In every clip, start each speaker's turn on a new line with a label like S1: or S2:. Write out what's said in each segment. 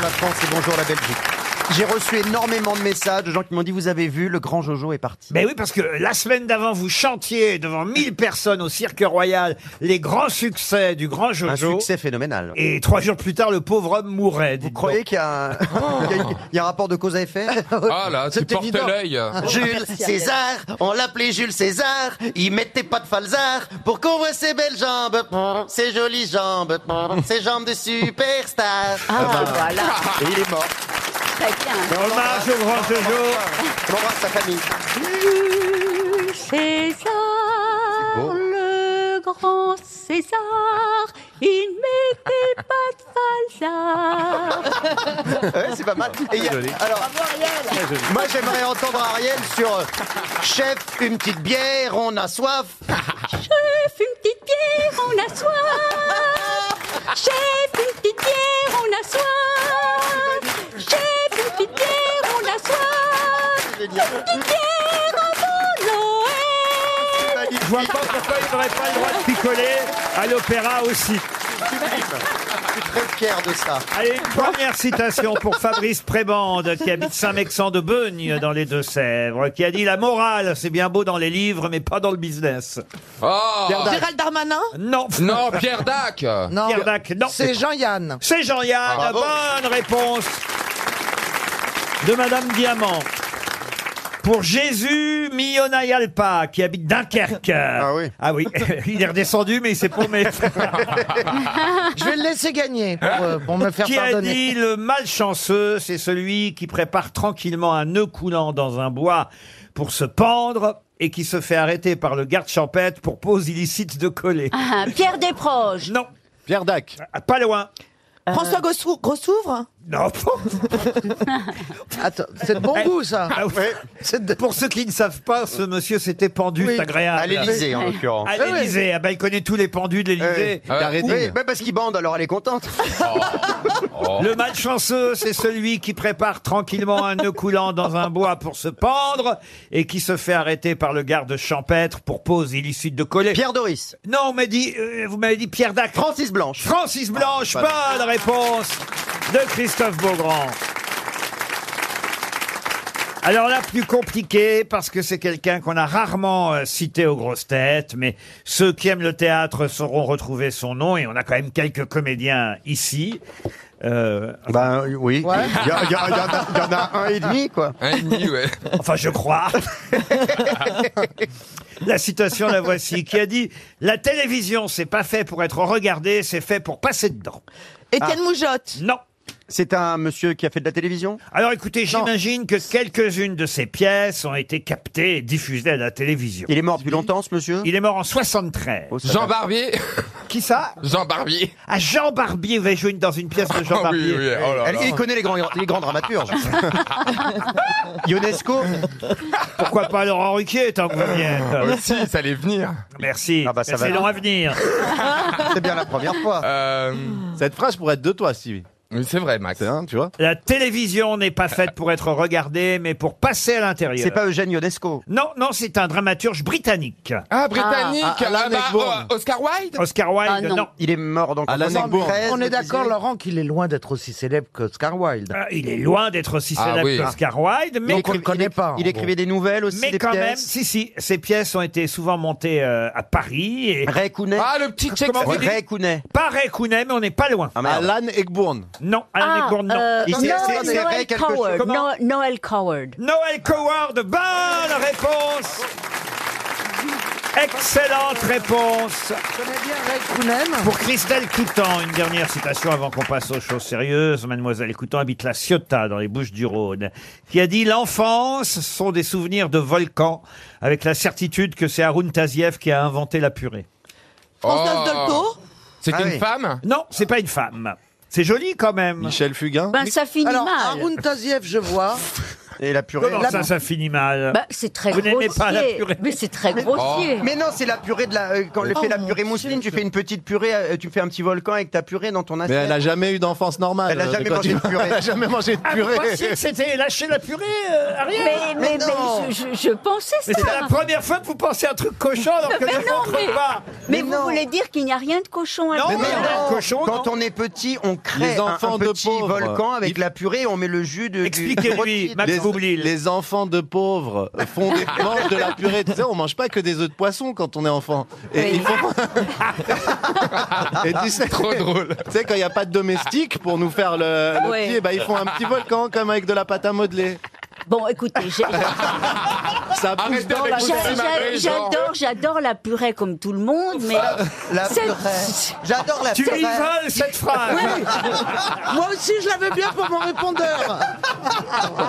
S1: la France et bonjour la Belgique. J'ai reçu énormément de messages de gens qui m'ont dit Vous avez vu, le grand Jojo est parti.
S2: Ben oui, parce que la semaine d'avant, vous chantiez devant 1000 personnes au Cirque Royal les grands succès du grand Jojo.
S1: Un succès phénoménal.
S2: Et trois jours plus tard, le pauvre homme mourait.
S1: Vous croyez qu'il y, a un- il y a- il y a un rapport de cause à effet
S3: Ah là, tu
S1: C'est
S3: portes
S1: évident.
S3: l'œil.
S1: Jules César, on l'appelait Jules César, il mettait pas de falzar pour qu'on voit ses belles jambes, ses jolies jambes, ses jambes de superstar.
S4: Ah, voilà,
S1: Et il est mort.
S4: très bien.
S2: Hommage au grand Jojo.
S1: On embrasse sa famille.
S4: César,
S1: beau.
S4: le grand César, il n'était pas de falsard.
S1: Ouais, c'est pas mal. Et il y a- alors, moi j'aimerais entendre Ariel sur euh, Chef, une petite bière, on a soif.
S4: Chef, une petite bière, on a soif. Chef, une petite bière, on a soif. Chef, une petite bière, on a soif. Une petite bière avant Noël.
S2: Je vois pas pourquoi il n'aurait pas le droit de picoler à l'opéra aussi.
S1: Très fier de ça.
S2: Allez, une première citation pour Fabrice Prébande, qui habite Saint-Mexan de Beugne, dans les Deux-Sèvres, qui a dit La morale, c'est bien beau dans les livres, mais pas dans le business.
S3: Oh
S5: Gérald Darmanin
S2: Non,
S3: Non, Pierre Dac
S5: Non.
S2: Pierre Dac, non.
S5: C'est Jean-Yann.
S2: C'est Jean-Yann,
S1: Bravo.
S2: bonne réponse de Madame Diamant. Pour Jésus Mionayalpa, qui habite Dunkerque. Ah
S1: oui.
S2: Ah oui, il est redescendu, mais il s'est paumé.
S5: Je vais le laisser gagner pour, euh, pour me faire
S2: qui a
S5: pardonner.
S2: dit le malchanceux, c'est celui qui prépare tranquillement un nœud coulant dans un bois pour se pendre et qui se fait arrêter par le garde champêtre pour pose illicite de coller.
S4: Ah, Pierre Desproges.
S2: Non,
S6: Pierre Dac.
S2: ah, pas loin. Euh.
S5: François Grossou- Grossouvre
S2: Non.
S5: Attends, c'est de bon
S2: Eh.
S5: goût ça.
S2: Ah oui.
S5: C'est de-
S2: Pour ceux qui ne savent pas, ce monsieur s'était pendu,
S5: Oui.
S2: c'est agréable.
S1: À l'Elysée en l'occurrence.
S2: À l'Élysée. Ah ben, il connaît tous les pendus de l'Élysée.
S1: Ouais. Oui, bah parce qu'il bande, alors elle est contente.
S5: Oh.
S1: Oh.
S2: Le malchanceux, c'est celui qui prépare tranquillement un nœud coulant dans un bois pour se pendre et qui se fait arrêter par le garde champêtre pour pose illicite de coller.
S1: Pierre Doris,
S2: Non, on m'a dit, euh, vous m'avez dit Pierre Dac.
S1: Francis Blanche.
S2: Francis Blanche,
S1: Ah,
S2: bonne réponse de Christophe Beaugrand. Alors là, plus compliqué, parce que c'est quelqu'un qu'on a rarement euh, cité aux grosses têtes, mais ceux qui aiment le théâtre sauront retrouver son nom, et on a quand même quelques comédiens ici. Euh,
S1: Ben oui, il y, a- il y a- il y en a- il y en a un et demi quoi.
S3: Un et demi, ouais.
S2: Enfin, je crois. la citation, la voici, qui a dit La télévision, c'est pas fait pour être regardée, c'est fait pour passer dedans. Ah.
S5: Étienne Moujotte.
S2: Non.
S1: C'est un monsieur qui a fait de la télévision
S2: Alors écoutez, j'imagine que quelques-unes de ces pièces ont été captées et diffusées à la télévision.
S1: Il est mort depuis longtemps ce monsieur
S2: Il est mort en 73.
S1: Oh, ça
S3: Jean
S1: date.
S3: Barbier
S2: Qui ça
S3: Jean Barbier
S2: Ah, Jean Barbier va jouer dans une pièce de Jean
S3: Ah oui,
S2: Barbier. Ah,
S3: oui, oh là
S1: Elle-
S3: là.
S1: il connaît les grands, les grands dramaturges. Ionesco
S2: Pourquoi pas Laurent Ruquier, tant que vous y êtes.
S3: Aussi, ça allait venir.
S2: Merci.
S1: Ah bah, ça va.
S2: C'est long à venir.
S1: C'est bien la première fois.
S3: Euh,
S6: Cette phrase pourrait être de toi, Stevie.
S3: oui, c'est vrai, Max.
S6: C'est un, tu vois.
S2: La télévision n'est pas faite pour être regardée, mais pour passer à l'intérieur.
S1: C'est pas Eugène Ionesco.
S2: Non, non, c'est un dramaturge britannique.
S3: Ah, britannique
S6: Ah, Alan
S3: ah, bah,
S6: Ayckbourn.
S3: oh, Oscar Wilde
S2: Oscar Wilde,
S4: Ah,
S2: non.
S4: non.
S1: Il est mort donc en
S6: Alan Ayckbourn.
S1: 73,
S5: On
S1: vous
S5: est d'accord,
S1: disiez
S5: Laurent, qu'il est loin d'être aussi célèbre qu'Oscar Wilde.
S2: Euh, il est loin d'être aussi
S3: Ah
S2: célèbre
S3: oui.
S2: qu'Oscar Wilde, mais,
S5: Donc, on le connaît pas, en
S1: Il
S5: gros.
S1: écrivait des nouvelles aussi,
S2: mais
S1: des
S2: quand même,
S1: pièces.
S2: si, si, ces pièces ont été souvent montées euh, à Paris. Et...
S1: Ray Cooney.
S3: Ah, le petit check.
S2: Comment vous dites
S1: Ray Cooney.
S2: Pas Ray Cooney, mais on n'est pas loin.
S1: Ah, merde.
S6: Alan Egbourne.
S2: Non, Alan Ayckbourn, non.
S4: euh,
S1: Il s'est-
S4: Noël,
S1: c'est- c'est vrai,
S4: Noël
S1: quelque chose-
S4: Coward.
S2: comment
S4: No- Noël Coward.
S2: Noël Coward, bonne réponse Excellente réponse pour Christelle Coutan. Une dernière citation avant qu'on passe aux choses sérieuses. Mademoiselle Coutan habite la Ciotat dans les Bouches-du-Rhône, qui a dit l'enfance sont des souvenirs de volcans, avec la certitude que c'est Haroun Taziev qui a inventé la purée.
S3: Oh.
S5: Françoise Dolto
S3: C'était
S1: Ah
S3: une
S1: oui.
S3: femme
S2: Non, c'est pas une femme. C'est joli quand même.
S6: Michel Fugain.
S4: Ben, ça finit
S5: Alors,
S4: mal.
S5: Haroun Taziev, je vois.
S3: Et la purée.
S2: Comment ça, ça finit mal
S7: Bah, c'est très
S2: Euh, Vous n'aimez
S7: grossier.
S2: pas la purée
S7: Mais c'est très
S1: Oh.
S7: grossier.
S1: Mais non, c'est la purée de la. euh, quand on
S7: Oh
S1: fait la
S7: mon
S1: purée mousseline, tu fais une petite purée, euh, tu fais un petit volcan avec ta purée dans ton
S2: Ah,
S3: Mais
S1: assiette.
S3: elle n'a jamais eu d'enfance normale.
S1: Elle a
S3: euh, de
S1: jamais
S3: quoi
S1: mangé
S3: tu-
S1: de purée.
S3: Elle a jamais mangé de
S2: Ah, vous
S3: purée.
S2: pensiez que c'était lâcher la purée, euh, Ariel
S7: Mais, mais,
S1: non.
S7: mais je, je- je pensais
S2: Mais
S7: ça.
S2: c'est la première fois que vous pensez à un truc cochon alors que
S7: Mais
S2: les
S7: non,
S2: autres
S7: mais-
S2: pas.
S7: Mais,
S1: Mais
S7: vous
S1: non.
S7: voulez dire qu'il n'y a rien de cochon à
S2: Non,
S7: dire
S2: mais
S1: Mais
S2: un
S1: non,
S2: cochon,
S1: quand
S2: non.
S1: on est petit, on crée
S3: Les
S1: un- un,
S3: enfants de
S1: petit
S3: pauvres.
S1: volcan avec
S3: Ils-
S1: la purée, on met le jus de. du-
S2: Expliquez-lui, Max
S3: Les,
S2: Boublil.
S3: les enfants de pauvres font des, mangent de la purée. Tu sais, on mange pas que des œufs de poisson quand on est enfant. Et,
S7: Oui.
S3: il faut- Et tu sais,
S5: Trop drôle.
S3: tu sais, quand il n'y a pas de domestique pour nous faire le, le
S7: Ouais.
S3: petit, eh ben, ils font un petit volcan comme avec de la pâte à modeler.
S7: Bon, écoutez, j'ai-
S3: Ça pousse
S5: Arrêtez
S3: dans
S5: avec
S3: la
S5: vous,
S7: j'a-
S5: c'est
S3: tête.
S5: ma
S7: j'a-
S5: vraie genre.
S7: j'adore, j'adore la purée comme tout le monde, mais
S1: La
S7: C'est-
S1: purée. J'adore la
S2: Tu
S1: purée.
S2: y voles cette phrase
S1: Moi aussi, je l'avais bien pour mon répondeur.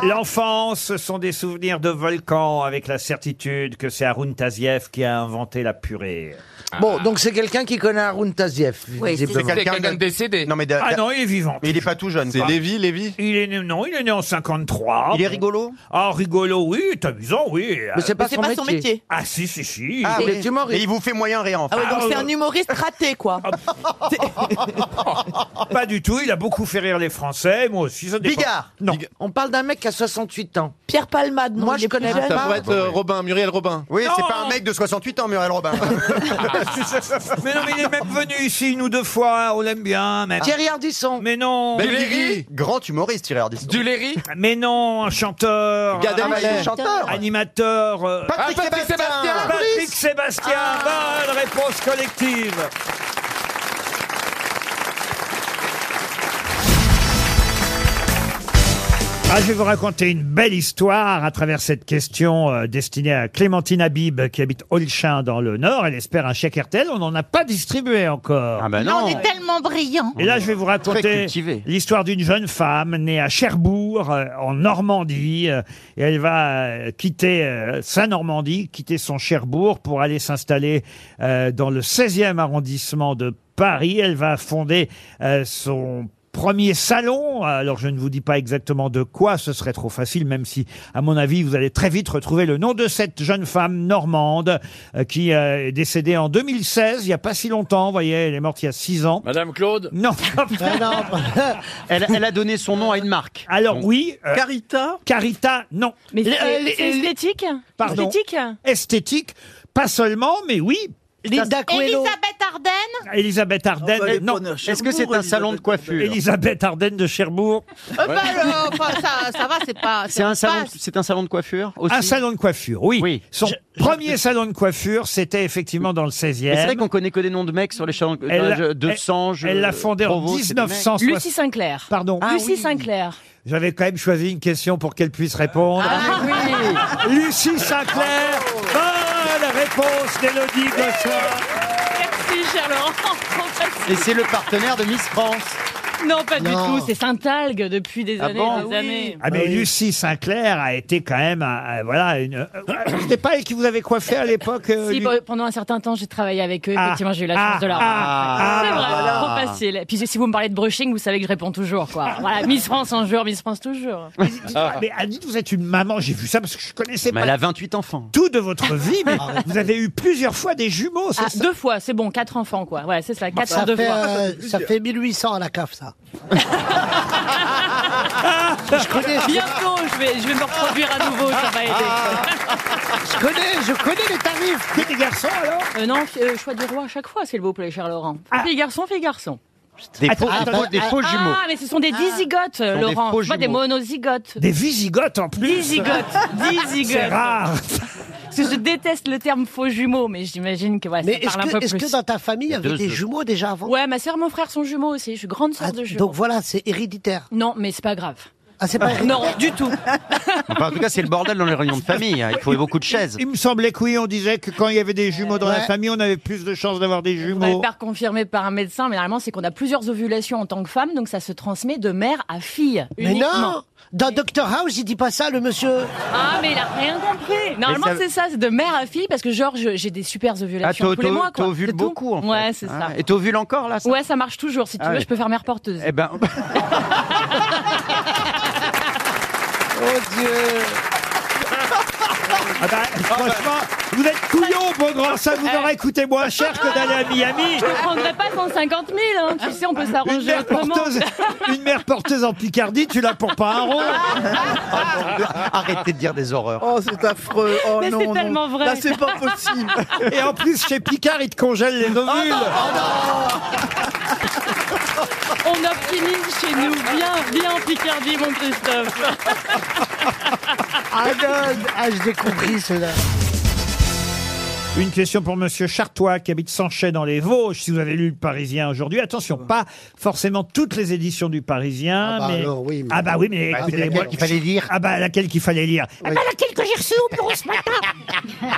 S2: L'enfance ce sont des souvenirs de volcans avec la certitude que c'est Haroun Taziev qui a inventé la purée.
S1: Bon, donc c'est quelqu'un qui connaît Arun Taziev.
S7: Oui, c'est
S1: visiblement.
S7: ça.
S5: C'est quelqu'un de décédé.
S1: Non mais, de-
S2: Ah
S1: de-
S2: non, il est vivant.
S1: mais il est pas tout jeune.
S3: C'est
S1: quoi.
S3: Lévi, Lévi.
S2: Il est né, non, il est né en 53.
S1: Il est rigolo.
S2: Ah, rigolo, oui, t'es amusant, oui.
S1: Mais c'est pas,
S8: Mais c'est
S1: son,
S8: pas
S1: métier.
S8: son métier.
S2: Ah si, si, si.
S1: Ah,
S8: C'est-
S1: mais, mais il vous fait moyen rire en
S8: Ah ouais,
S2: Ah,
S8: donc c'est
S2: euh,
S8: un humoriste raté, quoi.
S5: Ah,
S2: Ah, Pas du tout, il a beaucoup fait rire les Français, moi aussi. Ça dépend.
S1: Bigard.
S2: Non.
S1: On parle d'un mec qui a 68 ans.
S8: Pierre Palmade, non,
S1: Moi,
S8: il
S1: je
S8: est plus
S1: connais
S8: jeune.
S3: Ça
S1: Ah,
S3: pourrait être euh, Robin, Muriel Robin.
S1: Oui, c'est
S2: Non.
S1: pas un mec de 68 ans, Muriel Robin.
S2: mais non, mais il est même venu ici une ou deux fois, on l'aime bien. Même.
S1: Thierry Ardisson.
S2: Mais non,
S3: Ben
S5: Valérie.
S3: Guigui,
S1: Grand humoriste, Thierry Ardisson.
S5: Du Léry
S2: mais non, un chanteur,
S3: Gad
S1: Ah, bah, il est
S3: Elmaleh.
S1: chanteur.
S2: animateur. euh,
S1: Patrick
S5: Ah, Patrick
S1: Sébastien. Ah.
S5: Sébastien.
S2: Patrick Sébastien, bonne réponse collective. Ah, je vais vous raconter une belle histoire à travers cette question euh, destinée à Clémentine Habib qui habite Olchin dans le Nord. Elle espère un chèque RTL. On n'en a pas distribué encore.
S1: bah non.
S9: tellement brillant.
S2: Et Oh là, je vais vous raconter
S1: cultivé.
S2: l'histoire d'une jeune femme née à Cherbourg, euh, en Normandie. euh, et elle va euh, quitter euh, sa Normandie, quitter son Cherbourg pour aller s'installer euh, dans le 16e arrondissement de Paris. Elle va fonder euh, son premier salon. euh, Alors, je ne vous dis pas exactement de quoi, ce serait trop facile, même si, à mon avis, vous allez très vite retrouver le nom de cette jeune femme normande euh, qui euh, est décédée en 2016, il n'y a pas si longtemps. Vous voyez, elle est morte il y a six ans.
S10: Madame Claude
S2: Non.
S1: elle, a donné son nom à une marque.
S2: Alors oui, euh,
S8: Carita.
S2: Carita, non.
S9: Mais
S2: Les- euh, les-
S9: c'est c'est esthétique
S2: Pardon.
S9: Esthétique
S2: Esthétique, pas seulement, mais oui.
S8: Linda Coelho.
S9: Elisabeth Arden
S2: Elisabeth Arden, non.
S8: Est-ce que c'est un salon de coiffure
S2: Elisabeth Arden de Cherbourg.
S9: euh, bah, alors, enfin, ça, ça va, c'est pas. C'est un salon.
S2: Un salon de coiffure, oui. Son premier salon de coiffure, c'était effectivement dans le 16e. C'est vrai qu'on connaît que des noms de mecs sur les salons de Sange. Elle l'a fondé en 1960.
S9: Lucie Sinclair. Ah
S2: Pardon.
S9: Lucie Sinclair.
S2: J'avais quand même choisi une question pour qu'elle puisse répondre.
S9: Ah,
S2: Lucie Sinclair. Bonne réponse d'Élodie Gosselin.
S9: Merci, cher Laurent. Trop facile.
S1: c'est le partenaire de Miss France.
S9: Non, pas
S1: Non.
S9: du tout. C'est Saint-Algue depuis des années
S1: bon
S9: et des années.
S2: Ah mais Lucie Sinclair a été quand même euh, euh, voilà une euh, c'était pas elle qui vous avait coiffé à l'époque euh,
S9: Si,
S2: Lu-
S9: pe- pendant un certain temps, j'ai travaillé avec eux.
S2: Ah,
S9: Effectivement, j'ai eu la
S2: ah,
S9: chance de leur.
S2: ah,
S9: c'est
S2: ah,
S9: vrai,
S2: voilà.
S9: trop facile. Et puis si vous me parlez de brushing, vous savez que je réponds toujours, quoi. Voilà, Miss France un jour, Miss France toujours.
S2: Ah, mais Annie vous êtes une maman j'ai vu ça parce que je connaissais pas
S1: a 28 enfants.
S2: tout de votre vie mais vous avez eu plusieurs fois des jumeaux c'est
S9: Ah,
S2: ça
S9: deux fois, c'est bon, quatre enfants, quoi. Ouais, c'est ça, quatre
S8: Bah, ça,
S9: en deux
S8: fait,
S9: fois.
S8: euh, ça fait 1800 à la CAF, ça.
S1: Je connais,
S9: Bientôt, je vais, je vais me reproduire à nouveau, ça va aider.
S8: Je connais, je connais les tarifs.
S2: que des garçons alors
S9: Euh, non, euh, choix du roi à chaque fois, s'il vous plaît, cher Laurent.
S2: Ah.
S9: Fille garçon, fille garçon.
S1: Des
S2: Attends, attends,
S1: des faux
S9: Ah, mais ce sont des dizygotes, Laurent.
S1: faux
S9: C'est pas des
S1: jumeaux.
S9: monozygotes.
S2: des visigotes en plus
S9: Dizygotes,
S2: c'est
S9: dizygotes.
S2: rare
S9: Parce que je déteste le terme faux jumeau, mais j'imagine que ouais,
S8: Mais
S9: ça
S8: est-ce
S9: parle un peu
S8: que, est-ce que
S9: plus.
S8: dans ta famille, il y avait des jumeaux déjà avant
S9: Ouais, ma soeur, mon frère sont jumeaux aussi. Je suis grande sœur
S8: Ah,
S9: de jumeaux.
S8: Donc voilà, c'est héréditaire.
S9: Non, mais c'est pas grave.
S8: Ah, c'est pas
S9: Non, du tout.
S1: en tout cas, c'est le bordel dans les réunions de famille. hein. Il faut beaucoup de chaises.
S2: il me semblait que oui on disait que quand il y avait des jumeaux dans la
S8: Ouais.
S2: famille on avait plus de chances d'avoir des
S9: On n'avait
S2: jumeaux
S9: pas confirmé par un médecin, mais normalement, c'est qu'on a plusieurs ovulations en tant que femme, donc ça se transmet de mère à fille.
S8: Mais
S9: uniquement.
S8: non Dans Doctor House, il dit pas ça, le monsieur.
S9: Ah, mais il a rien compris Normalement,
S1: Mais ça- Ah,
S9: c'est ça, c'est de mère à fille, parce que genre, je- j'ai des super ovulations tous les mois, quoi.
S1: t'ovules
S9: C'est tout.
S1: beaucoup, en fait.
S9: Ouais, c'est ça.
S1: Ah, Et t'ovules encore, là ça
S9: Ouais, ça marche toujours. Si tu
S1: Ah
S9: veux,
S1: ouais.
S9: je peux faire mère porteuse.
S1: Eh ben...
S4: Oh Dieu
S2: Ah bah, franchement, vous êtes couillon, bon grand, ça vous aura coûté moins cher que d'aller à Miami.
S11: Je ne prendrais pas 150 000, hein. tu sais, on peut
S2: Une
S11: s'arranger
S2: mère,
S11: autrement.
S2: porteuse, une mère porteuse en Picardie, tu l'as pour pas un rond.
S12: Arrêtez de dire des horreurs.
S4: Oh, c'est affreux. Oh
S11: Mais
S4: non,
S11: c'est
S4: non.
S11: tellement vrai.
S4: Là, c'est pas possible.
S2: Et en plus, chez Picard, ils te congèlent les ovules.
S11: On optimise chez nous, bien, bien en Picardie, mon Christophe.
S4: Ah, non.
S9: Ah, je l'ai compris, cela.
S2: Une question pour Monsieur Chartois qui habite Sanchet dans les Vosges. Si vous avez lu le Parisien aujourd'hui, attention, pas forcément toutes les éditions du Parisien.
S9: Ah bah
S2: mais...
S9: alors, oui, mais-
S2: Ah bah oui, mais
S9: Bah, c'est
S2: écoutez,
S9: laquelle
S2: moi-
S9: qu'il fallait lire
S2: Ah bah laquelle qu'il fallait lire. Ah bah laquelle que j'ai reçue au bureau ce matin.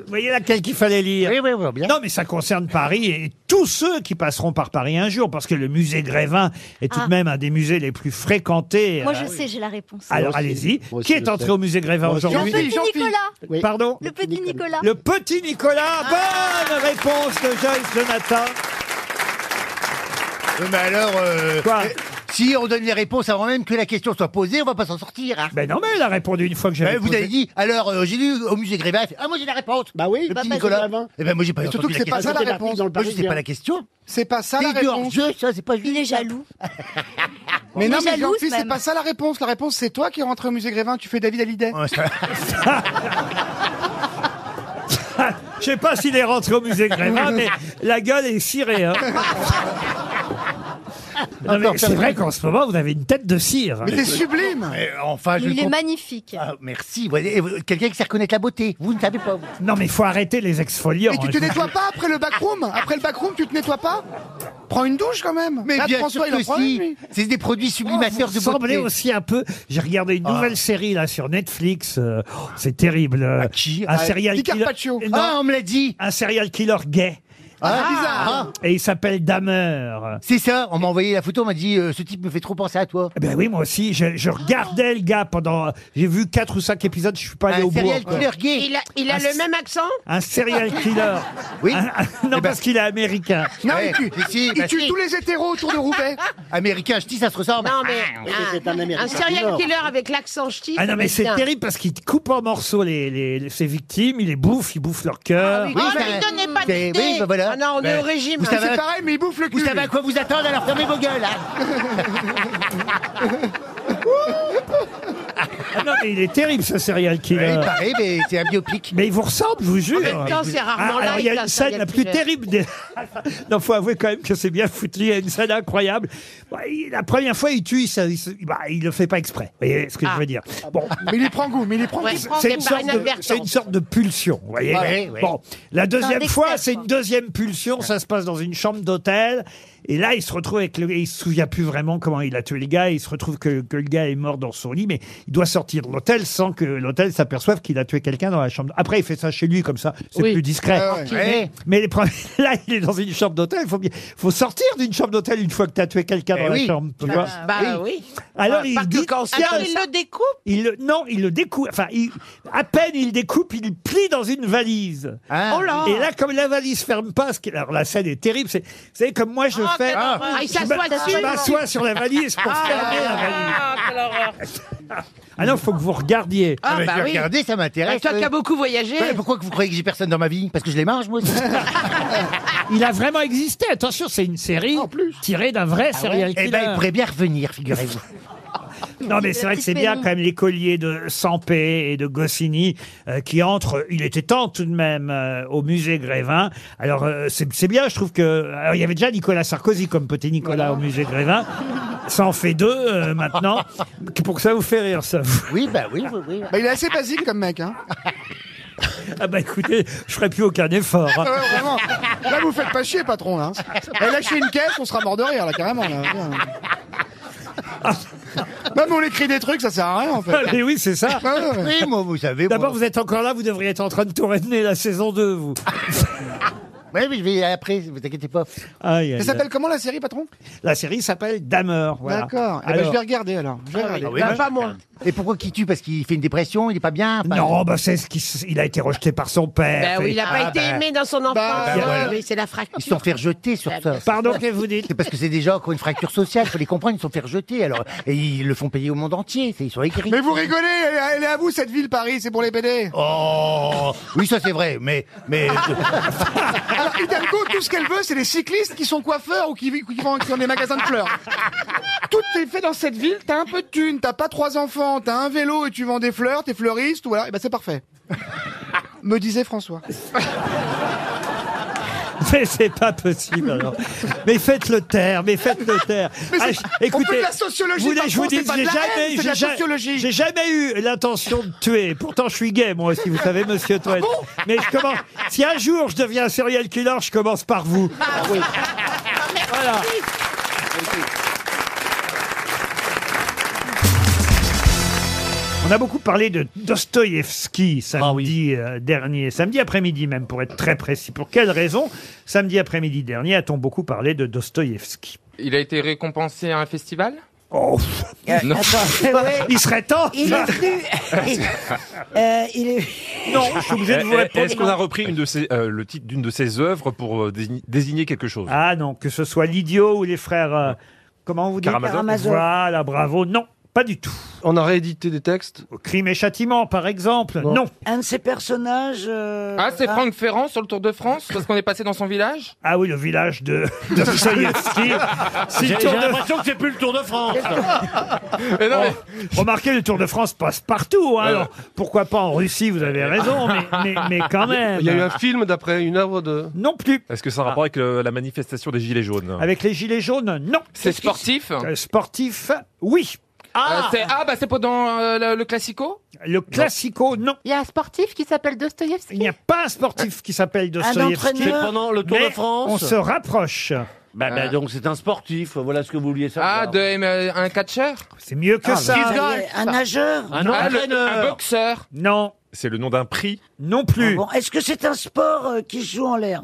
S2: vous voyez laquelle qu'il fallait lire.
S9: Oui, oui, oui, bien.
S2: Non mais ça concerne Paris et tous ceux qui passeront par Paris un jour, parce que le musée Grévin est tout de
S7: Ah.
S2: même un des musées les plus fréquentés.
S7: Moi,
S2: euh,
S7: je sais, j'ai la réponse.
S2: Alors
S9: Ah Moi aussi.
S2: allez-y.
S9: Moi aussi,
S2: Qui est
S9: je
S2: entré
S9: sais.
S2: au musée Grévin
S9: Moi aussi.
S7: Le
S2: aujourd'hui
S7: petit Nicolas.
S9: Oui.
S2: Pardon
S7: Le petit Nicolas.
S2: le petit Nicolas, bonne réponse de Joyce Jonathan.
S3: mais alors, euh,
S2: Quoi
S3: si on donne les réponses avant même que la question soit posée, on va pas s'en sortir. hein.
S2: Ben non, mais elle a répondu une fois que j'avais
S3: Euh, vous
S2: posé.
S3: avez dit, alors euh, j'ai lu au musée Grévin, elle fait, ah moi j'ai la réponse.
S9: Bah oui,
S3: le
S9: bah,
S3: petit
S9: bah,
S3: Nicolas.
S9: c'est Grévin.
S3: Eh ben moi j'ai pas
S9: Et
S3: entendu
S9: surtout que c'est
S3: la hein.
S9: pas ça,
S3: question.
S9: la réponse dans le
S3: Moi je sais
S9: Parisien.
S3: pas la question.
S4: hein. C'est pas ça la
S3: C'est du
S4: réponse.
S3: hors-jeu, ça, c'est pas
S7: Il est jaloux.
S4: Mais non,
S7: est
S4: mais
S7: jalouse,
S4: Jean-Philippe, c'est
S7: même.
S4: pas ça la réponse. La réponse, c'est toi qui es rentré au musée Grévin. Tu fais David Hallyday.
S3: Ouais, ça-
S2: Je sais pas s'il est rentré au musée Grévin, mais la gueule est cirée. hein. Non, mais c'est vrai qu'en ce moment, vous avez une tête de cire.
S4: Mais t'es sublime.
S3: Euh, enfin, je
S1: Il est
S3: comprends-
S1: magnifique.
S3: Ah, merci. Vous voyez, euh, Quelqu'un qui sait reconnaître la beauté. Vous ne savez pas. vous.
S2: Non, mais il faut arrêter les exfoliants.
S4: Et
S2: hein,
S4: tu te
S2: je vous-
S4: nettoies pas après le backroom Après le backroom, tu te nettoies pas Prends une douche quand même.
S3: Mais
S4: Là,
S3: bien sûr
S4: François, il en
S3: que
S4: prend
S3: si.
S4: une, lui.
S3: C'est des produits sublimateurs
S2: Oh, Vous
S3: de
S2: ressemblez
S3: beauté. Ah.
S2: aussi un peu. J'ai regardé une nouvelle série là sur Netflix. euh, oh, c'est terrible. euh,
S3: qui
S2: un
S3: Ah,
S2: serial
S4: Di
S2: killer.
S4: Carpaccio.
S2: Non,
S3: Ah, on me l'a dit.
S2: Un serial killer gay.
S3: Ah, hein.
S2: Et il s'appelle Dahmer.
S3: C'est ça. On m'a envoyé la photo. On m'a dit, euh, ce type me fait trop penser à toi.
S2: Eh Ben oui, moi aussi, je, je regardais le gars pendant. J'ai vu 4 ou 5 épisodes, je suis pas allé
S3: Un
S2: au bout.
S3: serial
S2: encore.
S3: killer gay.
S9: Il a, il a le même accent
S2: Un serial killer.
S3: Oui. Eh ben.
S2: Un- un- non, parce qu'il est américain.
S4: Non,
S3: Ouais,
S4: il tue.
S3: mais si,
S4: Il
S3: bah
S4: tue
S3: si.
S4: tous les hétéros autour de Roubaix.
S3: Américain, je dis, ça se ressemble.
S8: Non, mais
S9: Ah, c'est un
S8: un,
S9: Américain
S8: un
S9: du Nord.
S8: serial killer avec l'accent ch'ti.
S2: Ah
S8: ça
S2: non, mais
S8: va
S2: c'est
S8: bien.
S2: terrible parce qu'il coupe en morceaux les, les- les- ses victimes, il les bouffe, il bouffe leur cœur.
S8: Oh,
S3: Ah Oui,
S8: mais
S3: ça-
S8: donnez pas
S3: c'est-
S8: d'idées.
S3: oui, bah voilà.
S8: Ah non, on est
S3: Ben,
S8: au régime.
S3: vous
S8: hein.
S3: savez-
S4: C'est pareil, mais il bouffe le
S3: Vous
S4: cul.
S3: savez à quoi vous attendre, alors fermez vos gueules. hein.
S2: Ah non, mais il est terrible ce serial killer.
S3: Il paraît, mais c'est un biopic.
S2: Mais il vous ressemble, je vous jure. Ah,
S8: même temps, c'est rarement
S2: alors, il y
S8: live,
S2: a
S8: un
S2: une scène
S8: serial
S2: la plus
S8: killer.
S2: terrible. Des... non, faut avouer quand même que c'est bien foutu. Il y a une scène incroyable. Bon, il- La première fois, il tue, il, se- il se- bah, il le fait pas exprès. Vous voyez ce que je veux dire Bon,
S4: Mais il y prend goût, mais il y prend
S8: Ouais,
S4: goût.
S8: prends-
S2: c'est
S8: c'est
S2: une,
S8: par
S2: sorte de-
S8: inadvertance.
S2: c'est une sorte de pulsion, vous voyez.
S3: Ouais, ouais.
S2: Bon, la deuxième
S8: Un
S2: fois,
S8: dexter,
S2: c'est une
S8: quoi.
S2: deuxième pulsion. Ça se passe dans une chambre d'hôtel, et là, il se retrouve avec le, il se souvient plus vraiment comment il a tué le gars. Il se retrouve que, que le gars est mort dans son lit, mais il doit sortir de l'hôtel sans que l'hôtel s'aperçoive qu'il a tué quelqu'un dans la chambre. Après, il fait ça chez lui comme ça, c'est
S11: Oui.
S2: plus discret.
S4: Ah ouais.
S2: Mais- Mais les premiers- là, il est dans une chambre d'hôtel. Il faut bien, faut sortir d'une chambre d'hôtel une fois que t'as tué quelqu'un
S3: Eh
S2: dans la
S3: oui.
S2: chambre. tu vois.
S8: Bah oui.
S2: Alors
S8: Ah,
S2: il
S8: parce que
S2: dit,
S8: quand
S2: tiens,
S8: alors, il le découpe.
S2: il le- non, il le découpe. Enfin, il- à peine il découpe, il plie dans une valise.
S3: Hein.
S8: Oh là.
S2: Et là, comme la valise ferme pas, ce qui- alors la scène est terrible. C'est, vous savez, comme moi je
S8: Ah,
S2: fais,
S8: quelle horreur.
S2: je
S8: Il s'assoit
S2: m'a- je
S8: dessus.
S2: m'assois sur la valise pour fermer la valise.
S8: Ah, quelle horreur.
S2: Ah non, faut que vous regardiez.
S8: Ah,
S3: mais
S8: bah
S3: je vais
S8: oui.
S3: regarder, ça
S8: Ah,
S3: m'intéresse.
S8: Toi qui
S3: ouais.
S8: as beaucoup voyagé.
S3: Ouais, pourquoi que vous croyez que j'ai personne dans ma vie Parce que je les mange, moi aussi.
S2: Il a vraiment existé. Attention, c'est une série tirée d'un
S8: Ah
S2: vrai serial
S3: Eh
S2: killer.
S3: ben, il pourrait bien revenir, figurez-vous.
S2: Non, mais c'est vrai que c'est bien quand même l'écolier de Sampé et de Goscinny euh, qui entre. Il était temps tout de même euh, au musée Grévin. Alors euh, c'est c'est bien, je trouve que. Alors il y avait déjà Nicolas Sarkozy comme petit Nicolas au musée Grévin. Ça en fait deux euh, maintenant. Que- Pour que ça vous fait rire, ça.
S3: Oui, bah oui, oui, oui.
S4: Bah, il est assez basique comme mec. Hein.
S2: Ah bah écoutez, je ferai plus aucun effort. hein.
S3: Ah,
S4: Ouais, vraiment. Là, vous faites pas chier, patron. Là. Eh, lâchez une caisse, on sera mort de rire, là, carrément. Là. Viens. Même on écrit des trucs, ça sert à rien, en fait.
S2: Mais oui, c'est ça.
S4: Ouais, ouais, ouais.
S3: Oui, moi, vous savez.
S2: D'abord,
S3: moi.
S2: vous êtes encore là, vous devriez être en train de tourner la saison 2, vous.
S3: Oui, oui, je vais après, vous inquiétez pas.
S2: Aïe, aïe,
S3: Ça
S2: aïe.
S3: s'appelle
S4: Comment la série, patron
S2: La série s'appelle Damer. voilà.
S4: D'accord. Eh ben,
S2: Alors-
S4: je vais regarder alors. Je vais
S3: Ah oui,
S4: regarder.
S3: bah, pas moi. Et pourquoi qui tue Parce qu'il fait une dépression, il est pas bien pas-
S2: Non, bah c'est ce qu'il a été rejeté par son père. bah.
S8: Ben oui, il n'a pas
S3: Ah,
S8: été
S3: ben.
S8: aimé dans son enfance.
S3: Bah,
S8: Ouais,
S3: voilà.
S8: oui, c'est la fracture.
S3: Ils se sont fait rejeter sur ça.
S2: Pardon, que vous dites
S3: C'est parce que c'est des gens qui ont une fracture sociale, faut les comprendre, ils se sont fait rejeter. Alors, et ils le font payer au monde entier, c'est- ils sont écrits.
S4: Mais vous rigolez, elle est à- elle est à vous cette ville Paris, c'est pour les PD.
S3: Oh Oui, ça c'est vrai, mais. mais...
S4: Alors Hidalgo, tout ce qu'elle veut, c'est les cyclistes qui sont coiffeurs ou qui, qui, vont- qui ont des magasins de fleurs. Tout est fait dans cette ville, t'as un peu de thunes, t'as pas trois enfants, t'as un vélo et tu vends des fleurs, t'es fleuriste, ou voilà, et ben c'est parfait. Me disait François.
S2: Mais c'est pas possible alors. Mais faites le taire, mais faites le taire.
S4: Mais c'est-
S2: je-
S4: on fait de la sociologie,
S2: vous voulez
S4: par
S2: que je vous
S4: contre,
S2: dise,
S4: c'est pas de
S2: j'ai
S4: la
S2: jamais,
S4: haine, c'est de
S2: j'ai
S4: la
S2: ja-
S4: sociologie.
S2: j'ai jamais eu l'intention de tuer. Pourtant, je suis gay, moi aussi, vous savez, monsieur
S4: Ah
S2: Toed. mais je commence. Si un jour je deviens un serial killer, je commence par vous.
S4: Ah
S2: Ah, Voilà. On a beaucoup parlé de Dostoïevski samedi euh, dernier, samedi après-midi même pour être très précis. Pour quelle raison samedi après-midi dernier a-t-on beaucoup parlé de Dostoïevski
S13: Il a été récompensé à un festival
S2: Oh
S14: Euh,
S13: Non.
S2: Il serait temps
S14: Ah, Il est venu. Euh, il est...
S2: Non, je suis obligé de
S13: Eh,
S2: vous répondre.
S15: Eh, Est-ce qu'on a repris une de ses- euh, le titre d'une de ses œuvres pour euh, désigner- désigner quelque chose
S2: Ah non, que ce soit l'idiot ou les frères. euh, comment vous dites
S15: Karamazov. Karamazov.
S2: Voilà, bravo. Non, pas du tout. On a réédité des textes Crime et châtiment, par exemple. Non.
S14: Un de ces personnages. euh,
S13: Ah, c'est Franck Ferrand sur le Tour de France parce qu'on est passé dans son village Ah.
S2: Ah oui, le village de Dostoïevski. Si le Tour de-
S16: que c'est plus le Tour de France.
S2: Oh, Remarquez, le Tour de France passe partout. hein, alors, pourquoi pas en Russie, vous avez raison, mais, mais- mais quand même.
S15: Il y a eu un film d'après une œuvre de.
S2: Non plus.
S15: Est-ce que ça a
S13: Ah.
S15: rapport avec euh, la manifestation des Gilets jaunes
S2: Avec les gilets jaunes, non.
S13: C'est sportif
S2: Euh, Sportif, oui.
S13: Ah, c'est- ah, bah c'est pas dans euh, le, le Classico
S2: Le classico, non.
S8: Il y a un sportif qui s'appelle Dostoïevski.
S2: Il n'y a pas un sportif qui s'appelle Dostoïevski.
S16: entraîneur C'est pendant le Tour de
S2: Mais
S16: France.
S2: On se rapproche.
S16: Bah, bah, donc c'est un sportif, voilà ce que vous vouliez savoir.
S13: Ah, de, Ah, euh, un catcheur
S2: C'est mieux
S16: que ça.
S14: Un nageur
S15: Un entraîneur.
S13: Ah, Un boxeur
S2: Non.
S15: C'est le nom d'un prix
S2: Non plus.
S14: Ah Bon, Est-ce que c'est un sport euh, qui se joue en l'air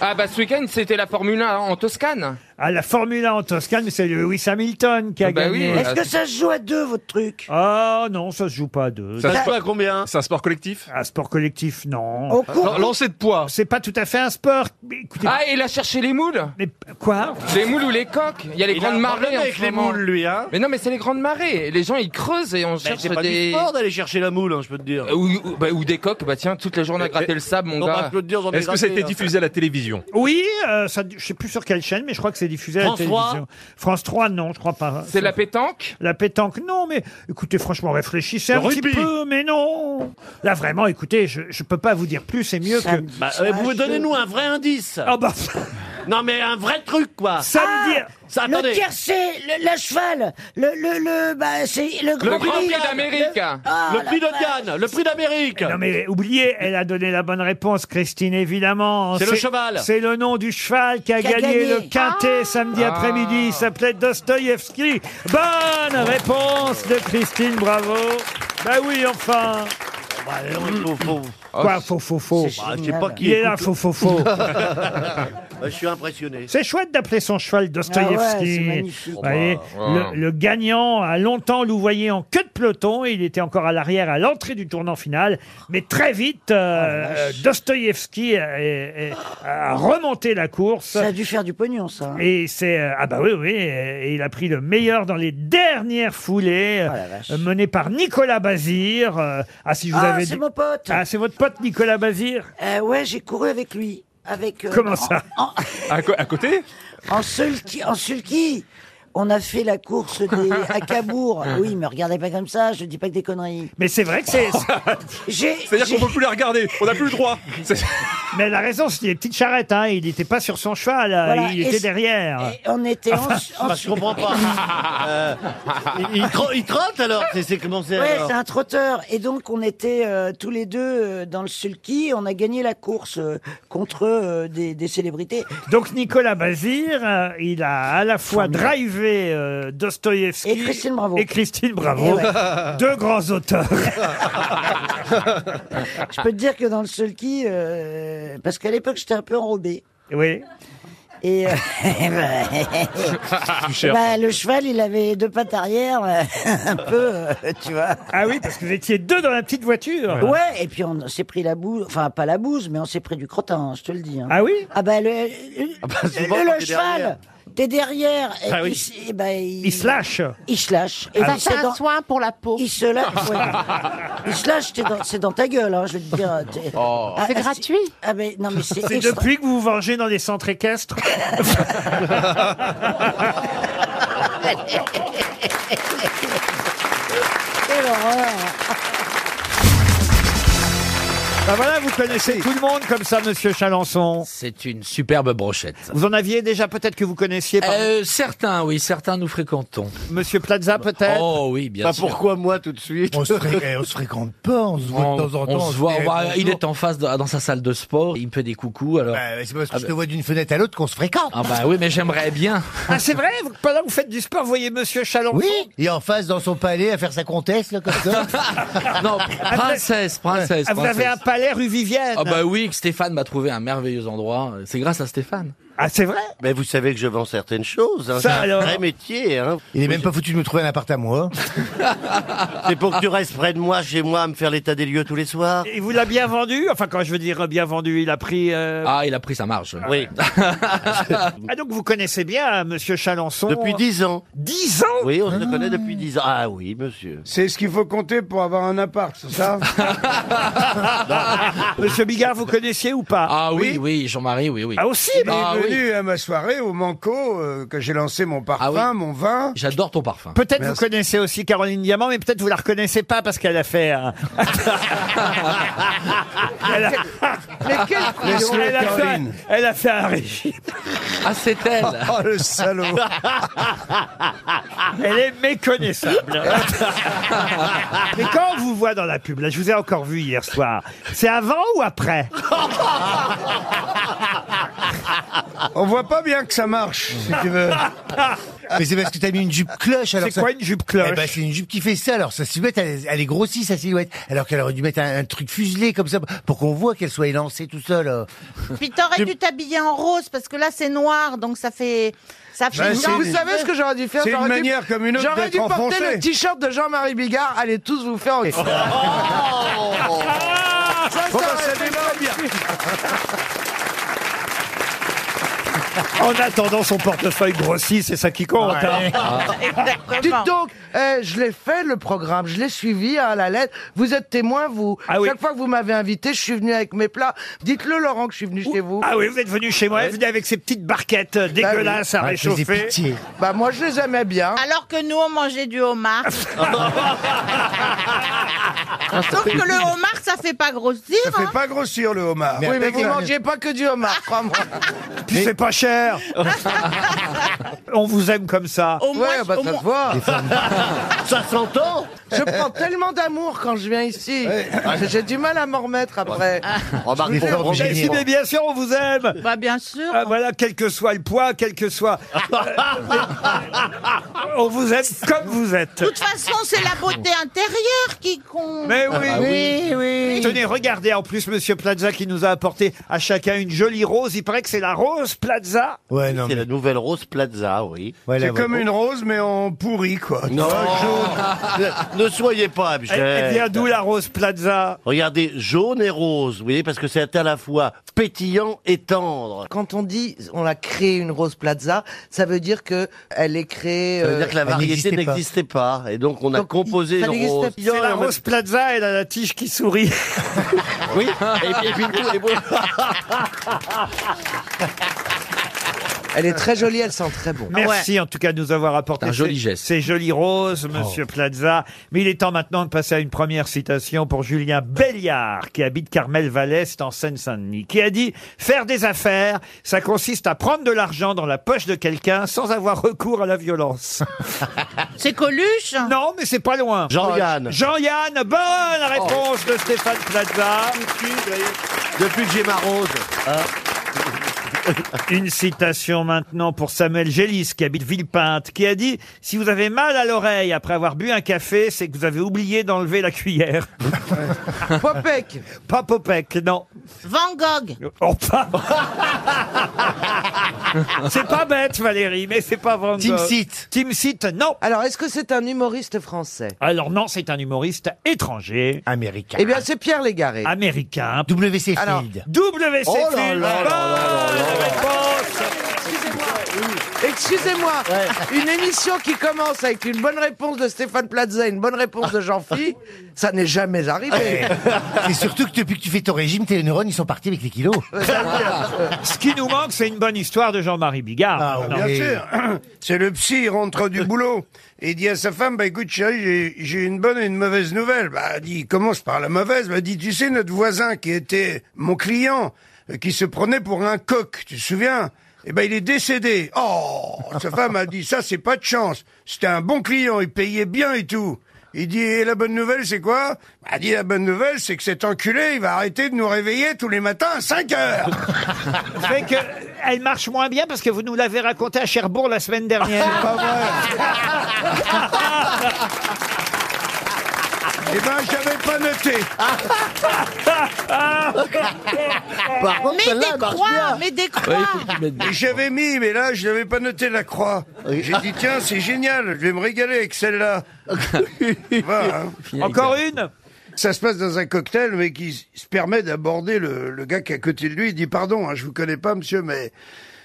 S13: Ah, bah ce week-end c'était la Formule 1 en Toscane.
S2: Ah, la Formule 1 en Toscane, mais c'est Lewis Hamilton qui a
S13: Ah bah oui,
S2: gagné.
S14: Est-ce que ça se joue à deux, votre truc
S2: Ah non, ça se joue pas à deux. Bah,
S15: Ça se Ça- joue à
S2: combien
S15: C'est un sport collectif
S2: Un sport collectif, non.
S16: Ah,
S14: Au cours- Alors,
S2: Lancer de poids. C'est pas tout à fait un sport. Mais Écoutez,
S13: Ah, il a cherché les moules
S2: Mais quoi
S13: Les moules ou les coques Il y a les
S16: Il a
S13: grandes
S16: un
S13: marées
S16: problème
S13: en
S16: avec
S13: ce
S16: les
S13: moment.
S16: moules, lui, hein
S13: Mais non, mais c'est les grandes marées. Les gens, ils creusent et on cherche
S16: c'est pas du
S13: des...
S16: sport d'aller chercher la moule, hein, je peux te dire.
S13: Euh, Ou, ou- bah, ou des coques. Bah tiens, toute la journée à gratter le sable, mon
S16: Non, bah,
S13: gars.
S16: je peux te dire, j'en ai
S15: Est-ce que ça a été
S16: hein.
S15: diffusé à la télévision
S2: Oui, euh, ça, je sais plus sur quelle chaîne, mais je crois que c'est diffusé à la
S13: France
S2: télévision. France 3, non, je crois pas.
S13: C'est la pétanque
S2: La pétanque, non, mais écoutez, franchement, réfléchissez
S16: Le
S2: un petit
S16: rugby.
S2: peu, mais non. Là, vraiment, écoutez, je, je peux pas vous dire plus, c'est mieux que.
S16: Bah, euh, vous donnez-nous un vrai indice.
S2: Ah bah.
S16: Non mais un vrai truc
S2: Ah,
S16: quoi.
S2: Samedi.
S16: Ça,
S14: Ah, Le
S16: attendez.
S14: tiercé, le, la cheval, le, le, le, bah, c'est le
S16: Le
S14: grand
S16: prix
S14: prix.
S16: d'Odiane.
S13: d'Amérique.
S14: Ah,
S16: Le prix d'Odiane. Le prix d'Amérique.
S2: Non mais oubliez, elle a donné la bonne réponse, Christine, évidemment.
S16: C'est le cheval.
S2: C'est le nom du cheval qui a,
S14: Qui a
S2: gagné,
S14: gagné.
S2: le quintet samedi
S13: Ah.
S2: après-midi. Il s'appelait Dostoïevski. Bonne réponse de Christine, bravo. Bah oui, enfin.
S16: Bah, non, il faut- faut-
S2: Quoi, faux, faux, faux.
S16: Bah, je sais pas qui
S2: Il est là,
S16: écoute.
S2: faux, faux, faux.
S16: Bah, je suis impressionné.
S2: C'est chouette d'appeler son cheval
S14: Ah ouais,
S2: Dostoïevski.
S14: c'est magnifique.
S2: Vous voyez,
S13: Wow.
S2: le, le gagnant a longtemps louvoyé en queue de peloton. Il était encore à l'arrière à l'entrée du tournant final. Mais très vite,
S14: Oh,
S2: euh, Dostoïevski a, a- a remonté la course.
S14: Ça a dû faire du pognon, ça. hein.
S2: Et c'est euh, ah bah oui oui euh, et il a pris le meilleur dans les dernières foulées
S14: Oh la vache.
S2: euh, menées par Nicolas Bazir euh, ah si je vous
S14: Ah,
S2: avais
S14: c'est
S2: dit-
S14: mon pote.
S2: ah c'est votre pote Nicolas Bazir
S14: Euh, ouais, j'ai couru avec lui. Avec, euh,
S2: Comment ça
S14: en,
S15: à, co- à côté
S14: en, en sulky, en sulky. On a fait la course des, à Cabourg. Oui, me regardez pas comme ça, je dis pas que des conneries. Oh.
S2: mais c'est vrai que c'est
S14: J'ai-
S15: C'est-à-dire
S14: j'ai-
S15: qu'on peut plus la regarder, on n'a plus le droit. C'est-
S2: mais elle a raison c'est des petites charrettes hein il n'était pas sur son cheval euh,
S14: Voilà,
S2: il
S14: et
S2: était
S14: c-
S2: derrière
S14: et on était en, en
S16: Bah, je comprends pas. Euh, il, il tro- il trotte alors. C'est- C'est comment c'est
S14: Ouais,
S16: alors
S14: c'est un trotteur. Et donc, on était euh, tous les deux euh, dans le sulky. On a gagné la course euh, contre euh, des, des célébrités.
S2: donc Nicolas Bazir euh, il a à la fois drivé avez euh, Dostoïevski
S14: Et Christine Bravo.
S2: et Christine Bravo,
S14: Eh ouais.
S2: deux grands auteurs.
S14: Je peux te dire que dans le sulky, euh, parce qu'à l'époque, j'étais un peu enrobée.
S2: Oui.
S14: Et euh,
S2: Tu cherches.
S14: bah, le cheval, il avait deux pattes arrière, euh, un peu, euh, tu vois.
S2: Ah oui, parce que vous étiez deux dans la petite voiture.
S14: Ouais, et puis on s'est pris la bouse, enfin pas la bouse, mais on s'est pris du crottin, hein, je te le dis. hein.
S2: Ah oui
S14: Ah bah le, le,
S2: bah, souvent,
S14: le-
S2: quand
S14: le
S2: t'es derrière.
S14: cheval, t'es derrière, et
S2: Ah oui.
S14: il s- et bah, il,
S2: Il se lâche.
S14: il se lâche.
S8: Et
S14: puis
S8: ça, c'est
S14: c'est
S8: un
S14: dans-
S8: soin pour la peau.
S14: Il se lâche, ouais. Il se lâche, t'es dans- c'est dans ta gueule, hein, je vais te dire. t'es- Ah,
S8: C'est
S14: ah,
S8: gratuit.
S14: Ah mais non mais c'est
S2: Oh. C'est
S14: extra-
S2: depuis que vous vous vengez dans les centres équestres
S14: Quelle horreur.
S2: Ben voilà, vous connaissez tout le monde comme ça, monsieur Chalençon.
S13: C'est une superbe brochette.
S2: Vous en aviez déjà peut-être que vous connaissiez par-
S13: Euh, certains, oui, certains nous fréquentons.
S2: Monsieur Plaza, peut-être Bah,
S13: Oh oui, bien
S3: Pas
S13: sûr.
S3: pourquoi moi tout de suite
S13: On se
S4: on se fréquente pas, on se voit de temps en
S13: on
S4: temps.
S13: se voit, on
S4: fait
S13: voit-
S4: bonjour.
S13: il est en face de- dans sa salle de sport, il me fait des coucous. Alors,
S4: Bah, c'est parce que
S13: Ah
S4: je
S13: bah-
S4: te vois d'une fenêtre à l'autre qu'on se fréquente.
S13: ah bah oui, mais j'aimerais bien.
S2: Ah, c'est vrai vous- Pendant que vous faites du sport, vous voyez Monsieur Chalençon
S4: Oui, et en face dans son palais à faire sa comtesse là comme ça.
S13: Non,
S2: vous-
S13: princesse, princesse.
S2: Ah, vous avez
S13: princesse.
S2: un palais rue Vivienne
S13: Ah bah oui, que Stéphane m'a trouvé un merveilleux endroit. C'est grâce à Stéphane.
S2: Ah, c'est vrai
S3: Mais vous savez que je vends certaines choses. Hein.
S13: Ça,
S3: C'est un
S13: alors
S3: vrai métier. Hein.
S4: Il est même pas foutu de me trouver un appart à moi.
S3: C'est pour que tu restes près de moi, chez moi, à me faire l'état des lieux tous les soirs.
S2: Il vous l'a bien vendu Enfin, quand je veux dire bien vendu, il a pris... euh,
S13: Ah, il a pris sa marge.
S3: Oui.
S2: Ah, donc vous connaissez bien euh, Monsieur Chalençon
S3: Depuis 10 ans.
S2: 10 ans
S3: Oui, on se connaît depuis 10 ans. Ah oui, monsieur.
S17: C'est ce qu'il faut compter pour avoir un appart, c'est ça Ah,
S2: Monsieur Bigard, vous connaissiez ou pas
S13: Ah oui, oui, Jean-Marie, oui, oui.
S17: Ah aussi, il est
S4: bah,
S13: Ah oui.
S17: venu à ma soirée au Manco euh, que j'ai lancé mon
S3: Ah
S17: parfum, mon vin.
S13: J'adore ton parfum.
S2: Peut-être vous
S17: Merci.
S2: connaissez aussi Caroline Diamant, mais peut-être vous la reconnaissez pas parce qu'elle a fait. un- elle, a...
S17: Laisse-le,
S2: elle a fait...
S17: Caroline.
S2: elle a fait un régime.
S13: Ah, c'est elle.
S17: Oh le salaud
S2: Elle est méconnaissable. mais quand on vous voit dans la pub, là, je vous ai encore vu hier soir. C'est avant ou après
S17: On voit pas bien que ça marche, si tu veux.
S4: Mais c'est parce que t'as mis une jupe cloche. alors
S17: C'est
S4: ça-
S17: quoi une jupe cloche
S4: Eh ben, c'est une jupe qui fait ça. Alors sa silhouette, elle, elle est grossie sa silhouette. Alors qu'elle aurait dû mettre un, un truc fuselé comme ça pour qu'on voit qu'elle soit élancée tout seul. euh.
S8: Puis t'aurais dû t'habiller en rose parce que là c'est noir donc ça fait ça fait.
S17: Ben, c'est
S8: genre-
S17: une- Vous savez ce que j'aurais dû faire c'est une J'aurais dû- manière comme une autre j'aurais dû d'être porter enfoncé. le
S8: t-shirt de Jean-Marie Bigard. Allez tous vous faire.
S4: Oh,
S17: Bon, ben, ça démarre bien.
S2: En attendant, son portefeuille grossit, c'est ça qui compte. hein.
S5: Dites donc, eh, je l'ai fait le programme, je l'ai suivi hein, à la lettre. Vous êtes témoin, vous.
S2: Ah
S5: Chaque fois que vous m'avez invité, je suis venu avec mes plats. Dites-le, Laurent, que je suis venu chez vous.
S2: Ah oui, vous êtes venu chez moi, vous venez avec ces petites barquettes euh, dégueulasses à réchauffer.
S17: Ah,
S5: Bah moi, je les aimais bien.
S8: Alors que nous on mangeait du homard. Sauf que le homard ça fait pas grossir.
S17: Ça
S8: hein.
S17: fait pas grossir le homard.
S5: oui, mais vous
S17: la-
S5: mangez pas que du homard, crois-moi.
S2: Puis c'est pas cher. On vous aime comme ça.
S5: Au moins, Ouais, bah, au ça se moins- voit.
S2: ça s'entend.
S5: Je prends tellement d'amour quand je viens ici. J'ai du mal à m'en remettre après.
S3: Ah. Remarque,
S5: Je vous jure.
S3: on-
S2: Mais si, mais bien sûr, on vous aime.
S8: Bah bien sûr. Ah,
S2: Ah, voilà, quel que soit le poids, quel que soit. Euh, on vous aime comme vous êtes.
S8: bah, De toute façon, c'est la beauté intérieure qui compte. Ah
S2: Mais oui. Tenez, regardez en plus Monsieur Plaza qui nous a apporté à chacun une jolie rose. Il paraît que c'est la rose Plaza.
S4: Ouais,
S3: non, c'est la nouvelle rose Plaza, oui.
S17: C'est comme une rose, mais en pourri, quoi.
S3: Non,
S17: Oh,
S3: jaune. ne soyez pas
S4: Eh,
S3: abject.
S2: Elle, elle vient d'où la rose Plaza
S3: Regardez, jaune et rose, vous voyez, parce que c'est à la fois pétillant et tendre.
S5: Quand on dit on a créé une rose plaza, ça veut dire que elle est créée.
S3: Ça veut
S5: euh,
S3: dire que la
S5: elle
S3: variété
S5: n'existait pas.
S3: n'existait pas. Et donc, on a composé
S5: ça
S3: une
S5: n'existait
S3: rose.
S5: pas.
S2: C'est la rose Plaza, elle a la tige qui sourit.
S3: Oui, et puis, et puis tout est beau.
S5: Elle est très jolie, elle sent très bon.
S2: Merci en tout cas de nous avoir apporté
S13: C'est un joli
S2: ces-
S13: geste.
S2: ces jolies roses, monsieur Plaza. Mais il est temps maintenant de passer à une première citation pour Julien Belliard, qui habite Carmel-Vallès, en Seine-Saint-Denis, qui a dit « Faire des affaires, ça consiste à prendre de l'argent dans la poche de quelqu'un sans avoir recours à la violence.
S8: C'est Coluche
S2: Non, mais c'est pas loin.
S3: Jean-Yann.
S2: Jean-Yann, bonne réponse de Stéphane Plaza. Ah.
S3: Depuis que j'ai ma rose. hein.
S2: Une citation maintenant pour Samuel Gélis, qui habite Villepinte, qui a dit « Si vous avez mal à l'oreille après avoir bu un café, c'est que vous avez oublié d'enlever la cuillère. Popek Pas Popek, non.
S8: Van Gogh.
S2: Oh, pas... c'est pas bête, Valérie, mais c'est pas Van Gogh.
S18: Tim Seat.
S2: Tim Seat, non.
S18: Alors, est-ce que c'est un humoriste français
S2: Alors non, c'est un humoriste étranger. Américain.
S18: Eh bien, c'est Pierre Légaré.
S2: Américain. W.C.
S18: Alors,
S2: W.
S18: Oh là
S2: Field.
S18: là là
S2: Bonne
S18: là
S2: réponse.
S18: Excusez-moi, une émission qui commence avec une bonne réponse de Stéphane Plaza et une bonne réponse de Jean-Phi, ça n'est jamais arrivé.
S3: Et surtout que depuis que tu fais ton régime, tes neurones, ils sont partis avec les kilos.
S2: Ce qui nous manque, c'est une bonne histoire de Jean-Marie Bigard. Non.
S17: Bien sûr, c'est le psy, il rentre du boulot et il dit à sa femme, bah écoute chérie, j'ai- j'ai une bonne et une mauvaise nouvelle. Bah elle dit, commence par la mauvaise, bah elle dit, tu sais notre voisin qui était mon client, euh, qui se prenait pour un coq, tu te souviens Eh ben il est décédé. Oh, sa femme a dit, ça c'est pas de chance, c'était un bon client, il payait bien et tout. Il dit, et la bonne nouvelle, c'est quoi Bah, Elle dit, la bonne nouvelle, c'est que cet enculé, il va arrêter de nous réveiller tous les matins à 5 heures.
S2: Fait que elle marche moins bien parce que vous nous l'avez raconté à Cherbourg la semaine dernière.
S17: C'est pas Eh ben, j'avais pas noté.
S8: Par contre, Mais celle-là, des elle marche croix, bien. mais des croix. Ouais, il faut
S17: Et J'avais mis, mais là, je n'avais pas noté la croix. J'ai dit, tiens, c'est génial, je vais me régaler avec celle-là. Va, hein.
S2: Encore une
S17: ça se passe dans un cocktail, mais qui s- se permet d'aborder le, le gars qui est à côté de lui. Il dit, pardon, hein, je vous connais pas, monsieur, mais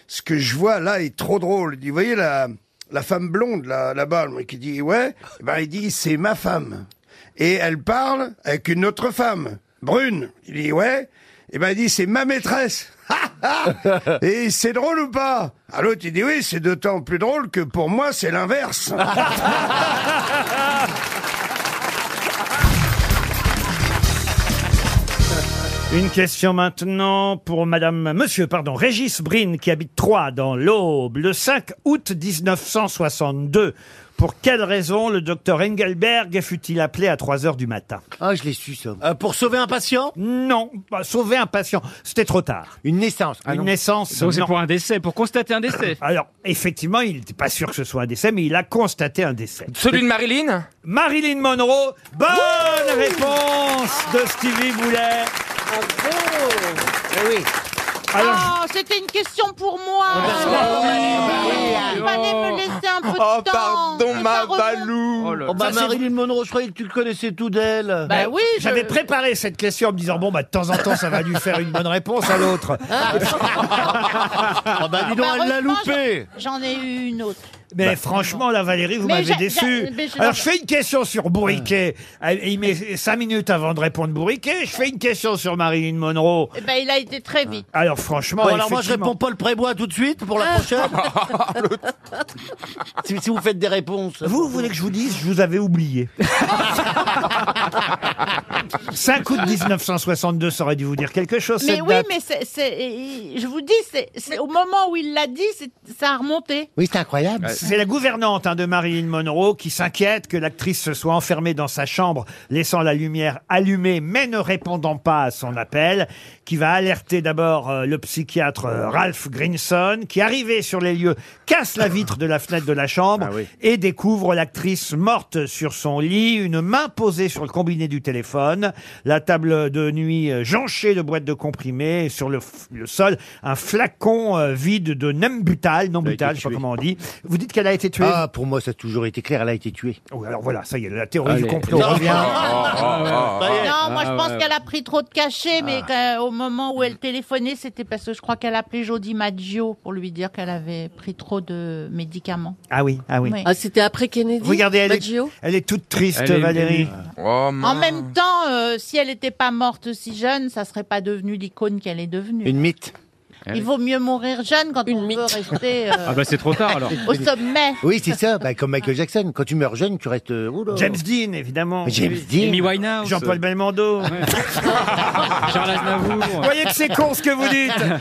S17: ce que je vois là est trop drôle. Il dit, vous voyez la, la femme blonde là, là-bas, le mec, il dit, ouais. Eh ben, il dit, c'est ma femme. Et elle parle avec une autre femme, brune. Il dit, ouais. Et ben, il dit, c'est ma maîtresse. Et c'est drôle ou pas À l'autre, il dit, oui, c'est d'autant plus drôle que pour moi, c'est l'inverse.
S2: Une question maintenant pour madame, monsieur, pardon, Régis Brin, qui habite Troyes, dans l'Aube. Le 5 août 1962, pour quelle raison le docteur Engelberg fut-il appelé à 3 heures du matin
S3: Ah, je l'ai su, ça.
S2: Euh, Pour sauver un patient Non, pas sauver un patient, c'était trop tard.
S3: Une naissance. Ah
S2: Une naissance.
S19: Donc c'est
S2: non.
S19: pour un décès, pour constater un décès.
S2: Alors, effectivement, il n'était pas sûr que ce soit un décès, mais il a constaté un décès.
S13: Celui de Marilyn
S2: Marilyn Monroe, bonne réponse de Stevie
S4: Ah
S2: Boulet. oui. Alors,
S4: Ah.
S2: je-
S8: Oh, c'était une question pour moi. Il fallait me laisser un
S17: Oh,
S8: peu de temps.
S12: ma balou.
S2: Oh, bah, Marilyn
S12: Monroe, je croyais que tu connaissais tout d'elle.
S2: Bah oui, j'avais préparé cette question en me disant bon bah de temps en temps ça va lui faire une bonne réponse à l'autre.
S12: Ah bah dis donc, elle l'a loupé. Bah.
S8: J'en ai eu une autre.
S2: Mais franchement, la Valérie, vous
S8: Mais
S2: m'avez
S8: j'a-
S2: déçu.
S8: j'a- mais je-
S2: Alors, je fais une question sur Bourriquet. Euh, Il met cinq minutes avant de répondre Bourriquet. Je fais une question sur Marilyn Monroe.
S8: Eh ben, il a été très vite.
S2: Alors, franchement. Ah.
S12: Bon, alors moi, je réponds
S2: Paul Prébois tout de suite pour
S8: Ah.
S2: la prochaine. si, vous faites des réponses. Vous voulez que je vous dise, je vous avais oublié. 5 août 1962, ça aurait dû vous dire quelque chose.
S8: Mais
S2: cette
S8: oui,
S2: date.
S8: mais c'est, c'est- et- et- je vous dis, c'est, c'est- au moment où il l'a dit, c'est- ça a remonté.
S2: Oui, c'est incroyable. Euh, C'est la gouvernante hein, de Marilyn Monroe qui s'inquiète que l'actrice se soit enfermée dans sa chambre, laissant la lumière allumée, mais ne répondant pas à son appel, qui va alerter d'abord euh, le psychiatre euh, Ralph Grinson, qui arrivé sur les lieux casse la vitre de la fenêtre de la chambre et découvre l'actrice morte sur son lit, une main posée sur le combiné du téléphone, la table de nuit euh, jonchée de boîtes de comprimés, et sur le, f- le sol un flacon euh, vide de nembutal, nembutal, je sais pas comment on dit. Vous dites qu'elle a été tuée
S3: Ah, pour moi, ça a toujours été clair, elle a été tuée.
S2: Oui, alors voilà, ça y est, la théorie
S3: Allez.
S2: du complot
S3: Non. Ah,
S2: revient.
S8: non, moi je pense qu'elle a pris trop de cachets, mais qu'au moment où elle téléphonait, c'était parce que je crois qu'elle a appelé Jody Maggio pour lui dire qu'elle avait pris trop de médicaments.
S2: Ah oui, ah oui.
S8: Oui.
S9: c'était après Kennedy
S2: Regardez, elle est,
S9: Baggio
S2: elle est toute triste,
S13: Elle est-
S2: Valérie.
S3: Oh,
S8: En même temps, euh, si elle n'était pas morte si jeune, ça serait pas devenu l'icône qu'elle est devenue.
S2: mythe.
S8: Il vaut mieux mourir jeune quand on veut rester euh,
S3: Ah bah, c'est trop tard, alors.
S8: au sommet.
S3: Oui, c'est ça. Bah, comme Michael Jackson, quand tu meurs jeune, tu restes. euh, oula.
S2: James Dean, évidemment.
S3: James Dean. Amy
S2: Winehouse. Jean-Paul Belmondo.
S19: Charles Aznavour.
S2: Voyez que c'est con ce que vous dites.
S8: euh,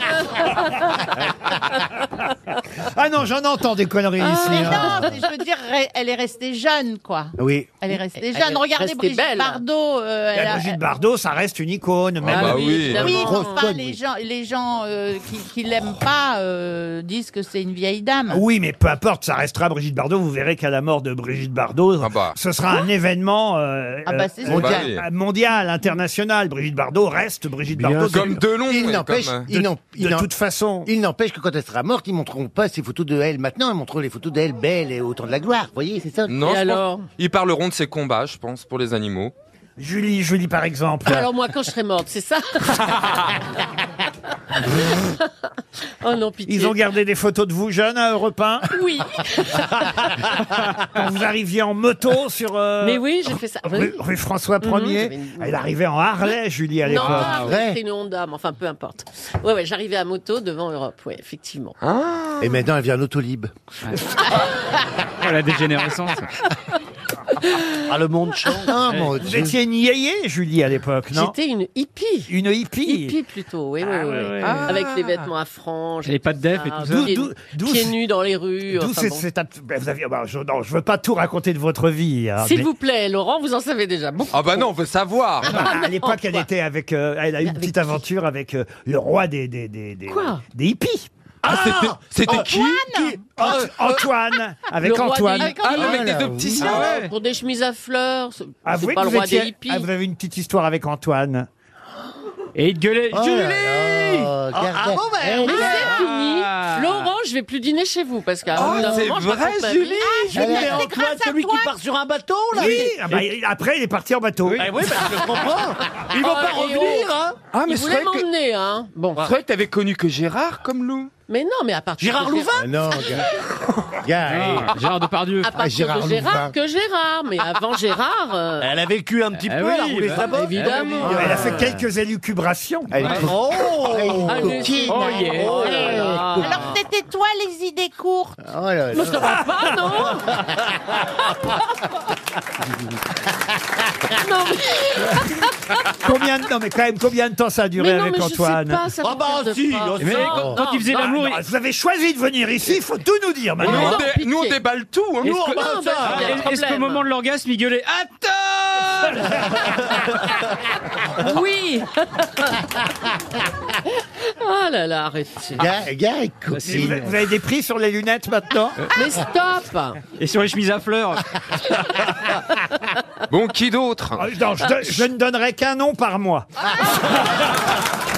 S2: Ah non, j'en entends des conneries
S20: Ah
S2: ici.
S8: Ah, Mais
S2: hein.
S8: non, mais je veux dire, re- elle est restée jeune, quoi.
S2: Oui.
S8: Elle est restée
S9: Elle
S8: jeune.
S9: est
S8: Regardez
S9: restée
S8: Brigitte
S9: belle.
S8: Bardot. euh, elle
S2: La
S20: Ah
S8: a-
S20: bah
S2: Brigitte Bardot, ça reste une icône. même.
S8: oui, mais enfin, les gens, les gens euh,
S20: qui, qui l'aiment pas euh, disent que c'est une vieille dame.
S2: Ah Oui, mais peu importe, ça restera Brigitte Bardot. Vous verrez qu'à la mort de Brigitte Bardot, ce sera un événement euh,
S20: bah. Ah bah,
S2: euh,
S20: c'est sûr.
S2: mondial,
S20: Eh bah
S2: euh, mondial, international. Brigitte Bardot reste Brigitte Bardot.
S3: Il n'empêche,
S20: hein.
S13: euh,
S3: il n'en- il n'en-
S2: toute façon.
S3: Il n'empêche que quand elle sera morte, ils montreront pas ces photos de elle maintenant. Ils montreront les photos d'elle belle et au temps de la gloire. Vous voyez, c'est ça.
S13: Non, je pense- ils parleront de ses combats, je pense, pour les animaux.
S2: Julie, Julie par exemple.
S8: Ah, Alors moi, quand je serai morte, c'est ça Oh non, pitié.
S2: Ils ont gardé des photos de vous jeune à Europe 1
S8: Oui.
S2: Quand vous arriviez en moto sur. euh,
S8: Mais oui, j'ai fait ça.
S2: Rue, rue François 1er.
S8: Mhm.
S2: Elle arrivait en Harley, Julie, à
S8: Non,
S2: l'époque.
S8: ah, oui, c'était une Honda, mais enfin, peu importe. Ouais, ouais, j'arrivais à moto devant Europe, ouais, effectivement.
S13: Ah.
S3: Et maintenant, elle vient en autolib.
S4: la dégénérescence.
S3: Ah, le monde change. Ah, mon
S2: Vous
S3: Dieu.
S2: étiez une yéyé, Julie, à l'époque, non
S8: J'étais une hippie.
S2: Une hippie
S8: Hippie plutôt, oui, oui,
S2: Ah,
S8: oui.
S2: ouais, ouais.
S8: Avec les vêtements à franges.
S2: Les pattes d'Ef et tout ça.
S8: Pieds,
S2: D'où- d'où-
S8: pieds nus dans les rues.
S2: D'où
S8: enfin
S2: c'est-
S8: bon.
S2: c'est un- ben, vous aviez- ben, je, non, je veux pas tout raconter de votre vie. hein,
S8: S'il
S2: mais-
S8: vous plaît, Laurent, vous en savez déjà beaucoup.
S13: Ah bah non, on veut savoir.
S2: Ah, à l'époque, elle était avec, euh, elle a eu une petite aventure avec euh, le roi des des des des,
S8: Quoi
S2: des hippies.
S13: Ah,
S2: Ah Oh,
S13: c'était- c'était qui Antoine
S2: Qui Ant- Antoine avec
S8: Le roi
S2: Antoine. Ah,
S8: des hippies. Ah, Pour des chemises à fleurs. C'est c'est
S2: Avouez
S8: pas
S2: que
S8: le
S2: vous,
S8: roi
S2: étiez-
S8: des hippies.
S2: ah, vous avez une petite histoire avec Antoine. Et il gueulait.
S8: Oh là
S2: Julie
S8: Ah, bon, bah,
S2: Eh,
S8: mais
S2: regarde.
S8: c'est fini. Laurent, je vais plus dîner chez vous parce qu'à
S2: Ah. Oh,
S8: un
S2: c'est
S8: moment, je
S2: vrai,
S8: raconte ma
S2: Julie
S8: vie.
S2: Julie, mais Antoine,
S8: celui qui part sur un bateau,
S2: Oui, ah bah, il- après il est parti en bateau.
S8: Ils vont
S14: Oh,
S8: pas revenir, hein
S13: Ah, mais
S8: Ils
S13: c'est
S8: voulaient
S13: vrai que-
S8: m'emmener, hein
S13: Bon, c'est vrai que t'avais connu que Gérard comme nous.
S8: Mais non, mais à partir
S13: Gérard
S8: de
S13: Louvain
S3: Non,
S4: Ah, Gérard Depardieu.
S8: À partir de Gérard que Gérard, mais avant Gérard... euh,
S2: Elle a vécu un petit
S8: Eh peu, oui, elle a roulé bah, sa bosse. évidemment.
S2: Elle a fait quelques élucubrations.
S20: Oh
S14: Ah,
S2: Elle est coquine. Oh, yeah.
S20: Oh
S2: Elle
S20: là
S2: est
S20: là.
S2: coquine.
S20: Alors c'était toi les idées courtes.
S3: Oh là là.
S20: Mais ça va pas, non
S8: Non,
S2: combien de... Non mais quand même, combien de temps ça a duré
S8: Mais non,
S2: avec
S8: mais je sais
S2: Antoine
S8: pas, ça Ah me bah, regarde si, pas. le
S2: Mais
S8: sang.
S2: quand-
S8: Non, non,
S2: Ah, bah, Vous avez choisi de venir ici, il faut tout nous dire
S4: Nous, on
S2: maintenant.
S4: dé-
S2: nous on
S13: déballe tout.
S2: hein.
S4: Est-ce
S2: Nous,
S4: que-
S2: on balance ça.
S4: Ah,
S2: Il y a
S4: est-ce qu'au
S2: problème.
S4: moment de l'orgasme, il gueulait Attends
S8: Oui Oh là là, arrêtez.
S2: Ah. Bah, Vous vous avez des prix sur les lunettes maintenant
S14: Euh,
S8: Mais stop
S4: Et sur les chemises à fleurs
S13: Bon, qui d'autre
S2: Ah, Non, je, don- je ne donnerai qu'un nom par mois.
S14: Ah.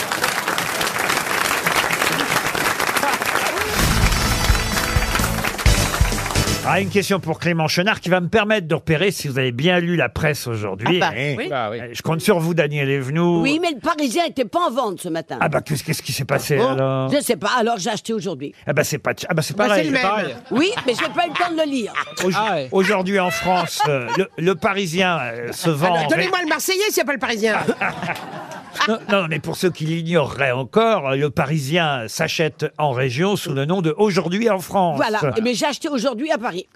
S2: Ah, une question pour Clément Chenard qui va me permettre de repérer si vous avez bien lu la presse aujourd'hui.
S14: Ah bah, oui. Bah
S2: Euh, Je compte sur vous, Daniel Evenou.
S14: Oui, mais le Parisien était pas en vente ce matin.
S2: Ah bah qu'est-ce qu'est-ce qui s'est passé
S8: Oh,
S14: Bon,
S2: alors
S14: Je sais pas, alors j'ai acheté aujourd'hui.
S2: Ah bah c'est pas ah bah c'est pareil.
S14: Oui, mais j'ai pas eu le temps de le lire.
S2: Au- Aujourd'hui en France, euh, le, le Parisien euh,
S14: Ah,
S2: se vend. en
S8: Alors,
S2: ré-
S8: le Marseillais s'il n'y a pas le Parisien.
S2: Non, non, mais pour ceux qui l'ignoreraient encore, euh, le Parisien s'achète en région sous le nom de Aujourd'hui en France.
S14: Voilà, Eh mais j'ai acheté aujourd'hui à Paris.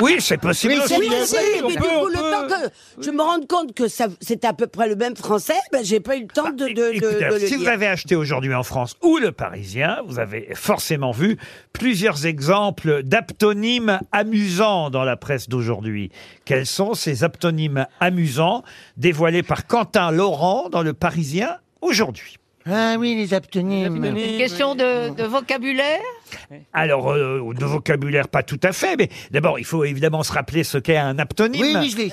S2: Oui, c'est possible.
S14: Mais
S2: aussi.
S14: c'est possible, mais du coup, le temps que je me rende compte que ça- c'était à peu près le même français, ben, j'ai pas eu le temps de, de- de-
S2: Écoutez,
S14: de le
S2: si vous
S14: lire.
S2: avez acheté aujourd'hui en France ou le Parisien, vous avez forcément vu plusieurs exemples d'aptonymes amusants dans la presse d'aujourd'hui. Quels sont ces aptonymes amusants dévoilés par Quentin Laurent dans le Parisien aujourd'hui
S3: Ah oui, les aptonymes.
S20: Une question de, de vocabulaire
S2: Alors, euh, de vocabulaire, pas tout à fait, mais d'abord, il faut évidemment se rappeler ce qu'est un aptonyme.
S14: Oui, oui, je l'ai.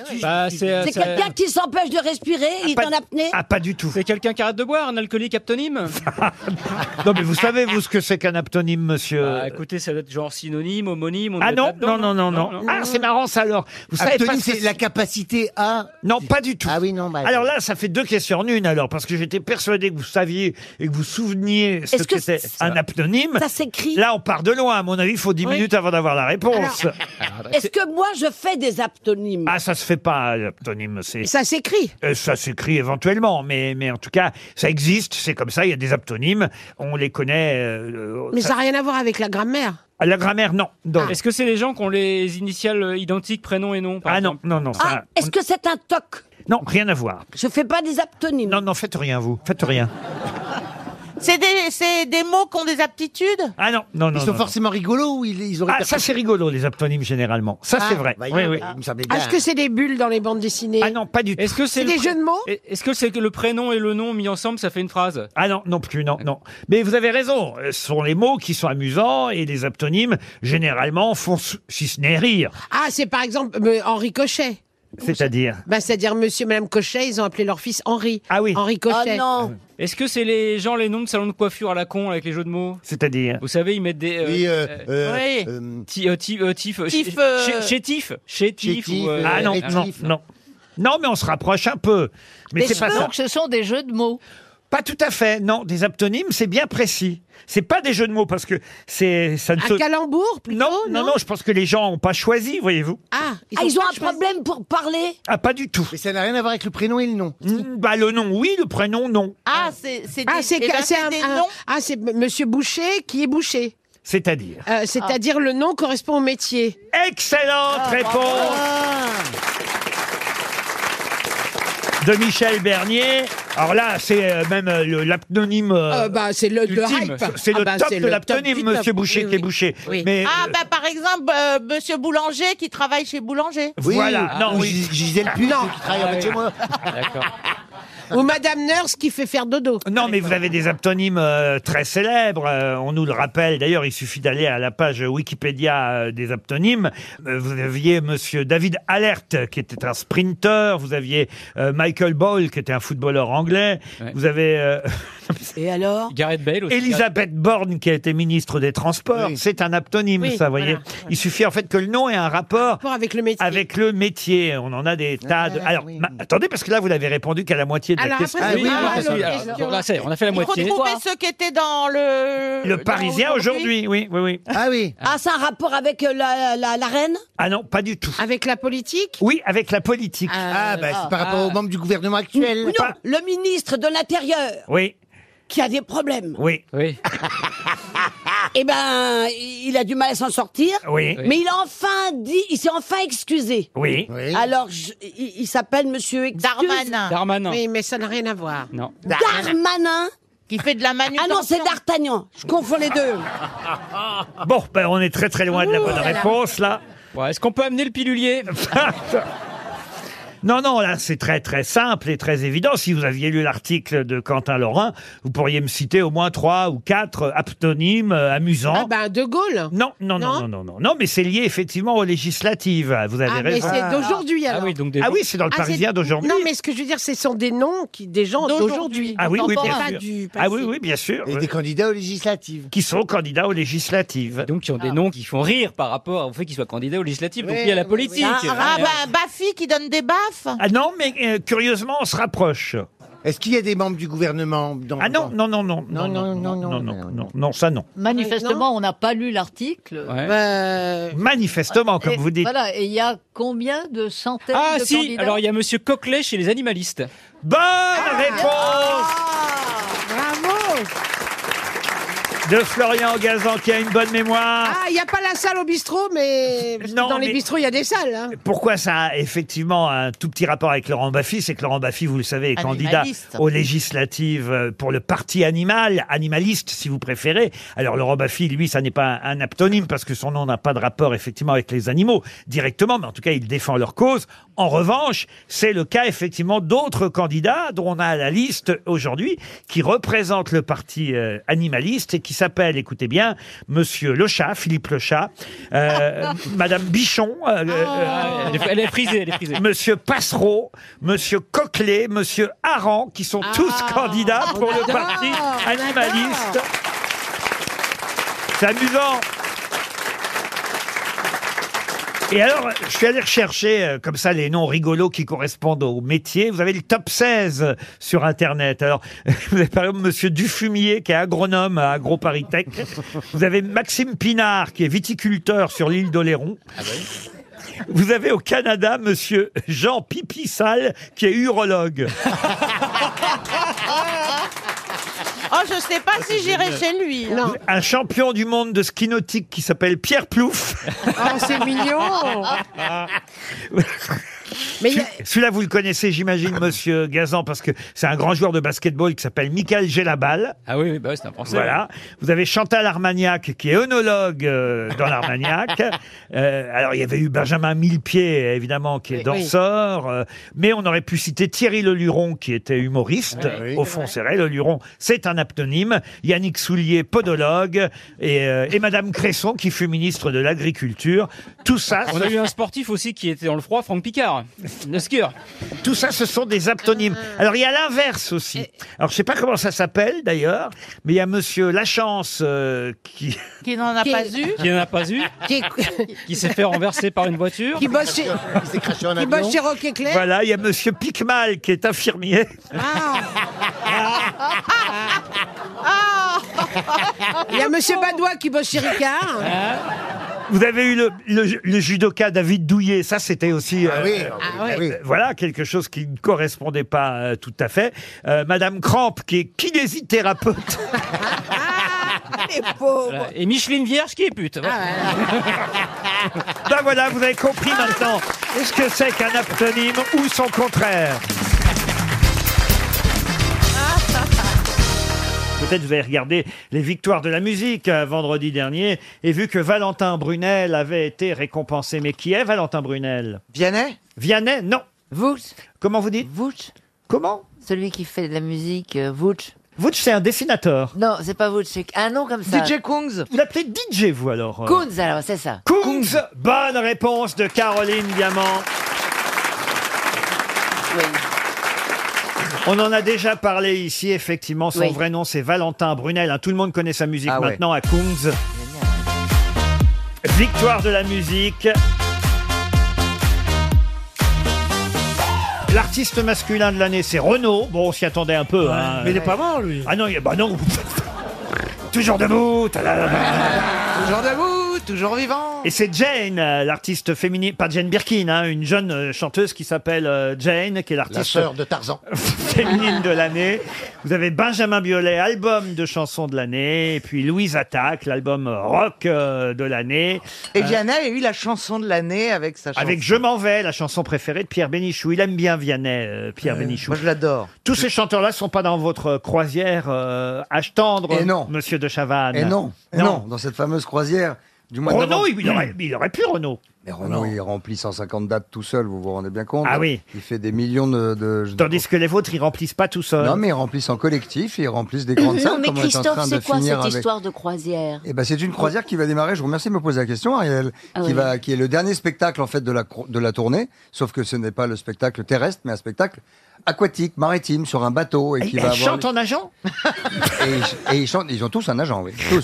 S14: C'est quelqu'un qui s'empêche de respirer, il est en apnée.
S2: Ah, pas du tout.
S4: C'est quelqu'un qui arrête de boire, un alcoolique aptonyme
S2: Non, mais vous savez, vous, ce que c'est qu'un aptonyme, monsieur
S4: Bah, Écoutez, ça doit être genre synonyme, homonyme. on
S2: Ah
S4: est
S2: non,
S4: là-dedans,
S2: non, non, non, non. Ah, c'est marrant ça alors. Vous savez
S3: Aptonyme,
S2: pas ce que
S3: Ah, c'est la capacité à.
S2: Non, pas du tout.
S3: Ah oui, non. Bah,
S2: Alors là, ça fait deux questions en une alors, parce que j'étais persuadé que vous saviez et que vous souveniez ce
S14: Est-ce
S2: que
S14: que
S2: c'est
S14: ça-
S2: un aptonyme.
S14: ça s'écrit
S2: Là, on part de loin. À mon avis, il faut dix
S14: Oui.
S2: minutes avant d'avoir la réponse.
S14: Est-ce que moi, je fais des aptonymes
S2: Ah, ça se fait pas, l'aptonyme. C'est
S14: Ça s'écrit
S2: Euh, Ça s'écrit éventuellement, mais, mais en tout cas, ça existe, c'est comme ça, il y a des aptonymes, on les connaît. euh,
S8: Mais ça
S2: ça-
S8: n'a rien à voir avec la grammaire.
S2: Ah, La grammaire, non. non.
S4: Est-ce que c'est les gens qui ont les initiales euh, identiques, prénom et nom par
S2: Ah non,
S4: exemple
S2: non, non. ça-
S14: Ah, est-ce que c'est un toc
S2: Non, rien à voir.
S14: Je fais pas des aptonymes.
S2: Non, non, faites rien, vous. Faites rien.
S8: C'est des, c'est des mots qui ont des aptitudes
S2: Ah non, non, non.
S8: Ils sont
S2: forcément rigolos ou ils, ont Ah, ça c'est rigolo, les aptonymes généralement. Ça
S8: Ah,
S2: c'est vrai.
S8: bah,
S2: oui, oui.
S5: Ah,
S19: Ah,
S5: Est-ce que c'est des bulles dans les bandes dessinées Ah
S2: non, pas du tout.
S5: Est-ce que c'est des jeux de mots
S19: Est-ce que c'est que le prénom et le nom mis ensemble, ça fait une phrase
S2: Ah non, non plus, non, non. Mais vous avez raison, euh, ce sont les mots qui sont amusants et les aptonymes, généralement, font, s- si ce n'est rire.
S5: Ah, c'est par exemple euh, Henri Cochet.
S19: Ah,
S2: C'est-à-dire
S5: Bah, c'est-à-dire Monsieur et Madame Cochet, ils ont appelé leur fils Henri.
S2: Ah oui.
S5: Henri
S19: oh,
S5: Cochet.
S19: Est-ce que c'est les gens, les noms de salons de coiffure à la con avec les jeux de mots
S2: C'est-à-dire
S19: Vous savez, ils mettent des. euh,
S2: Oui, euh,
S19: euh,
S2: euh,
S19: ouais. Ti- euh, ti- euh, Tif. euh,
S2: Tif,
S19: chez-
S2: euh,
S19: Chez chez Tif. Chez Tif. ou, euh,
S2: Ah non,
S19: euh,
S2: non, non. Non, mais on se rapproche un peu. Mais
S21: Les
S2: c'est pas
S21: cheveux.
S2: ça.
S21: Donc ce sont des jeux de mots.
S2: Pas tout à fait, non. Des aptonymes, c'est bien précis. C'est pas des jeux de mots parce que c'est ça ne
S5: Un
S2: se-
S5: calembour
S2: non, non, non, je pense que les gens n'ont pas choisi, voyez-vous.
S5: Ah,
S14: Ah, ils ont un problème pour parler
S2: Ah, pas du tout. Mais ça n'a rien à voir avec le prénom et le nom. bah, le nom, oui, le prénom, non.
S8: Ah, c'est c'est
S5: Ah,
S8: des-
S5: c'est
S8: eh ben,
S5: c'est
S8: c'est
S5: un-
S8: des
S5: un-
S8: noms.
S5: Ah, c'est M- Monsieur Boucher qui est Boucher.
S2: C'est-à-dire
S5: Euh, c'est-à-dire le nom correspond au métier.
S2: Excellente
S8: Ah,
S5: Ah,
S2: réponse de Michel Bernier. Alors là, c'est euh, même euh, le- l'aptonyme. euh,
S5: Euh, bah, c'est le, le
S2: ultime.
S5: hype.
S2: C'est le
S5: Ah, bah,
S2: top
S5: c'est
S2: de
S5: le
S2: l'aptonyme,
S5: top du
S2: monsieur
S5: top.
S2: Boucher,
S5: Oui,
S2: qui est
S5: oui.
S2: Boucher.
S5: Oui.
S2: Mais,
S8: Ah,
S2: euh,
S8: bah par exemple, euh, Monsieur Boulanger qui travaille chez Boulanger.
S2: Voilà, non, oui.
S3: Gisèle Puce qui travaille
S5: Ah,
S3: en bas de chez
S5: oui.
S3: moi.
S5: Ou Madame Nurse qui fait faire dodo.
S2: Non, mais vous avez des aptonymes euh, très célèbres. euh, on nous le rappelle. D'ailleurs, il suffit d'aller à la page Wikipédia euh, des aptonymes. Euh, vous aviez Monsieur David Alert, qui était un sprinter. Vous aviez euh, Michael Ball, qui était un footballeur anglais. Vous avez. euh,
S14: Et alors
S19: Gareth Bale aussi.
S2: Elisabeth Borne, qui a été ministre des Transports, c'est un aptonyme,
S5: Oui,
S2: ça, vous voyez.
S5: voilà.
S2: Il suffit en fait que le nom ait un rapport
S5: avec le métier. Ah,
S2: Avec le métier. On en a des tas de. Alors, ma- attendez, parce que là, vous n'avez répondu qu'à la moitié de la
S8: Alors,
S2: question.
S8: après, Ah oui, c'est- ah,
S19: parce que- alors, donc là, ça y est, on a fait la
S8: Il
S19: moitié.
S8: retrouvait ceux qui étaient dans le...
S2: Le
S8: dans
S2: Parisien aujourd'hui, oui, oui, oui.
S3: Ah oui.
S14: Ah, c'est un rapport avec euh, la, la, la reine
S2: Ah non, pas du tout.
S5: Avec la politique
S2: Oui, avec la politique.
S8: Euh,
S3: Ah, bah, c'est par rapport aux membres du gouvernement actuel.
S14: Non, le ministre de l'Intérieur
S2: Oui,
S14: qui a des problèmes.
S2: oui.
S19: Oui.
S14: Eh ben, il a du mal à s'en sortir.
S2: Oui.
S14: Mais il a enfin dit, il s'est enfin excusé.
S2: Oui.
S14: Alors, je- il, il s'appelle Monsieur excuse-
S8: Darmanin.
S19: Darmanin.
S5: Oui, mais ça n'a rien à voir.
S19: Non.
S14: Darmanin.
S8: Qui fait de la
S14: Ah
S8: manutention.
S14: non, c'est D'Artagnan. Je confonds les deux.
S2: Bon, ben, on est très très loin de la
S14: Ouh
S2: bonne
S14: là là.
S2: réponse, là.
S19: Ouais, Est-ce qu'on peut amener le pilulier
S2: Non, non, là, c'est très, très simple et très évident. Si vous aviez lu l'article de Quentin Laurin, vous pourriez me citer au moins trois ou quatre aptonymes euh, amusants.
S5: Ah ben, De Gaulle
S2: Non, non, non, non, non, non, non, mais c'est lié effectivement aux législatives. Vous avez
S5: Ah, mais
S2: raison.
S5: c'est d'aujourd'hui alors.
S2: Ah oui, c'est dans le
S5: Ah,
S2: Parisien d'aujourd'hui.
S5: Non, mais ce que je veux dire, ce sont des noms qui, des gens d'aujourd'hui.
S2: Ah oui, oui,
S5: Pas
S2: bien
S5: du
S2: sûr.
S5: passé.
S2: Ah oui, oui, bien sûr.
S3: Et des candidats aux législatives.
S2: Qui sont candidats aux législatives.
S19: Donc, qui ont des noms qui font rire par rapport au fait qu'ils soient candidats aux législatives, donc liés à la politique.
S8: Ah, ah bah, Baffy qui donne des baffes.
S2: Ah non, mais euh, curieusement, on se rapproche.
S3: Est-ce qu'il y a des membres du gouvernement dans
S2: Ah non, non, non, non, non, non, non, non, non, non, non, ça non.
S8: Ah,
S21: Manifestement, on n'a pas lu l'article.
S2: Manifestement, comme
S21: Et
S2: vous dites.
S21: Voilà, et il y a combien de centaines
S19: Ah
S21: de
S19: si,
S21: candidats
S19: alors il y a Monsieur Coquelet chez les animalistes.
S2: Bonne
S21: Ah
S2: réponse
S5: Bravo
S2: de Florian Gazan qui a une bonne mémoire.
S5: Ah, il n'y a pas la salle au bistrot, mais parce que
S2: Non,
S5: dans les
S2: mais-
S5: bistrots, il y a des salles. hein.
S2: Pourquoi ça a effectivement un tout petit rapport avec Laurent Baffy C'est que Laurent Baffy, vous le savez, est candidat
S5: Animaliste.
S2: aux législatives euh, pour le parti animal, animaliste si vous préférez. Alors Laurent Baffy, lui, ça n'est pas un aptonyme parce que son nom n'a pas de rapport effectivement avec les animaux directement, mais en tout cas, il défend leur cause. En revanche, c'est le cas effectivement d'autres candidats dont on a la liste aujourd'hui qui représentent le parti euh, animaliste et qui s'appellent, écoutez bien, Monsieur Le Chat, Philippe Le Chat, euh, Madame Bichon. euh, le- euh,
S19: Elle est- elle est frisée, elle est frisée.
S2: Monsieur Passereau, Monsieur Coquelet, Monsieur Aran, qui sont tous candidats Ah, pour le
S19: Ah, adore,
S2: parti
S19: on
S2: animaliste. C'est amusant. Et alors, je suis allé rechercher euh, comme ça les noms rigolos qui correspondent au métier. Vous avez le top 16 sur Internet. Alors, vous avez par exemple Monsieur Dufumier qui est agronome à AgroParisTech. Vous avez Maxime Pinard qui est viticulteur sur l'île d'Oléron. Vous avez au Canada Monsieur Jean Pipissal qui est urologue.
S8: Oh, je sais
S2: Ah,
S8: pas si j'irai chez lui. hein. Non.
S2: Un champion du monde de ski
S8: Ah,
S13: Ah,
S2: nautique qui s'appelle Pierre Plouf.
S8: Oh, c'est mignon.
S2: Mais Celui-là, vous le connaissez, j'imagine, monsieur Gazan, parce que c'est un grand joueur de basketball qui s'appelle Michael Gelabal.
S8: Ah oui, oui, bah oui, c'est un français.
S2: Voilà. Vous avez Chantal Armagnac, qui est œnologue euh, dans l'Armagnac. Euh, alors, il y avait eu Benjamin Millepied, évidemment, qui est
S8: Oui,
S2: danseur. euh, mais on aurait pu citer Thierry Leluron, qui était humoriste. Au fond, c'est vrai, Leluron, c'est un aptonyme. Yannick Soulier, podologue. Et, euh, et Madame Cresson, qui fut ministre de l'Agriculture. Tout ça...
S8: On a eu un sportif aussi qui était dans le froid, Franck Picard, le skieur.
S2: Tout ça, ce sont des aptonymes.
S4: Ah.
S2: Alors, il y a l'inverse aussi. Alors, je sais pas comment ça s'appelle, d'ailleurs, mais il y a monsieur Lachance euh, qui...
S22: Qui n'en a pas eu
S8: Qui n'en a pas eu.
S4: Qui,
S8: s'est fait renverser par une voiture.
S4: Qui bosse chez- Il s'est craché en qui avion. bosse chez Rock Éclair.
S2: Voilà, il y a monsieur Picmal qui est infirmier.
S4: Ah Il y a Monsieur Badois qui bosse chez Ricard.
S2: Hein Vous avez eu le, le- le judoka David Douillet, ça c'était aussi...
S4: Ah oui, ah oui, ah oui.
S2: euh, Voilà, quelque chose qui ne correspondait pas euh, tout à fait. Euh, Madame Crampe, qui est kinésithérapeute.
S4: Ah,
S8: Voilà. Oh. Et Micheline Vierge qui est pute. voilà.
S2: Ah ben voilà, vous avez compris maintenant ce que c'est qu'un aptonyme ou son contraire. Peut-être vous avez regardé les victoires de la musique euh, vendredi dernier et vu que Valentin Brunel avait été récompensé. Mais qui est Valentin Brunel Vianney Vianney, non. Vous Comment vous dites Vous Comment
S14: Celui qui fait de la musique, euh, Vooch.
S2: Vooch, c'est un dessinateur.
S14: Non, c'est pas Vooch, c'est un nom comme ça.
S2: Kungs Vous l'appelez DJ, vous alors euh.
S14: Kunz, alors, c'est ça.
S2: Kungs Bonne réponse de Caroline Diamant. On en a déjà parlé ici, effectivement. Son
S14: Oui.
S2: vrai nom, c'est Valentin Brunel. hein. Tout le monde connaît sa musique
S14: Ah ouais.
S2: maintenant à Kungs. Victoire de la musique. L'artiste masculin de l'année, c'est Renaud. Bon, on s'y attendait un peu. hein.
S5: mais il est pas mort, lui.
S2: Ah non, il est... bah non. Toujours debout. ta-da-da-da.
S5: Toujours debout, toujours vivant.
S2: Et c'est Jane, euh, l'artiste féminine, pas Jane Birkin, hein, une jeune euh, chanteuse qui s'appelle euh, Jane, qui est l'artiste
S5: sœur de
S2: Tarzan féminine de l'année. Vous avez Benjamin Biolay, album de chansons de l'année, et puis Louise Attaque, l'album rock euh, de l'année.
S5: Et
S18: Eh
S2: Euh,
S5: Vianney a eu la chanson de l'année avec sa chanson.
S2: avec Je m'en vais, la chanson préférée de Pierre Bénichou. Il aime bien Vianney, euh, Pierre Bénichou. Moi, je
S5: l'adore.
S2: Tous ces chanteurs-là sont pas dans votre croisière euh, H tendre,
S23: Et non.
S2: monsieur de Chavannes.
S23: Et non, et non. dans cette fameuse croisière du mois
S2: Renaud,
S23: d'avril.
S2: il, il aurait, il aurait pu Renaud.
S23: Mais Renaud, il remplit 150 dates tout seul, vous vous rendez bien compte hein.
S2: Ah oui.
S23: Il fait des millions de... de-
S2: Tandis que les vôtres, ils remplissent pas tout seuls.
S23: Non, mais ils remplissent en collectif, ils remplissent des grandes
S7: Non,
S23: salles.
S7: mais
S23: comme on est en
S7: Christophe,
S23: train de
S7: c'est quoi cette
S23: finir avec-
S7: histoire de croisière
S23: Eh ben, c'est une croisière qui va démarrer. Je vous remercie de me poser la question, Ariel,
S7: Ah
S23: qui
S7: oui.
S23: va, qui est le dernier spectacle en fait de la cro- de la tournée. Sauf que ce n'est pas le spectacle terrestre, mais un spectacle aquatique, maritime, sur un bateau et
S2: Elle,
S23: qui va
S2: elle
S23: avoir. Ah,
S2: chante en nageant
S23: Et, ils- et ils chantent. Ils ont tous un agent, oui, tous.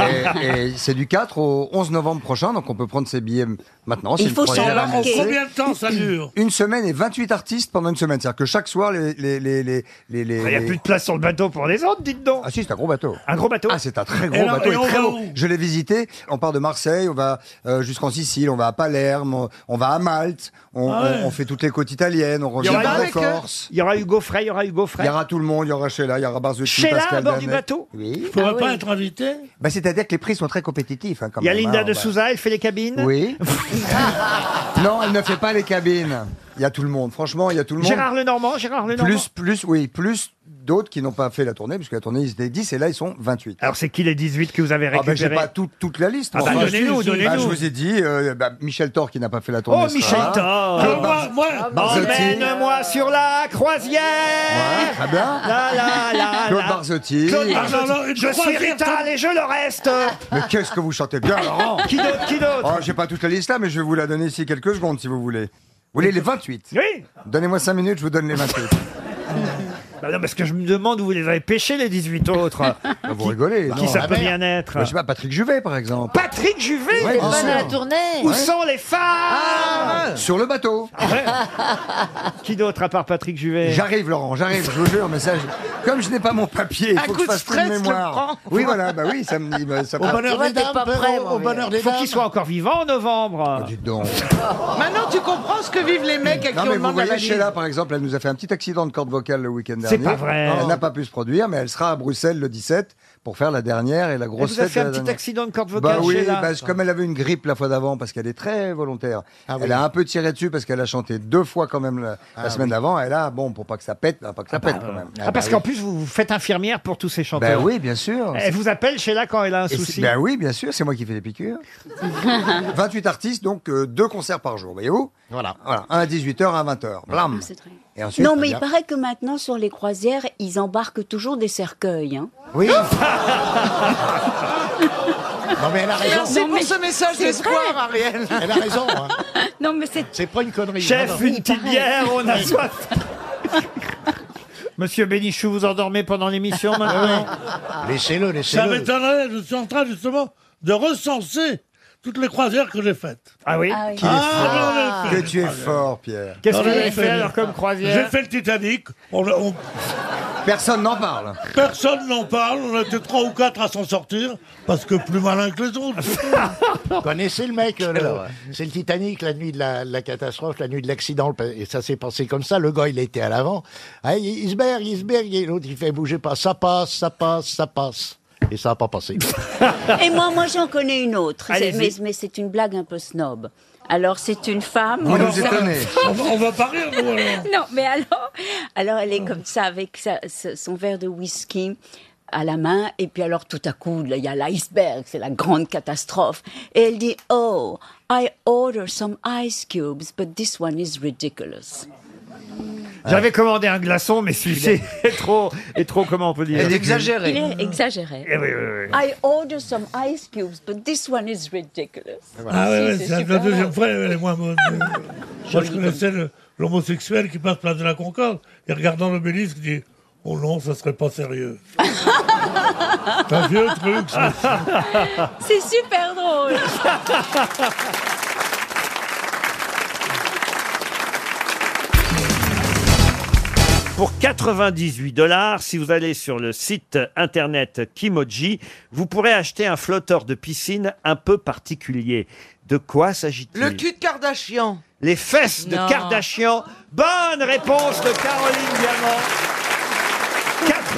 S23: Et, et c'est du 4 au 11 novembre prochain, donc on peut prendre ses billets maintenant.
S4: Il
S23: C'est une
S4: faut
S23: croisière
S4: s'embarquer.
S23: avancée.
S4: Combien de temps ça dure
S23: Une semaine et 28 artistes pendant une semaine. C'est-à-dire que chaque soir, les les les les les. les-
S2: Il n'y a plus de place sur le bateau pour les autres, dites donc.
S23: Ah si, c'est un gros bateau.
S2: Un gros bateau
S23: Ah, c'est un très
S2: Et
S23: gros
S2: alors,
S23: bateau.
S2: et
S23: et
S2: on
S23: très
S2: va
S23: beau.
S2: où
S23: Je l'ai visité. On part de Marseille, on va euh, jusqu'en Sicile, on va à Palerme, on, on va à Malte, on,
S2: Ah ouais.
S23: on- on fait toutes les côtes italiennes, on
S2: Il y
S23: revient
S2: aura
S23: par la
S2: avec eux
S23: Corse.
S2: Il y aura Hugo Frey, il y aura Hugo Frey.
S23: Il y aura tout le monde, il y aura Sheila, il y aura Barzuki,
S2: Sheila,
S23: Pascal
S2: à bord du
S23: Vernet.
S2: bateau
S23: Oui.
S2: Faudrait Ah oui. pas
S23: être invité bah, C'est-à-dire que les prix sont très compétitifs. hein, quand
S2: Il y a
S23: même,
S2: Linda
S23: hein,
S2: de
S23: bah.
S2: Souza, elle fait les cabines.
S23: Oui. non, elle ne fait pas les cabines. Il y a tout le monde. Franchement, il y a tout le monde.
S2: Gérard Lenormand, Gérard Lenormand.
S23: Plus, plus, oui, plus d'autres qui n'ont pas fait la tournée, puisque la tournée, ils étaient 10 et là, ils sont 28.
S2: Alors, c'est qui les 18 que vous avez
S23: Ah ben,
S2: récupérés
S23: j'ai pas tout- toute la liste.
S2: Ah bah,
S23: Enfin,
S2: donnez-nous,
S23: si, si.
S2: donnez-nous.
S23: Bah, je vous ai dit, euh, bah, Michel Thor qui n'a pas fait la tournée.
S2: Oh, Michel Thor Oh,
S23: Ah, bah,
S2: Emmène-moi sur la croisière
S23: Très bien.
S2: La, la, la,
S23: Claude
S2: la.
S23: Barzotti.
S2: Claude Barzotti. Je suis
S23: croisière, Ah,
S2: Rital et je le reste
S23: Mais qu'est-ce que vous chantez bien, Laurent
S2: Qui d'autre, qui d'autre
S23: Oh, j'ai pas toute la liste là, mais je vais vous la donner ici quelques secondes si vous voulez. Vous voulez les 28
S2: Oui
S23: Donnez-moi 5 minutes, je vous donne les 28.
S2: Bah non, parce que je me demande où vous les avez pêchés, les 18 autres.
S23: Bah, vous rigolez.
S2: Qui ça peut bien être
S23: Bah, Je sais pas, Patrick Juvet par exemple.
S2: Patrick Juvet
S14: C'est
S23: Ouais, bien
S14: pas
S23: sûr.
S14: dans la tournée.
S2: Où sont les femmes Ah,
S23: Sur le bateau.
S2: Qui d'autre à part Patrick Juvet
S23: J'arrive, Laurent, j'arrive, je vous jure, mais ça, je- comme je n'ai pas mon papier, il
S2: Un
S23: faut que
S2: coup
S23: je
S2: de
S23: fasse plus de
S2: stress,
S23: mémoire.
S2: le prend.
S23: Oui, voilà, bah oui, ça me dit. bah, ça
S2: Au bonheur
S23: Ouais,
S2: des
S23: t'es
S2: dames,
S23: pas prêt,
S2: Perrault,
S23: mon
S2: au
S23: vieux.
S2: bonheur des Faut qu'il dames. Oh, soit encore vivant en novembre.
S23: dites donc.
S5: Maintenant, tu comprends ce que vivent les mecs à
S23: Non,
S5: qui on
S23: mais vous
S5: demande la
S23: voyez,
S5: valise.
S23: Sheila, par exemple, elle nous a fait un petit accident de corde vocale le week-end
S2: C'est
S23: dernier.
S2: pas vrai. Oh.
S23: Elle n'a pas pu se produire, mais elle sera à Bruxelles le 17 pour faire la dernière et la grosse
S2: vous a
S23: fête
S2: fait
S23: de
S2: un
S23: la
S2: petit
S23: dernière.
S2: accident de corde vocale
S23: Bah oui,
S2: chez la-
S23: bah, c'est comme elle avait une grippe la fois d'avant, parce qu'elle est très volontaire. elle
S2: Ah oui.
S23: a un peu tiré dessus parce qu'elle a chanté deux fois quand même la, la
S2: Ah
S23: semaine
S2: oui.
S23: d'avant. Et là, bon, pour pas que ça pète, bah, pas que ça pète quand même.
S2: Ah, Bah parce qu'en plus, vous vous faites infirmière pour tous ces
S23: Ben
S2: chanteurs.
S23: oui, bien sûr.
S2: Elle vous appelle chez là quand elle a un
S23: Et
S2: souci.
S23: c'est- Ben oui, bien sûr, c'est moi qui fais les piqûres. 28 artistes, donc euh, deux concerts par jour, voyez-vous voilà. Un à 18h, un à 20h.
S7: Ah,
S23: Blam Et ensuite, eh
S7: non,
S23: on
S7: mais il
S23: vient-
S7: paraît que maintenant, sur les croisières, ils embarquent toujours des cercueils. Hein.
S23: Oui
S3: Non, mais elle a raison.
S7: Merci pour ce message
S3: C'est
S7: d'espoir,
S3: vrai.
S7: Ariel.
S3: Elle a raison. hein.
S7: Non, mais c'est.
S3: C'est pas une connerie.
S2: Chef,
S3: Non, non.
S2: une petite bière, on a soif. Monsieur Bénichou, vous endormez pendant l'émission
S23: Ah
S2: maintenant ah,
S3: Laissez-le,
S24: Ça m'étonnerait, je suis en train justement de recenser toutes les croisières que j'ai faites.
S2: Ah oui
S23: Qu'il est
S3: Ah,
S23: fort.
S3: j'en ai
S23: Que
S3: fait.
S23: tu es fort, Pierre.
S3: Qu'est-ce que vous avez fait, alors, comme
S2: croisière
S24: J'ai fait le Titanic. On, on-
S23: Personne n'en parle.
S24: Personne n'en parle. On était trois ou quatre à s'en sortir parce que plus malin que les autres.
S3: Vous connaissez le mec euh, le- C'est le Titanic, la nuit de la, de la catastrophe, la nuit de l'accident. le- Et ça s'est passé comme ça. Le gars, il était à l'avant. Ah, il- iceberg, iceberg. Et l'autre, il fait bouger pas. Ça passe, ça passe, ça passe. Et ça n'a pas passé.
S7: Et moi, moi, j'en connais une autre. C'est-
S3: Allez-y.
S7: Mais, mais c'est une blague un peu snob. Alors, c'est une femme.
S24: On va- on va- on va pas rire, nous, alors.
S7: Non, mais alors, alors elle est comme ça avec sa- sa- son verre de whisky à la main, et puis alors tout à coup, là, il y a l'iceberg, c'est la grande catastrophe. Et elle dit, oh, I order some ice cubes, but this one is ridiculous.
S2: J'avais commandé un glaçon, mais celui-ci Ah. est trop, est trop, comment on peut dire
S7: Il est exagéré.
S2: Eh oui, oui, oui.
S7: I order some ice cubes, but this one is ridiculous.
S24: Ah ouais, ouais,
S7: Si,
S24: c'est la
S7: super
S24: deuxième
S7: drôle.
S24: fois, elle est moins bonne. Moi, je connaissais le- l'homosexuel qui passe place de la Concorde et regardant l'obélisque dit Oh non, ça serait pas sérieux. c'est un vieux truc, ça.
S7: C'est super drôle.
S2: Pour 98 dollars, si vous allez sur le site internet Kimoji, vous pourrez acheter un flotteur de piscine un peu particulier. De quoi s'agit-il
S5: Le cul de Kardashian.
S2: Les fesses de
S5: Non.
S2: Kardashian. Bonne réponse de Caroline Diamant.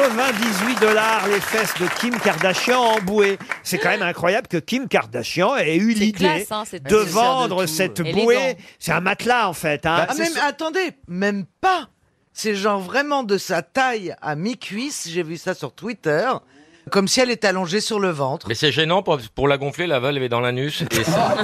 S2: 98 dollars les fesses de Kim Kardashian en bouée. C'est quand même incroyable que Kim Kardashian ait eu l'idée
S5: classe, hein, cette
S2: de
S5: petite sœur de
S2: vendre
S5: tout,
S2: cette
S5: élégant.
S2: bouée. C'est un matelas en fait. hein.
S5: ah,
S2: C'est
S5: même,
S2: ce-
S5: attendez, même pas. Ces gens vraiment de sa taille à mi-cuisse, j'ai vu ça sur Twitter, comme si elle était allongée sur le ventre.
S25: Mais c'est gênant pour, pour la gonfler, la valve est dans l'anus. Et ça,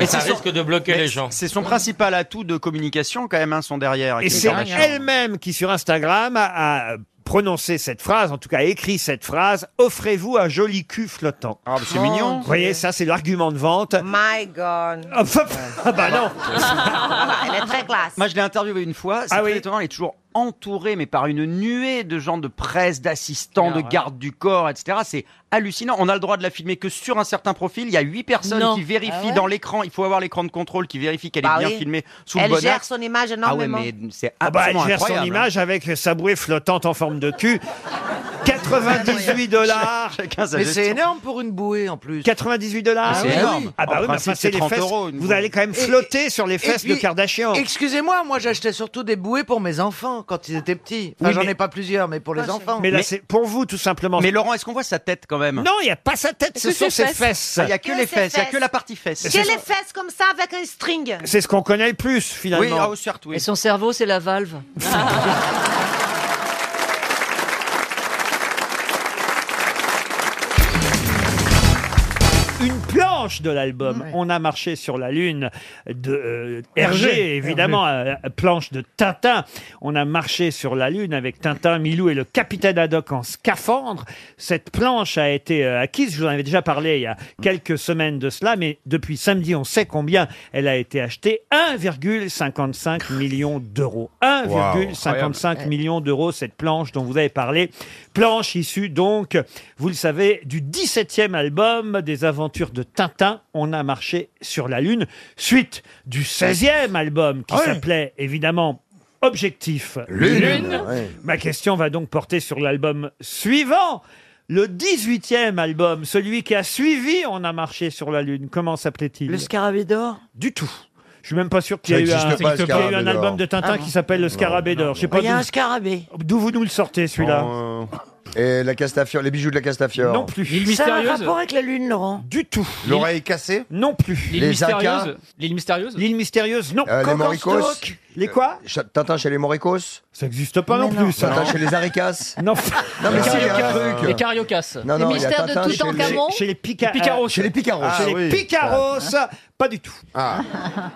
S25: et ça risque de bloquer les gens.
S1: C'est son principal atout de communication quand même, hein, son derrière.
S2: Et c'est elle-même qui, sur Instagram, a, a prononcé cette phrase, en tout cas a écrit cette phrase Offrez-vous un joli cul flottant. Ah,
S1: c'est Oh, mignon.
S2: Vous voyez, ça, c'est l'argument de vente.
S4: My God.
S2: Ah, pff, ah, bah non
S4: Elle est très classe.
S1: Moi, je l'ai interviewé une fois. C'est
S2: Ah
S1: très
S2: oui.
S1: étonnant. Elle est toujours entourée, mais par une nuée de gens de presse, d'assistants, de
S25: ouais.
S1: gardes du corps, etc. C'est hallucinant. On a le droit de la filmer que sur un certain profil. Il y a huit personnes
S14: Non.
S1: qui vérifient
S14: Ah ouais.
S1: dans l'écran. Il faut avoir l'écran de contrôle qui vérifie qu'elle
S14: Bah
S1: est bien
S14: oui.
S1: filmée sous
S14: Elle
S1: le bon
S14: gère
S1: axe.
S14: son image
S1: Ah
S14: énormément.
S1: ouais, mais c'est
S2: Ah bah, elle
S1: absolument
S2: gère son
S1: incroyable. hein.
S2: image avec sa bouée flottante en forme de cul. 98 dollars
S1: Chacun sa
S5: Mais c'est énorme pour une bouée en plus.
S2: 98 dollars
S5: Ah oui.
S2: Ah bah
S1: En
S2: oui, mais
S1: principe,
S2: enfin, c'est
S1: c'est
S2: les
S1: 30
S2: fesses.
S1: euros, une
S2: Vous
S1: bouée.
S2: allez quand même
S5: Et-
S2: flotter sur les
S5: et
S2: fesses de
S5: puis,
S2: Kardashian.
S5: Excusez-moi, moi j'achetais surtout des bouées pour mes enfants quand ils étaient petits. Enfin,
S1: Oui,
S5: j'en
S1: mais-
S5: ai pas plusieurs, mais
S3: Ah,
S5: pour les
S1: Ah,
S5: enfants.
S2: Mais là, c'est pour vous, tout simplement.
S1: Mais Laurent, est-ce qu'on voit sa tête quand même
S2: Non, il n'y a pas sa tête, ce
S1: Est-ce
S2: sont
S1: que ses
S2: ses
S1: fesses
S2: fesses.
S1: Ah, il y a que Que les ses fesses, il y a que fesses. la partie fesses.
S2: C'est
S4: J'ai
S2: son-
S4: les fesses comme ça avec un string.
S2: C'est ce qu'on connaît le plus, finalement.
S1: Oui, ah, oh, certes, oui.
S26: Et son cerveau, c'est la valve.
S2: une planche de l'album. On a marché sur la lune de euh, Hergé,
S1: Hergé,
S2: évidemment, euh, planche de Tintin. On a marché sur la lune avec Tintin, Milou et le capitaine Haddock en scaphandre. Cette planche a été euh, acquise. Je vous en avais déjà parlé il y a quelques semaines de cela, mais depuis samedi, on sait combien elle a été achetée 1,55 million d'euros. 1,55
S1: incroyable.
S2: millions d'euros cette planche dont vous avez parlé. Planche issue donc, vous le savez, du 17e album des aventures de Tintin, On a marché sur la Lune, suite du 16e album qui s'appelait évidemment Objectif
S1: Lune.
S2: Ouais. Ma question va donc porter sur l'album suivant. Le 18e album, celui qui a suivi On a marché sur la Lune, comment s'appelait-il Le Scarabée d'or Du tout. Je suis même pas sûr qu'il y
S23: Ça
S2: ait eu un,
S23: existe pas,
S2: qu'il y ait eu
S23: Scarabée
S2: un
S23: d'or.
S2: album de Tintin
S23: Ah bon
S2: qui s'appelle Le Scarabée d'or. Je sais pas
S27: Il y a
S2: d'où-
S27: un scarabée.
S2: D'où vous nous le sortez celui-là
S23: Et la Castafiore, les bijoux de la Castafiore.
S2: euh. Non plus.
S14: Ça a un rapport avec la Lune, Laurent
S2: Du tout.
S23: L'oreille cassée
S2: Non plus.
S23: Les Incas
S2: L'île mystérieuse L'île mystérieuse, non.
S23: Euh, les
S2: Coq en
S23: Moricos
S2: stock. Les quoi
S23: Cha- Tintin chez les Moricos
S2: Ça n'existe pas non plus, ça.
S23: Tintin chez les Aricas
S2: Non,
S23: non mais
S2: Les
S23: si, il y a un
S2: Cariocas.
S23: truc.
S2: Les
S5: Cariocas.
S23: Non, non,
S2: Les
S23: il y a
S2: mystères de
S23: Tintin chez les-
S2: Toutankhamon Chez les Pica-
S23: Les Picaros.
S2: euh, chez les Picaros.
S23: Ah,
S2: Chez les
S23: oui. Ah.
S2: Picaros, pas du tout.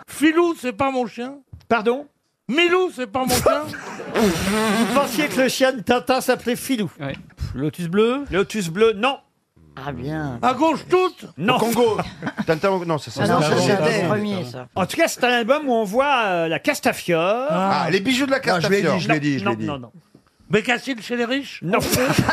S24: Filou, c'est pas mon chien.
S2: Pardon
S24: Milou, c'est pas mon chien.
S2: Vous pensiez que le chien de Tintin s'appelait Filou Lotus bleu Lotus bleu, non.
S14: Ah bien.
S24: À gauche toute
S2: Non.
S14: Au Congo.
S2: Tintin, non, ça
S14: Ah non, ça c'était le premier, ça.
S2: En tout cas, c'est un album où on voit euh, la Castafiore.
S23: Ah. Ah, les bijoux de la Non, je l'ai Castafiore. dit, je l'ai dit, je
S2: Non,
S23: l'ai dit.
S2: Non, non,
S24: Mais Cassine chez les riches
S2: Non.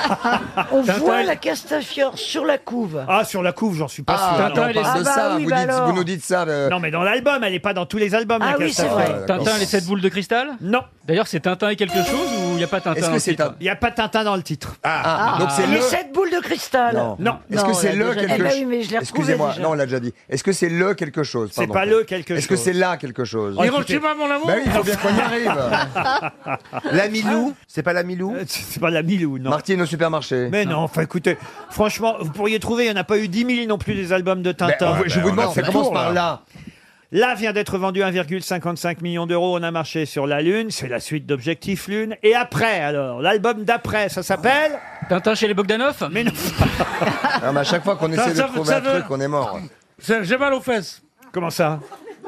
S14: On
S2: Tintin
S14: voit
S2: et-
S14: la Castafiore sur la couve.
S2: Ah, sur la couve, j'en suis pas
S14: Ah,
S2: sûr.
S14: Tintin, elle est- Ah bah oui,
S23: vous,
S14: bah
S23: dites-
S14: alors.
S23: vous nous dites ça. euh,
S2: Non, mais dans l'album, elle n'est pas dans tous les albums.
S14: Ah
S2: la
S14: oui, c'est
S2: Castafiore.
S14: vrai.
S19: Tintin, les 7 boules de cristal
S2: Non.
S19: D'ailleurs, c'est Tintin et quelque chose ou il n'y a pas Tintin
S23: Est-ce que
S19: dans le
S23: c'est
S19: titre
S23: Tintin
S2: Il n'y a pas Tintin dans le titre.
S23: Ah, donc c'est
S14: les
S23: le-
S14: sept boules de cristal.
S2: Non.
S23: Est-ce que c'est le quelque
S2: Ah
S14: Eh ben
S23: chose
S14: oui, mais je l'ai retrouvé
S23: Excusez-moi,
S14: déjà.
S23: non, on l'a déjà dit. Est-ce que c'est le quelque chose
S2: C'est
S23: Pardon.
S2: pas le quelque
S23: Est-ce que
S2: chose.
S23: c'est là quelque chose
S24: Oh, Hiroshima, écoutez. mon amour.
S23: Bah oui, il faut bien qu'on y arrive. la
S2: Milou
S23: Milou
S2: Euh,
S23: C'est pas la Milou
S2: C'est pas la Milou, non.
S23: Martine au supermarché.
S2: Mais non, enfin écoutez, franchement, vous pourriez trouver, il n'y en a pas eu 10 000 non plus des albums de Tintin.
S23: Ben, ouais, je vous demande, ça commence par là.
S2: Là vient d'être vendu 1,55 million d'euros. On a marché sur la Lune. C'est la suite d'Objectif Lune. Et après, alors, l'album d'après, ça s'appelle
S19: Tintin chez les Bogdanov
S2: Mais non.
S23: Ah, mais à chaque fois qu'on
S24: Ça,
S23: essaie de
S24: ça,
S23: trouver
S24: ça
S23: un
S24: veut-
S23: truc, on est mort.
S24: C'est- J'ai mal aux fesses.
S2: Comment ça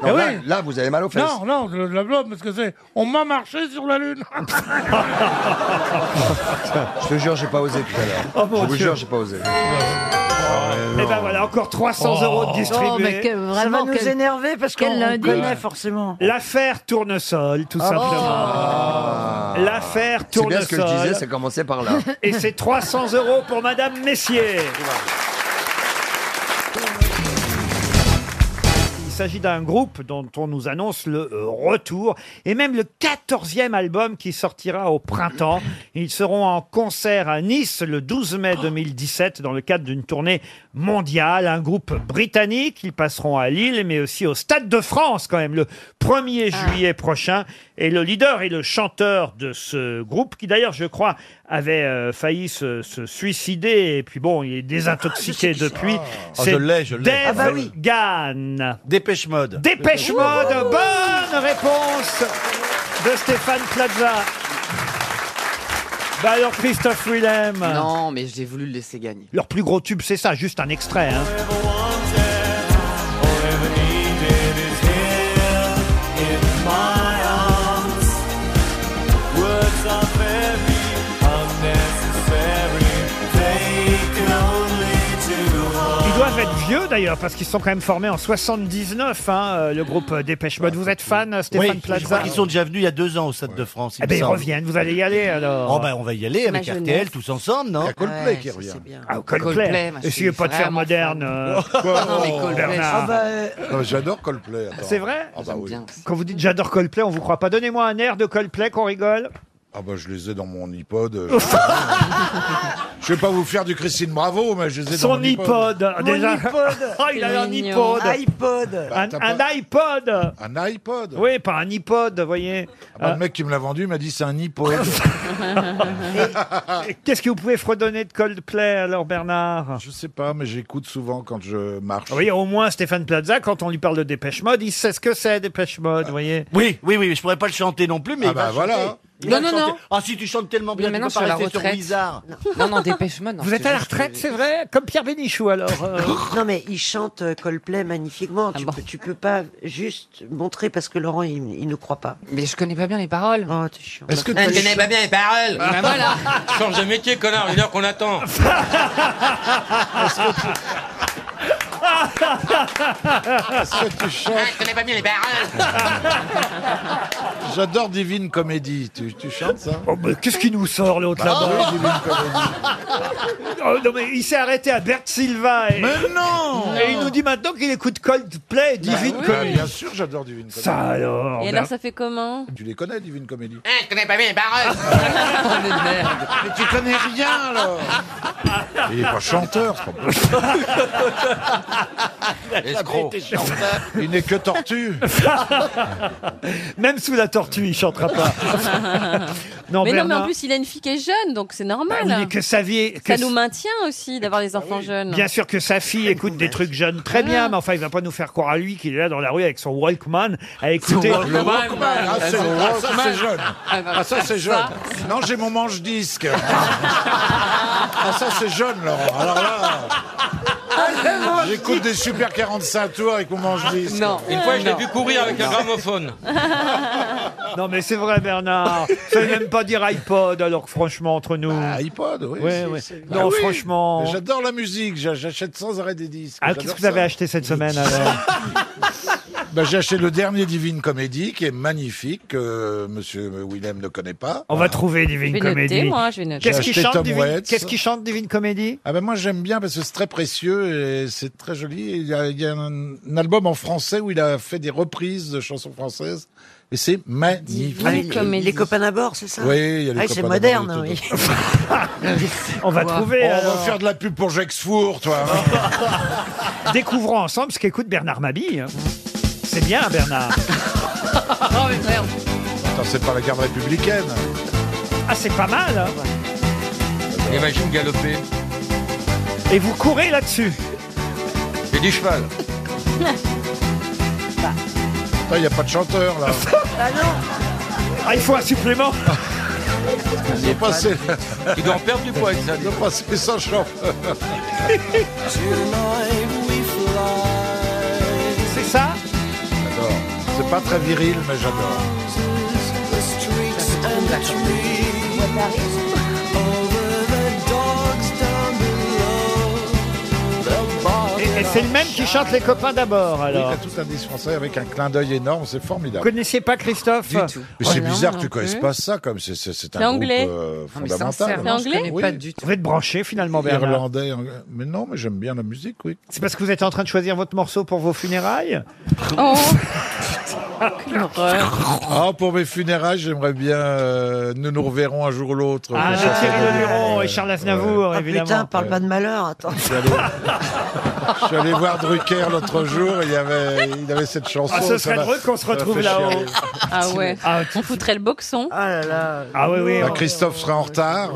S23: Non,
S24: Eh
S23: là,
S24: oui.
S23: là, vous avez mal aux fesses.
S24: Non, non, le, la blob, parce que c'est. On m'a marché sur la lune.
S23: Je te jure, j'ai pas osé tout à l'heure.
S2: Oh, mon
S23: je vous
S2: Dieu.
S23: jure, j'ai pas osé.
S2: Et ben voilà, encore
S23: Oh.
S2: 300 euros de distribués.
S21: Non, Oh, mais que-
S14: Ça va
S21: vraiment,
S14: nous
S21: quel-
S14: énerver parce
S21: quel
S14: qu'on
S21: lundi. Oh.
S14: connaît forcément.
S2: L'affaire Tournesol, tout simplement. L'affaire
S23: Ah. C'est bien
S2: Tournesol.
S23: ce que je disais, ça commençait par là.
S2: Et c'est 300 euros pour Madame Messier. Il s'agit d'un groupe dont on nous annonce le euh, retour et même le 14e album qui sortira au printemps. Ils seront en concert à Nice le 12 mai 2017 dans le cadre d'une tournée mondiale. Un groupe britannique, ils passeront à Lille mais aussi au Stade de France quand même le 1er juillet prochain. Et le leader et le chanteur de ce groupe, qui d'ailleurs je crois avait euh, failli se, se suicider et puis bon, il est désintoxiqué depuis.
S1: Ah, je l'ai, je l'ai.
S2: Dave
S1: Ah bah oui.
S2: Gann.
S1: Dépêche mode.
S2: Dépêche Mode, bonne réponse de Stéphane Plaza. Bah alors Christophe Willem.
S4: Non, mais j'ai voulu le laisser gagner.
S2: Leur plus gros tube, c'est ça, juste un extrait. hein. Ils doivent être vieux d'ailleurs, parce qu'ils sont quand même formés en 79, hein, euh, le groupe euh, Dépêche Mode. Vous êtes fan, euh, Stéphane
S1: oui,
S2: Plaza
S1: je crois qu'ils sont déjà venus il y a deux ans au Stade de France. il
S2: Eh
S1: me
S2: ben, ils
S1: semble.
S2: reviennent, vous allez y aller
S3: Ah,
S2: alors.
S1: Oh ben, on va y aller avec
S2: Ma
S1: RTL
S2: jeunesse.
S1: tous ensemble, non
S2: Il y a Coldplay Ouais, qui ça, revient. c'est bien. Ah, Coldplay. Essayez pas de faire moderne. euh,
S1: Non, mais Coldplay,
S2: Bernard.
S1: Ah bah,
S11: J'adore Coldplay. attends.
S2: C'est vrai
S11: Ah bah oui.
S2: Quand vous dites j'adore Coldplay, on vous croit pas. Donnez-moi un air de Coldplay qu'on rigole.
S11: Ah bah je les ai dans mon iPod. euh, Je vais pas vous faire du Christine Bravo, mais je les ai dans
S2: Son
S11: mon
S2: iPod,
S11: iPod.
S2: déjà. Ah, il a un iPod.
S11: iPod.
S2: Un, un iPod.
S11: Bah, Un iPod.
S2: Oui, pas un iPod, vous voyez. euh,
S11: Le mec qui me l'a vendu il m'a dit c'est un iPod.
S2: Et Qu'est-ce que vous pouvez fredonner de Coldplay alors, Bernard
S11: Je sais pas, mais j'écoute souvent quand je marche.
S2: Oui, au moins Stéphane Plaza, quand on lui parle de Dépêche Mode, il sait ce que c'est Dépêche Mode, vous voyez.
S1: Oui, oui, oui, je pourrais pas le chanter non plus, mais
S11: Ah
S1: il
S11: bah
S1: va
S11: voilà.
S2: hein.
S1: chanter. Il
S4: Non,
S1: va le
S4: non,
S1: chanter.
S4: non.
S1: Ah si, tu chantes tellement bien,
S4: Non, mais
S1: tu
S4: non,
S1: peux
S4: je
S1: pas
S4: suis à la
S1: rester sur
S4: retraite.
S1: Bizarre.
S4: Non, non, dépêche-moi. non,
S2: Vous êtes
S4: je-
S2: à la
S4: je-
S2: retraite, c'est vrai Comme Pierre Bénichou alors euh.
S15: Non mais il chante euh, Coldplay magnifiquement. tu, peux, tu peux pas juste montrer parce que Laurent il, il ne croit pas. Mais je connais pas bien les paroles. Oh t'es chiant.
S4: Est-ce que tu- Je connais pas bien les paroles.
S2: Ah.
S4: Bah voilà.
S25: Change de métier, connard, une heure qu'on attend.
S4: Ah, je connais pas bien les paroles.
S11: J'adore Divine Comédie. Tu, tu chantes ça
S2: Oh, mais qu'est-ce qu'il nous sort l'autre
S11: Bah
S4: Oh.
S2: là-bas
S11: oui, Divine Comédie.
S2: Oh, non, mais il s'est arrêté à Bert Silva. Et...
S11: Mais non
S2: Et il nous dit maintenant qu'il écoute Coldplay et Divine
S11: Bah oui.
S2: Comédie.
S11: Bien sûr, j'adore Divine Comédie.
S2: Ça alors
S4: Et
S2: ben-
S4: alors, ça fait comment
S11: Tu les connais, Divine Comédie
S4: Ah, je connais pas bien les paroles. Oh,
S11: Mais tu connais rien, alors Il est pas chanteur, c'est pas possible. Escroc. Il n'est que tortue.
S2: Même sous la tortue, il chantera pas. non,
S12: mais non, mais en
S2: Bernard,
S12: plus, il a une fille qui est jeune, donc c'est normal.
S2: Bah oui, mais que sa vie- que
S12: ça
S2: s-
S12: nous maintient aussi d'avoir des enfants jeunes.
S2: bien sûr que sa fille écoute des trucs jeunes très bien, mais enfin, il va pas nous faire croire à lui qu'il est là dans la rue avec son Walkman à écouter.
S11: Walkman. Le Walkman. Ah, c'est- ah, ça, c'est jeune.
S2: Ah, bah,
S11: Ah, ça, c'est jeune.
S2: ça.
S11: Non, j'ai mon manche-disque. Ah, ça, c'est jeune, Laurent. Alors là, j'écoute des Super 45 tours avec mon manche-disque.
S25: Non. Une fois, je l'ai vu courir avec un
S11: Non.
S25: gramophone.
S2: Non, mais c'est vrai, Bernard. Ça veut même pas dire iPod, alors que franchement, entre nous.
S11: Bah, iPod, oui.
S2: Ouais,
S11: c'est-
S2: ouais.
S11: c'est-
S2: Non,
S11: Ah oui,
S2: franchement.
S11: mais J'adore la musique. j'a- J'achète sans arrêt des disques.
S2: Ah, qu'est-ce
S11: J'adore
S2: que vous avez
S11: ça.
S2: acheté cette semaine alors
S11: Bah, J'ai acheté le dernier Divine Comédie qui est magnifique, que Monsieur Willem ne connaît pas.
S2: On va trouver Divine
S11: Je vais noter,
S2: Comédie.
S11: moi, je vais noter.
S2: Qu'est-ce qui
S11: J'ai acheté
S2: chante
S11: Tom
S2: Divine,
S11: Waits.
S2: qu'est-ce qui chante Divine Comédie
S11: Ah ben moi j'aime bien parce que c'est très précieux et c'est très joli. Et Il y a, il y a un, un album en français où il a fait des reprises de chansons françaises et c'est magnifique.
S15: Ah, les- les copains à bord, c'est ça
S11: Oui, il y a les
S15: Ah,
S11: copains
S15: c'est
S11: d'abord,
S15: moderne,
S11: les
S15: oui.
S2: On va trouver.
S11: on
S2: alors.
S11: va faire de la pub pour Jacques Four, toi. hein.
S2: Découvrons ensemble ce qu'écoute Bernard Mabille. C'est bien, Bernard.
S14: Oh,
S11: Attends, c'est pas la garde républicaine.
S2: Ah, c'est pas mal. hein.
S25: Imagine galoper.
S2: Et vous courez là-dessus.
S25: Et du cheval.
S11: Attends, il n'y a pas de chanteur là.
S14: Ah non
S2: Ah, il faut un supplément.
S11: Il doit passer.
S25: Il doit en perdre du poids avec ça.
S11: Il doit passer sans chanteur.
S2: C'est ça
S11: J'adore. C'est pas très viril, mais j'adore.
S2: Et, et c'est le même qui chante Les copains d'abord alors.
S11: Oui, t'as tout un disque français avec un clin d'œil énorme, c'est formidable.
S2: Vous connaissiez pas Christophe Oh,
S11: Mais c'est bizarre que tu connaisses pas ça, comme c'est- c'est c'est un
S2: C'est
S11: groupe
S2: anglais.
S11: euh,
S2: Non, mais
S11: fondamental.
S2: sincèrement, je connais pas du tout. Vous êtes branché finalement, Bernard.
S11: Irlandais, anglais. mais non, mais j'aime bien la musique, oui.
S2: C'est parce que vous êtes en train de choisir votre morceau pour vos funérailles
S14: Oh.
S11: Ah, pour mes funérailles, j'aimerais bien. euh, nous nous reverrons un jour ou l'autre.
S2: Ah,
S11: Je
S2: de
S11: sais
S2: Thierry
S11: pas.
S2: Leluron
S11: Ouais.
S2: et Charles Aznavour,
S11: Ouais.
S2: évidemment.
S15: Ah, Putain, parle pas de malheur, attends.
S11: Je suis allé- je suis allé voir Drucker l'autre jour, il, y avait, il avait cette chanson.
S12: Ah, ce
S11: ça
S12: serait
S11: m'a-
S12: drôle qu'on se
S11: ça m'a
S12: retrouve
S11: fait
S12: là-haut.
S11: chialer.
S12: Ah ouais. On foutrait le boxon.
S15: Ah là là.
S2: Ah oui, oui.
S11: Bah, Christophe serait en retard.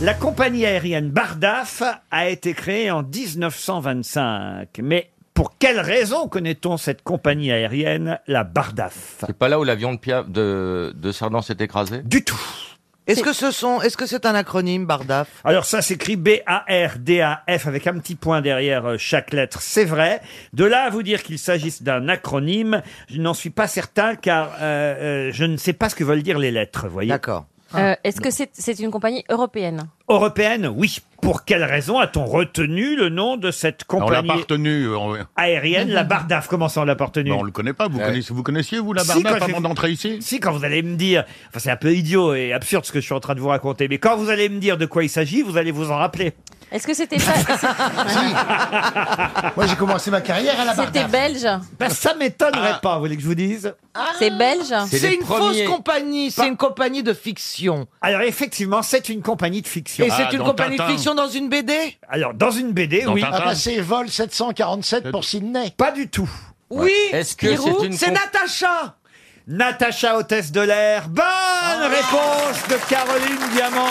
S2: La compagnie aérienne Bardaf a été créée en 1925. Mais pour quelle raison connaît-on cette compagnie aérienne, la Bardaf
S25: C'est pas là où l'avion de, Pia- de, de Cerdan s'est écrasé
S2: Du tout.
S18: Est-ce que ce sont, est-ce que c'est un acronyme, Bardaf
S2: Alors ça s'écrit B-A-R-D-A-F avec un petit point derrière euh, chaque lettre, c'est vrai. De là à vous dire qu'il s'agisse d'un acronyme, je n'en suis pas certain car euh, euh, je ne sais pas ce que veulent dire les lettres, vous voyez. D'accord.
S12: Euh, Est-ce que c'est c'est une compagnie européenne
S2: Européenne, oui. Pour quelle raison a-t-on retenu le nom de cette
S13: On l'a
S2: compagnie
S13: pas retenu. euh, on-
S2: aérienne, la Bardaf Comment ça, on l'a pas retenu
S13: Bah, on le connaît pas. Vous,
S2: Ouais.
S13: connaissez, vous connaissiez, vous, la
S2: Si,
S13: Barnaf
S2: quand j'ai
S13: avant
S2: vu-
S13: d'entrer ici
S2: Si, quand vous allez me dire, enfin c'est un peu idiot et absurde ce que je suis en train de vous raconter, mais quand vous allez me dire de quoi il s'agit, vous allez vous en rappeler.
S12: Est-ce que c'était pas
S2: Moi j'ai commencé ma carrière
S12: C'était belge
S2: Bah, ça m'étonnerait pas, vous voulez que je vous dise
S12: C'est belge
S18: Ah.
S9: Ah.
S18: C'est une fausse compagnie, c'est une compagnie de fiction.
S2: Alors effectivement, c'est une compagnie de fiction.
S18: Et c'est une compagnie de fiction dans une BD
S2: Alors Ah, dans une BD, oui.
S28: Ah bah, c'est vol 747 pour Sydney.
S2: Pas du tout.
S18: Oui
S2: Est-ce que Spirou c'est une
S18: C'est
S2: comp-
S18: Natacha
S2: Natacha Hôtesse de l'air. Bonne Ah. réponse de Caroline Diamant.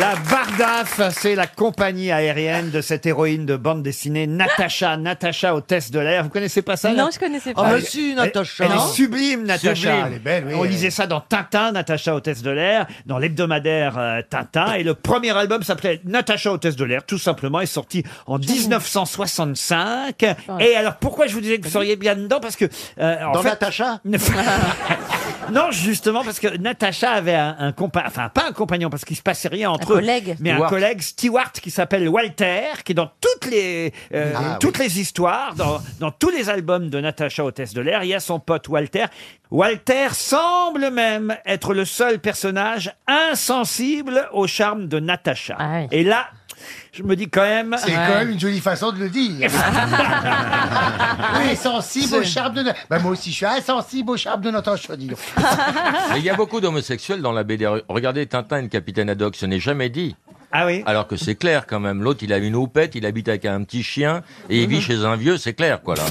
S2: La Bardaf, c'est la compagnie aérienne de cette héroïne de bande dessinée, Natacha, Natacha Hôtesse de l'air. Vous connaissez pas ça
S12: Non,
S2: là
S12: je connaissais
S2: Ah,
S12: pas.
S2: mais
S12: Elle-
S2: si,
S12: elle-
S2: Natacha. Elle,
S12: Non.
S2: est sublime, Natacha.
S13: Sublime, elle est belle, oui,
S2: On
S13: elle-
S2: lisait ça dans Tintin, Natacha Hôtesse de l'air, dans l'hebdomadaire euh, Tintin. Et le premier album s'appelait Natacha Hôtesse de l'air, tout simplement, est sorti en 1965. Et alors, pourquoi je vous disais que vous seriez bien dedans Parce que... euh, en
S28: Dans
S2: fait-
S28: Natacha
S2: non, justement, parce que Natacha avait un, compagnon, enfin pas un compagnon, parce qu'il se passait rien entre
S12: Un
S2: eux,
S12: collègue.
S2: mais un
S12: Stewart.
S2: collègue, Stewart, qui s'appelle Walter, qui est dans toutes les euh,
S13: Ah,
S2: toutes les histoires, dans, dans tous les albums de Natacha Hôtesse de l'air, il y a son pote Walter. Walter semble même être le seul personnage insensible au charme de Natacha. Et là. je me dis quand même.
S3: C'est quand même une jolie façon de le dire. Ah, insensible au charme de notre. Bah, moi aussi, je suis insensible au charme de notre anchois, dis donc.
S25: Mais il y a beaucoup d'homosexuels dans la BD. Regardez Tintin et le capitaine Haddock, ce n'est jamais dit.
S2: Ah oui
S25: Alors que c'est clair quand même. L'autre, il a une houppette, il habite avec un petit chien et il vit chez un vieux, c'est clair quoi là.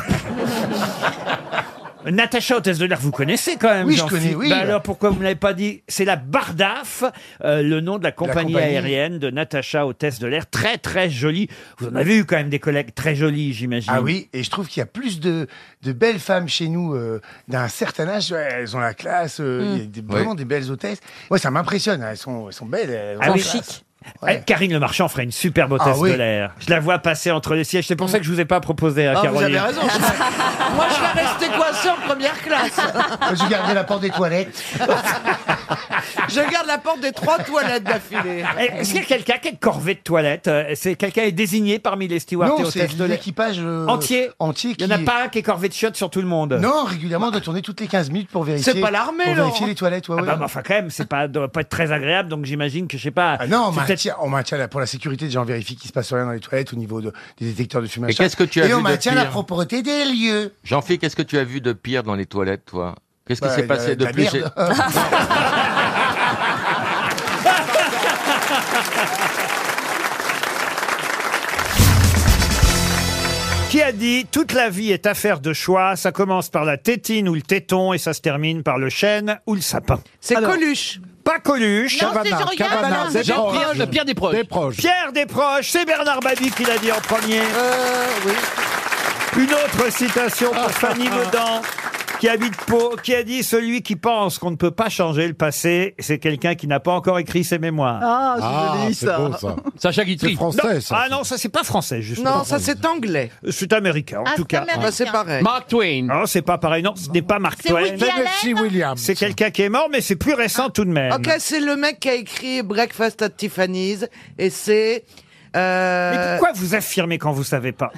S2: Natacha Hôtesse de l'air, vous connaissez quand même.
S25: Oui, je
S2: Jean-Philippe.
S25: connais, oui.
S2: Bah alors pourquoi vous ne l'avez pas dit C'est la Bardaf, euh, le nom de la compagnie,
S13: compagnie.
S2: aérienne de Natacha Hôtesse de l'air. Très très jolie. Vous en avez eu quand même des collègues très jolis, j'imagine.
S3: Ah oui, et je trouve qu'il y a plus de, de belles femmes chez nous euh, d'un certain âge. Ouais, elles ont la classe, euh,
S2: Mm.
S3: il y a des- vraiment
S2: Oui.
S3: des belles hôtesses. Moi, ça m'impressionne, hein, elles sont, elles sont belles. Elles ont
S2: Ah
S3: la
S2: oui.
S3: classe.
S2: Ah, Karine Le Marchand ferait une superbe hôtesse
S3: Ah oui.
S2: de l'air. Je la vois passer entre les sièges. C'est pour ça que je vous ai pas proposé à
S3: Ah, vous
S2: Caroline.
S3: avez raison.
S5: Moi, je vais rester coincé en première classe.
S3: J'ai gardé la porte des toilettes.
S5: Je garde la porte des trois toilettes d'affilée.
S2: Eh, Est-ce qu'il y a quelqu'un qui a une corvée de toilette Euh, C'est quelqu'un est désigné parmi les stewards et
S3: Non, c'est
S2: hôtesses de l'air
S3: l'équipage euh,
S2: entier.
S3: entier
S2: Il n'y en a pas un qui est corvée de chiottes sur tout le monde.
S3: Non, régulièrement, on doit tourner toutes les 15 minutes pour vérifier. Pour vérifier les toilettes, ouais,
S2: Ah
S3: ouais.
S2: bah, mais enfin, quand même, c'est pas, doit pas être très agréable, donc j'imagine que je sais pas.
S3: Ah non,
S2: c'est
S3: on
S2: peut-être-
S3: maintient, on maintient la- pour la sécurité des gens, on vérifie qu'il se passe rien dans les toilettes au niveau de- des détecteurs de fumée.
S25: Et qu'est-ce que tu as
S3: Et
S25: vu
S3: on
S25: de
S3: maintient la
S25: pire
S3: propreté des lieux.
S25: Jean-Philippe, qu'est-ce que tu as vu de pire dans les toilettes toi Qu'est-ce qui
S3: Bah,
S25: s'est
S3: de-
S25: passé
S3: de
S25: de,
S3: la
S25: plus
S3: merde.
S5: Euh.
S2: Qui a dit toute la vie est affaire de choix, ça commence par la tétine ou le téton et ça se termine par le chêne ou le sapin.
S5: C'est Coluche.
S2: Pas Coluche.
S5: Non, c'est Cavana, Jean-Yann Cavana, Cavana, c'est Jean- proche. Pierre- Pierre Desproges. Desproges.
S2: Pierre Desproges, c'est Bernard Babi qui l'a dit en premier.
S5: Euh,
S2: Une autre citation
S5: Ah.
S2: pour Fanny Modan. Qui habite Pau, qui a dit celui qui pense qu'on ne peut pas changer le passé, c'est quelqu'un qui n'a pas encore écrit ses mémoires.
S5: Ah, c'est Ah, joli, c'est ça. beau, ça. Sacha
S2: Guitry.
S5: C'est français,
S2: Non.
S5: ça.
S2: Ah non, ça c'est pas français justement.
S5: Non, ça c'est anglais.
S2: C'est américain, en
S5: Ah,
S2: tout
S5: c'est
S2: cas.
S5: américain. Bah, c'est pareil.
S2: Mark Twain. Non, c'est pas pareil. Non, ce n'est pas Mark
S5: C'est
S2: Twain.
S5: Woody Allen hein Tennessee
S3: Williams.
S2: C'est quelqu'un qui est mort, mais c'est plus récent tout de même.
S5: Ah. Ok, c'est le mec qui a écrit Breakfast at Tiffany's et c'est. euh,
S2: Mais pourquoi vous affirmez quand vous savez pas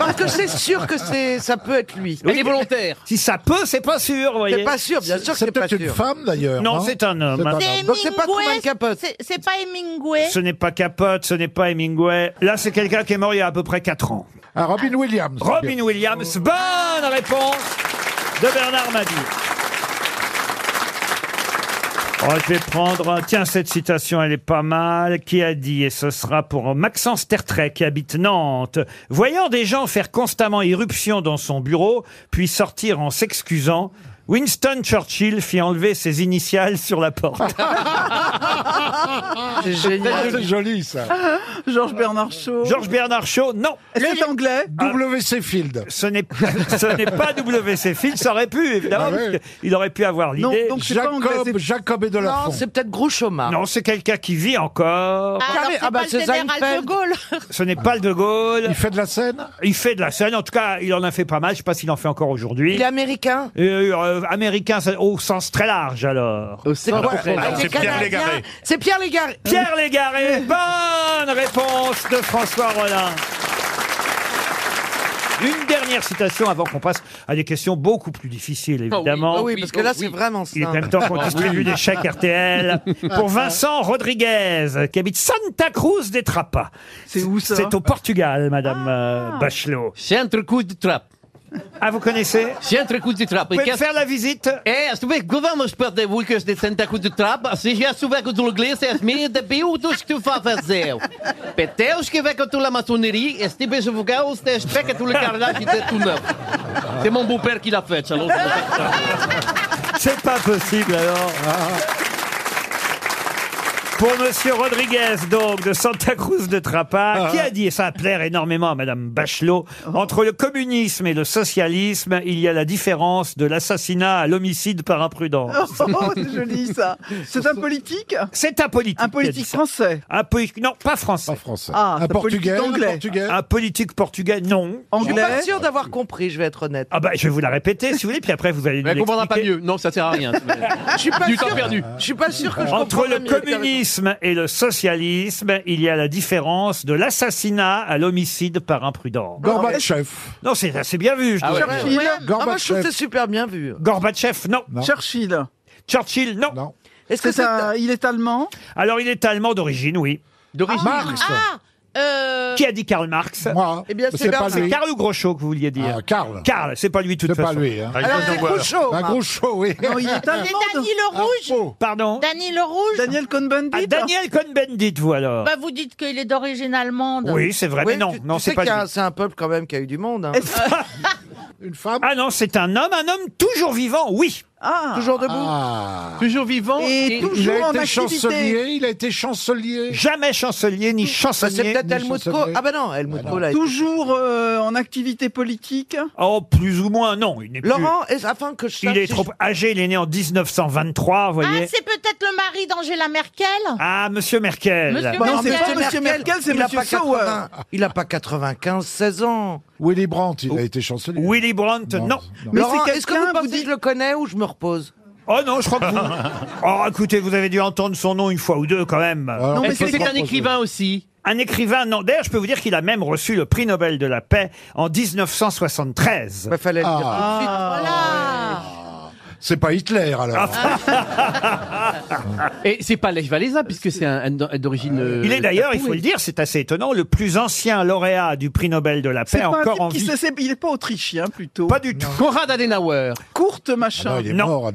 S5: Parce que c'est sûr que c'est, ça peut être lui.
S2: Il est volontaire. Si ça peut, c'est pas sûr, vous voyez. Euh,
S5: C'est pas sûr, bien sûr que c'est pas sûr.
S2: Non, hein. c'est un homme.
S8: Donc c'est pas Truman Capote. C'est pas Hemingway.
S2: Ce n'est pas Capote, ce n'est pas Hemingway. Là, c'est quelqu'un qui est mort il y a à peu près 4 ans.
S11: Ah, Robin Williams.
S2: Robin Williams, bonne réponse de Bernard Madi. Oh, je vais prendre, tiens, cette citation, elle est pas mal, qui a dit, et ce sera pour Maxence Tertrais, qui habite Nantes. Voyant des gens faire constamment irruption dans son bureau, puis sortir en s'excusant, Winston Churchill fit enlever ses initiales sur la porte.
S5: C'est génial.
S11: C'est joli ça.
S5: Georges Bernard Shaw.
S2: Georges Bernard Shaw, non.
S5: C'est anglais.
S2: W.C. Field. Ce n'est ce n'est pas W.C. Field, ça aurait pu, évidemment,
S5: Ah ouais.
S2: parce que il aurait pu avoir
S5: Non,
S2: l'idée.
S5: donc c'est pas anglais, c'est- Non, c'est peut-être Groucho Marx.
S2: Non, c'est quelqu'un qui vit encore.
S5: Ah, mais- ah, bah, c'est Seinfeld.
S2: Ce n'est pas le De Gaulle. Il fait de la scène Il fait de la scène. En tout cas, il en a fait pas mal. Je sais pas s'il en fait encore aujourd'hui.
S5: Il est américain.
S2: Euh, euh, américain ça- au sens très large, alors.
S5: C'est quoi Ah, il est canadien. C'est Pierre Légaré.
S2: Pierre Légaré. Bonne réponse de François Rollin. Une dernière citation avant qu'on passe à des questions beaucoup plus difficiles,
S5: Ah oui,
S2: évidemment.
S5: ah oui, parce que là, c'est vraiment
S2: Il est
S5: simple.
S2: même temps qu'on
S5: Ah oui. Ah,
S2: distribue des chèques RTL. Pour Vincent Rodriguez, qui habite Santa Cruz des Trapas. C'est où
S5: ça Ah.
S2: C'est au Portugal, Madame euh, Bachelot.
S16: C'est un truc de trappe.
S2: Ah, vous connaissez
S16: C'est un truc de trappe.
S2: Vous pouvez me faire la visite
S16: É, se bem Eh, que vamos perder vuicas de Santa Cruz de Trapa, se já souber que tu igreja és minha de piutos que tu faz fazer. Peteus que vem com tu la maçonaria, esse tipo de vogal, se tens pé que tu lhe cardas e tu não. C'est mon beau-père qui l'a fait, alors.
S2: C'est pas possible alors. Pour Monsieur Rodriguez, donc, de Santa Cruz de
S5: Ah.
S2: Trapa, qui a dit, et ça va plaire énormément à Madame Bachelot, entre le communisme et le socialisme, il y a la différence de l'assassinat à l'homicide par imprudence.
S5: Oh, c'est joli ça. C'est un politique
S2: C'est un politique.
S5: Un politique français.
S2: Un politique, non, pas français. Pas
S11: français.
S5: Ah, Un un politique portugais, anglais. un
S2: Un politique portugais, non.
S5: Anglais. Je suis pas sûr d'avoir compris, je vais être honnête.
S2: Ah bah, je vais vous la répéter, si vous voulez, puis après, vous allez nous
S16: Mais on comprendra pas
S2: l'expliquer.
S16: mieux. Non, ça sert à rien.
S5: Je suis pas
S16: Du
S5: sûr.
S16: temps perdu.
S5: Je suis pas sûr que je
S2: Entre
S5: comprends
S2: le
S5: mieux la carrière.
S2: communisme et le socialisme, il y a la différence de l'assassinat à l'homicide par imprudence.
S11: Gorbatchev.
S2: Non, c'est assez bien vu. Je
S5: Ah
S2: dois
S5: ouais.
S2: dire.
S5: Churchill. Ah, moi, je trouve que c'est super bien vu.
S2: Gorbatchev, non.
S5: Churchill.
S2: Churchill, non.
S5: Est-ce que c'est un- il est allemand
S2: Alors, il est allemand d'origine, oui.
S5: D'origine. Ah, Marx. ah,
S8: Euh...
S2: Qui a dit Karl Marx Moi.
S8: Eh bien, c'est C'est pas Marx. lui.
S2: C'est Karl ou Groschot que vous vouliez dire Karl. Karl, c'est pas lui de toute façon. Ah, C'est pas lui. hein. Bah,
S8: Alors, c'est Groschot, Marc.
S2: oui.
S8: Non, il est
S2: C'est
S8: allemand, C'est Daniel de- Rouge.
S2: Pardon
S8: Daniel Rouge
S2: Daniel Cohn-Bendit Daniel Cohn-Bendit, vous alors
S8: Bah, vous dites qu'il est d'origine allemande.
S2: Oui, c'est vrai, mais non, non, c'est pas lui.
S5: C'est un peuple quand même qui a eu du monde. hein.
S2: Une femme Ah non, c'est un homme, un homme toujours vivant, oui.
S5: Toujours debout
S2: Toujours vivant
S5: Ah. Et toujours Il a en été activité. chancelier,
S2: il a été chancelier. Jamais chancelier, ni chancelier.
S5: c'est peut-être Helmut Kohl. Ah bah non, Helmut Kohl a été-
S2: Toujours
S8: euh,
S2: en activité politique Oh, plus ou moins, non. Il n'est plus-
S5: Laurent, est- afin que je sache
S2: Il est
S5: si
S2: trop âgé, il est né en 1923, vous
S8: Ah,
S2: voyez.
S8: c'est peut-être le mari d'Angela Merkel
S2: Ah, monsieur Merkel.
S8: Monsieur Bah non, c'est Merkel. pas monsieur Merkel, c'est
S5: il a
S8: monsieur
S5: pas
S8: Sauer.
S5: 80 Il a pas 95, 16 ans. Willy Brandt, il a été chancelier.
S2: Willy Brandt, non.
S5: Mais
S2: Laurent,
S5: c'est
S2: est-ce
S5: que vous pensez que je le connais ou je me repose
S2: Oh non, je crois que vous. Oh, écoutez, vous avez dû entendre son nom une fois ou deux quand même.
S16: Non, mais c'est c'est un écrivain aussi.
S2: Un écrivain, non. D'ailleurs, je peux vous dire qu'il a même reçu le prix Nobel de la paix en 1973. Il fallait
S11: C'est pas Hitler,
S2: Ah,
S11: alors.
S16: Et c'est pas Lech Walesa, puisque c'est un, un- un d'origine. euh,
S2: Il est d'ailleurs, il faut
S16: tatouée.
S2: le dire, c'est assez étonnant, le plus ancien lauréat du prix Nobel de la paix
S13: C'est pas un
S2: encore
S13: type
S2: en
S13: qui
S2: vie.
S13: se sait- il n'est pas autrichien plutôt.
S2: Pas du tout.
S16: Konrad Adenauer.
S13: Courte
S5: Ah
S13: machin.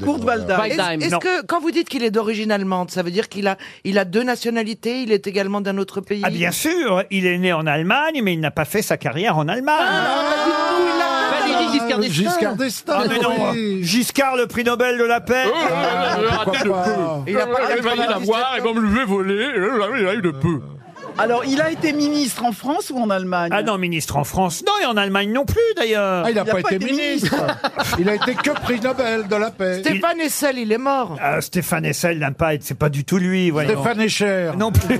S13: Kurt Waldheim.
S5: Est-ce est-ce que quand vous dites qu'il est d'origine allemande, ça veut dire qu'il a, il a deux nationalités, il est également d'un autre pays
S2: Ah bien sûr, il est né en Allemagne, mais il n'a pas fait sa carrière en Allemagne.
S13: Ah,
S5: Valéry Giscard d'Estaing. Giscard
S11: d'Estaing,
S2: Ah, mais non. Giscard, le prix Nobel de la paix.
S13: Oh,
S11: Ah,
S13: Ah, Il a failli l'avoir et comme le voler, il a
S11: Euh.
S13: eu de peu. Alors, il a été ministre en France ou en Allemagne
S2: Ah non, ministre en France, non, et en Allemagne non plus d'ailleurs.
S11: Ah, il n'a pas, été ministre. il a été que prix Nobel de la paix.
S5: Stéphane Essel, il est mort.
S2: Ah, Stéphane Essel n'a pas été, c'est pas du tout lui. voyons.
S11: Stéphane Escher.
S2: Non plus.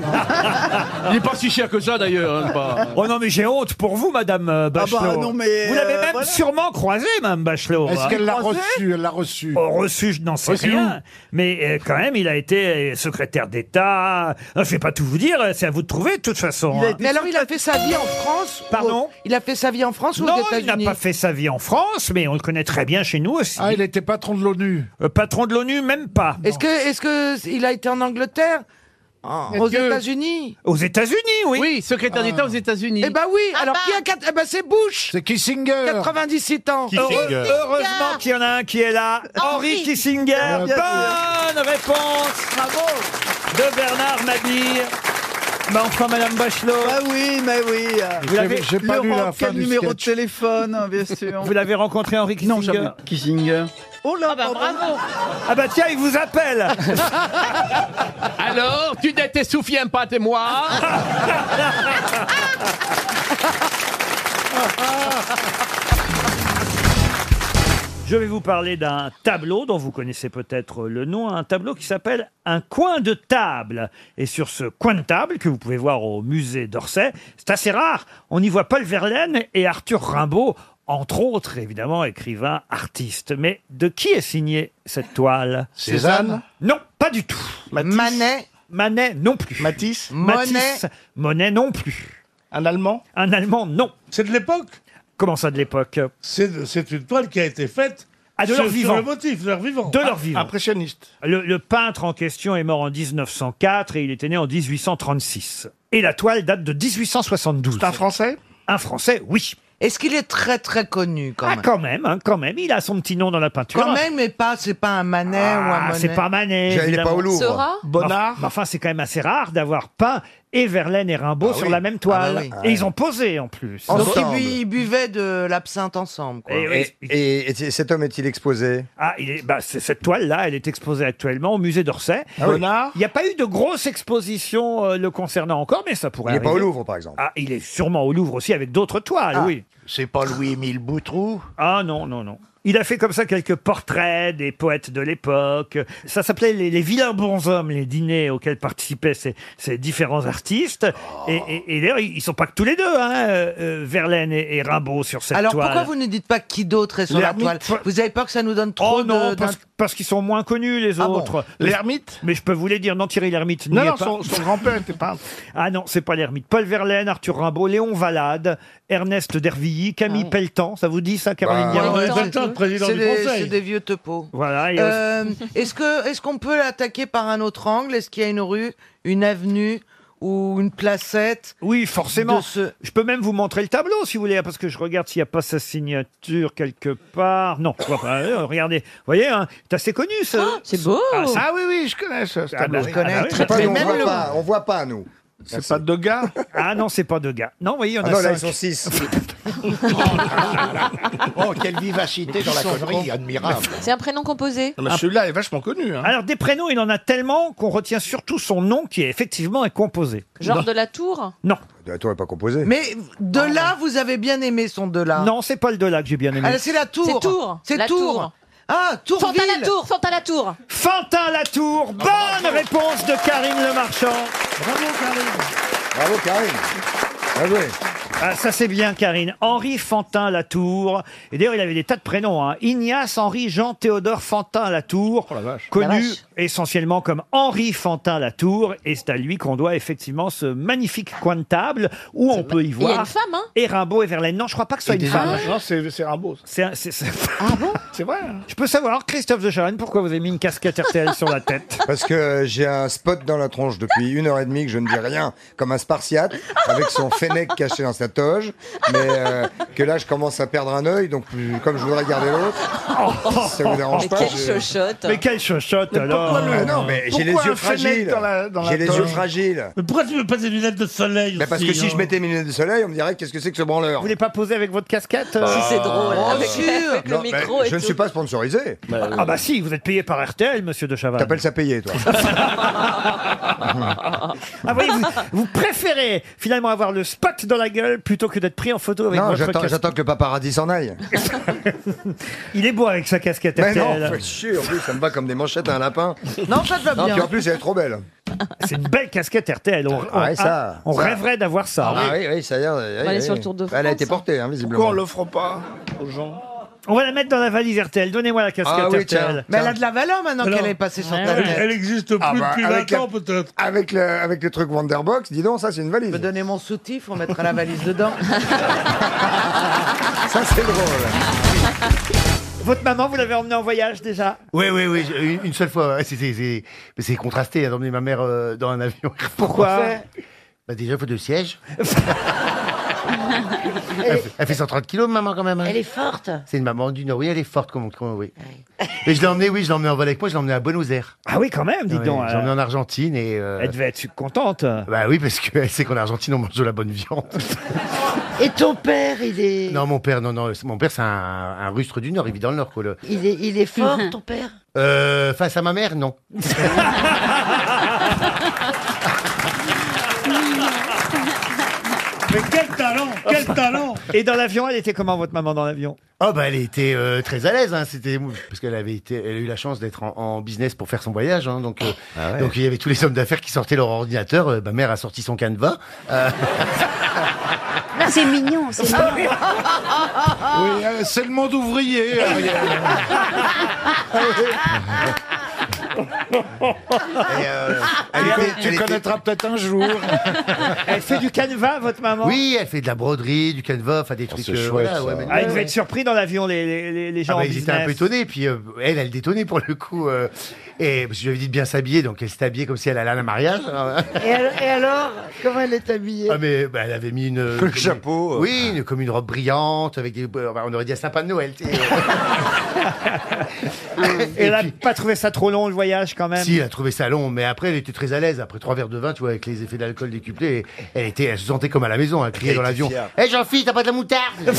S16: Il n'est pas si cher que ça d'ailleurs. hein, pas-
S2: Oh non, mais j'ai honte pour vous, Madame euh, Bachelot.
S16: Ah bah, non, mais,
S2: vous l'avez
S16: euh,
S2: même
S16: voilà.
S2: sûrement croisée, Madame Bachelot.
S11: Est-ce qu'elle l'a
S2: Croisée
S11: reçu Elle l'a reçu.
S2: Oh, reçu, je n'en sais
S11: Reçu
S3: hein.
S2: rien. Mais euh, quand même, il a été euh, secrétaire d'État. Non, Je ne vais pas tout vous dire, c'est à vous de trouver de toute façon. hein.
S5: Mais alors, il a fait sa vie en France ou-
S2: Pardon
S5: Il a fait sa vie en France ou
S2: Non,
S5: aux
S2: il n'a
S5: États-Unis
S2: pas fait sa vie en France, mais on le connaît très bien chez nous aussi. Ah, il était patron de l'ONU Patron de l'ONU, même pas.
S5: Est-ce que, est-ce que il a été en Angleterre En-
S16: Est-ce
S5: Aux
S16: que-
S5: États-Unis
S2: Aux États-Unis, oui.
S16: Oui, secrétaire d'État aux États-Unis.
S5: Eh ben oui.
S13: Ah
S5: alors
S13: bah.
S5: qui a quatre- eh ben c'est Bush.
S11: C'est Kissinger.
S5: 97 ans.
S2: Heureux- heureusement qu'il y en a un qui est là. Henri,
S5: Henri.
S2: Kissinger.
S5: Ah, bien
S2: Bonne réponse. De Bernard Mabille. Mais Bah, enfin, Madame Bachelot.
S13: Ah oui, mais oui.
S2: Vous l'avez- j'ai pas lu la
S13: Laurent,
S2: fin
S13: quel
S2: du
S13: numéro
S2: sketch.
S13: de téléphone, hein, bien sûr.
S2: Vous l'avez rencontré Henri Kissinger
S13: jamais.
S2: Kissinger.
S13: Oh là,
S16: bah,
S13: bravo
S2: Ah bah tiens, il vous appelle
S16: Alors, tu ne te souviens pas de moi
S2: Je vais vous parler d'un tableau dont vous connaissez peut-être le nom, un tableau qui s'appelle Un coin de table. Et sur ce coin de table, que vous pouvez voir au musée d'Orsay, c'est assez rare, on y voit Paul Verlaine et Arthur Rimbaud, entre autres, évidemment, écrivains, artistes. Mais de qui est signée cette toile
S11: Cézanne
S2: Non, pas du tout. Manet Manet, non plus.
S11: Matisse
S2: Matisse Monet, non plus.
S11: Un Allemand
S2: Un Allemand, non.
S24: C'est de l'époque
S2: Comment ça de l'époque
S24: C'est c'est une toile qui a été faite
S2: Ah, de
S24: sur,
S2: leur
S24: sur
S2: vivant.
S24: le motif, de leur vivant.
S2: De leur vivant.
S24: Impressionniste.
S2: Le, le peintre en question est mort en 1904 et il était né en 1836. Et la toile date de 1872. C'est un Français Un Français, oui.
S5: Est-ce qu'il est très très connu quand
S2: Ah,
S5: même
S2: quand même, hein, quand même. Il a son petit nom dans la peinture.
S5: Quand même, mais pas, c'est pas un Manet ou un
S2: Ah,
S5: Monet.
S2: c'est pas Manet. évidemment.
S5: Bonnard.
S2: Mais Enfin, c'est quand même assez rare d'avoir peint et Verlaine et Rimbaud sur
S5: oui.
S2: la même toile.
S5: Ah bah oui.
S2: Et ils ont posé en plus.
S5: Donc ils, bu- ils buvaient de l'absinthe ensemble. Quoi.
S2: Et,
S23: et- et c- cet homme est-il exposé
S2: Ah, il est- bah, c'est- cette toile-là, elle est exposée actuellement au musée d'Orsay.
S23: Ah oui.
S2: Bonnard. Il n'y a pas eu de grosse exposition euh, le concernant encore, mais ça pourrait
S23: Il n'est pas au
S2: arriver.
S23: Louvre, par exemple.
S2: Ah, il est sûrement au Louvre aussi avec d'autres toiles,
S23: Ah,
S2: oui.
S28: C'est pas Louis-Émile Boutroux
S2: Ah non, non, non. Il a fait comme ça quelques portraits des poètes de l'époque. Ça s'appelait les, les vilains bonshommes, les dîners auxquels participaient ces, ces différents artistes. Et, et- et d'ailleurs, ils sont pas que tous les deux, hein, euh, euh, Verlaine et, et Rimbaud sur cette
S5: Alors
S2: toile.
S5: pourquoi vous ne dites pas qui d'autre est sur la toile
S2: L'ermite-
S5: Vous avez peur que ça nous donne trop
S2: Oh non,
S5: de...
S2: parce, parce qu'ils sont moins connus les
S5: Ah bon.
S2: autres.
S5: L'ermite
S2: Mais je peux vous les dire, non, Thierry l'ermite. n'y
S5: Non,
S2: est
S5: non,
S2: pas.
S5: son- son grand-père était peintre.
S2: Ah non, c'est pas l'ermite. Paul Verlaine, Arthur Rimbaud, Léon Valade, Ernest Dervilly, Camille Pelletan. Ça vous dit ça,
S5: Bah,
S2: Caroline Diamant
S5: Ah. C'est des- C'est des vieux tepaux.
S2: Voilà. et-
S5: Euh, Est-ce que est-ce qu'on peut l'attaquer par un autre angle Est-ce qu'il y a une rue, une avenue ou une placette.
S2: Oui, forcément. Je peux même vous montrer le tableau si vous voulez, parce que je regarde s'il n'y a pas sa signature quelque part. Non, je vois pas. Euh, regardez, vous voyez, hein, c'est assez connu ça. c'est
S7: Oh.
S23: beau.
S2: Ah oui, oui, je connais ça. ce
S23: Ah bah,
S2: tableau.
S23: je connais. Très, très,
S2: Mais
S23: on,
S2: même
S23: voit
S2: le-
S23: pas, on voit pas, nous.
S2: C'est pas Degas Ah non, c'est pas Degas. Non, vous voyez, il y en
S23: Ah
S2: a
S23: non, là, ils
S2: cinq.
S23: sont six.
S17: Oh, quelle vivacité dans la connerie, admirable.
S9: C'est un prénom composé.
S2: Celui-là est vachement connu. Ah. hein. Alors, des prénoms, il en a tellement qu'on retient surtout son nom qui est effectivement incomposé.
S9: Genre de la tour
S2: Non.
S23: La tour n'est pas composée.
S5: Mais de
S2: Ah,
S5: là, vous avez bien aimé son de là.
S2: Non, c'est pas le de là que j'ai bien aimé.
S5: c'est la tour.
S9: C'est Tours.
S5: C'est
S9: La
S5: tour.
S9: Tour.
S5: Ah, Tourville.
S9: Fantin la tour, Fantin la tour.
S2: Fantin Latour, bonne réponse de Karine Le Marchand.
S23: Bravo, Karine. Bravo, Karine. Bravo.
S2: Ah, ça c'est bien, Karine. Henri Fantin Latour. Et d'ailleurs, il avait des tas de prénoms. hein. Ignace Henri Jean Théodore Fantin Latour,
S29: Oh La
S2: connu
S29: vache.
S2: essentiellement comme Henri Fantin Latour. Et c'est à lui qu'on doit effectivement ce magnifique coin de table où on peut y
S9: Il y
S2: voir.
S9: a une femme, hein
S2: Et Rimbaud et Verlaine. Non, je crois pas que ce soit une femme.
S29: Non, c'est c'est Rimbaud.
S2: C'est un- c'est- c'est-
S9: Ah
S29: C'est vrai. hein.
S2: Je peux savoir, Christophe de Chavannes, pourquoi vous avez mis une casquette RTL sur la tête
S23: Parce que j'ai un spot dans la tronche depuis une heure et demie que je ne dis rien, comme un spartiate, avec son fennec caché dans sa toge, mais euh, que là je commence à perdre un œil, donc euh, comme je voudrais garder l'autre, si ça vous dérange pas. je-
S2: Oh. Mais quelle chochotte
S23: hein. Mais
S2: alors
S23: pourquoi le- Ah non, mais j'ai les
S2: Pourquoi
S23: yeux
S2: un fennec
S23: fragiles.
S2: dans la- dans la
S23: J'ai les
S2: toge
S23: yeux fragiles.
S30: Mais pourquoi tu veux pas des lunettes de soleil
S23: Mais parce
S30: aussi,
S23: que si
S30: hein
S23: je mettais mes lunettes de soleil, on me dirait qu'est-ce que c'est que ce branleur
S2: Vous voulez pas poser avec votre casquette euh
S23: Si, c'est drôle,
S2: Oh,
S23: avec-
S2: sûr.
S23: avec le Non, mais micro et je ne tout. suis pas sponsorisé.
S2: Ah bah si, vous êtes payé par RTL, monsieur de Chavannes.
S23: T'appelles ça payé, toi
S2: Ah oui, vous, vous préférez finalement avoir le spot dans la gueule plutôt que d'être pris en photo avec
S23: Non,
S2: votre
S23: j'attends
S2: casquette.
S23: j'attends que le paparazzi s'en aille.
S2: Il est beau avec sa casquette
S23: Mais
S2: RTL.
S23: non, fais chier, en plus, ça me va comme des manchettes à un lapin.
S5: Non, ça te va bien.
S23: puis en plus, elle est trop belle.
S2: C'est une belle casquette RTL. On,
S23: Ah ouais,
S2: on-
S23: ça,
S2: on
S23: ça.
S2: rêverait d'avoir ça. hein.
S23: Ah, oui, oui, ça y est. oui,
S2: va aller
S23: oui.
S2: sur le Tour de
S23: Elle a
S2: France,
S23: été
S2: hein.
S23: portée, hein, visiblement.
S2: l'offre pas aux gens On va la mettre dans la valise RTL. Donnez-moi la casquette
S23: Ah oui,
S2: RTL.
S23: tiens.
S5: Mais elle a de la valeur maintenant
S23: Alors,
S5: hein, qu'elle est passée sur ta
S23: elle-
S5: tête.
S23: elle
S30: existe
S23: Ah bah, avec la-
S30: peut-être.
S23: Avec le, avec le truc Wonderbox, dis donc, ça c'est une valise.
S5: Me donner mon soutif, on mettra la valise dedans.
S23: ça c'est drôle.
S2: Votre maman, vous l'avez emmenée en voyage déjà
S3: Oui, oui, oui, j'ai- une- une seule fois. ouais, c'est- C'est c'est- mais c'est contrasté hein, d'emmener ma mère euh, dans un avion.
S2: Pourquoi
S3: bah Déjà, il faut deux sièges. elle, fait- elle fait 130 kilos, maman, quand même. Elle est forte. C'est une maman du Nord. Oui, elle est forte, comme on comme- oui. Mais je l'ai emmenée, oui, je l'ai emmenée en vol avec moi, je l'ai emmenée à Buenos Aires.
S2: Ah oui, quand même, dis
S3: Ouais,
S2: donc,
S3: Je l'ai
S2: euh.
S3: emmenée en Argentine et.
S2: Elle devait être
S3: contente. Bah oui, parce qu'elle sait qu'en Argentine, on mange de la bonne viande.
S14: Et ton père, il est,
S3: non, mon père, non, non. c'est- Mon père, c'est un, un rustre du Nord, il vit dans le Nord, quoi. le-
S14: il est, il est fort,
S11: Mhm.
S14: ton père
S3: Euh, face à ma mère, non.
S30: Mais quel talent Quel talent
S2: Et dans l'avion, elle était comment votre maman dans l'avion
S3: Oh bah elle était euh, très à l'aise, hein, c'était parce qu'elle avait été, elle a eu la chance d'être en, en business pour faire son voyage, hein, donc euh,
S29: ouais.
S3: donc il y avait tous les hommes d'affaires qui sortaient leur ordinateur. euh, ma mère a sorti son canevas. euh,
S4: Ah,
S3: Ah,
S4: C'est mignon, c'est mignon.
S12: Ah.
S11: Oui, euh, c'est le monde ouvrier.
S2: euh,
S3: Euh, elle était-
S11: tu
S3: elle était-
S11: connaîtras peut-être un jour.
S2: Elle fait du canevas, votre maman
S3: Oui, elle fait de la broderie, du canevas, enfin des trucs.
S2: c'est
S3: euh,
S2: chouette,
S3: voilà, ouais, mais-
S2: Ah, ils devaient être surpris dans l'avion, les, les- les- les gens
S3: Ah bah,
S2: en
S3: ils étaient un peu
S2: business.
S3: étonnés, puis euh, elle, elle détonnait pour le coup. euh, et parce que je lui avais dit de bien s'habiller, donc elle s'est habillée comme si elle allait à un mariage.
S14: et, al- et alors, comment elle est habillée
S3: Ah mais bah, elle avait mis une
S14: Le
S3: comme-
S14: chapeau.
S3: Oui, une- comme une robe brillante avec des. euh, On aurait dit un sapin de Noël. tu sais.
S2: Et elle a pas trouvé ça trop long, le voyage, quand même
S3: Si, elle a trouvé ça long, mais après, elle était très à l'aise. Après trois verres de vin, tu vois, avec les effets d'alcool décuplés, elle était, elle se sentait comme à la maison. Elle criait dans l'avion. Eh Jean-Philippe, t'as pas de la moutarde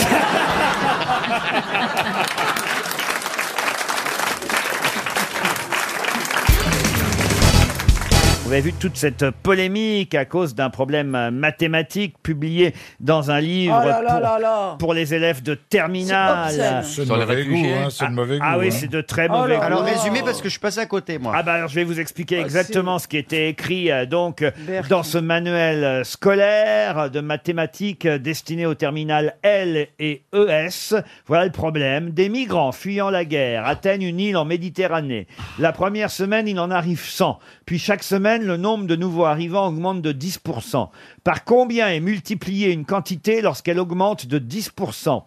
S2: Vous avez vu toute cette polémique à cause d'un problème mathématique publié dans un livre
S14: Oh là là
S2: pour,
S14: là là.
S2: pour les élèves de terminale.
S14: obscène.
S11: C'est de Sur les mauvais réfugiés. goût, hein, c'est de mauvais
S2: Ah
S11: goût,
S2: oui,
S11: hein.
S2: c'est de très
S11: Oh là
S2: mauvais goût.
S11: là. Alors,
S2: résumé
S11: résumez,
S2: parce
S1: que je passe à côté, moi.
S2: Ah bah alors je vais vous expliquer exactement ce qui était écrit euh, donc euh, dans ce manuel euh, scolaire euh, de mathématiques euh, destiné aux terminales L et ES. Voilà le problème. Des migrants fuyant la guerre atteignent une île en Méditerranée. La première semaine, il en arrive 100. Puis chaque semaine, le nombre de nouveaux arrivants augmente de 10%. Par combien est multipliée une quantité lorsqu'elle augmente de 10%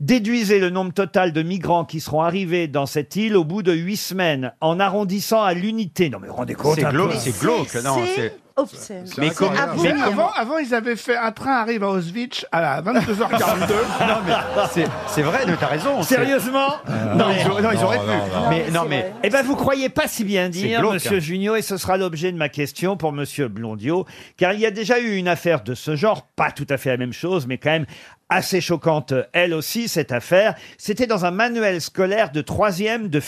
S2: Déduisez le nombre total de migrants qui seront arrivés dans cette île au bout de huit semaines en arrondissant à l'unité. Non mais vous vous rendez compte hein,
S1: C'est
S2: un peu
S1: glauque, c'est glauque, non, c'est-
S31: obscène.
S2: Mais
S7: Comme-
S2: comment
S7: Mais avant, avant, ils avaient fait un train arrive à Auschwitz à la 22h42.
S1: Non, mais Ah, c'est- c'est vrai, t'as raison. c'est-
S2: Sérieusement
S1: Euh, non, ils auraient- non, ils auraient pu. Mais non, mais.
S2: Eh ben, vous croyez pas si bien
S1: C'est
S2: dire,
S1: glauque,
S2: Monsieur
S1: hein.
S2: Junio, et ce sera l'objet de ma question pour Monsieur Blondiot, car il y a déjà eu une affaire de ce genre, pas tout à fait la même chose, mais quand même assez choquante, elle aussi, cette affaire. C'était dans un manuel scolaire de troisième de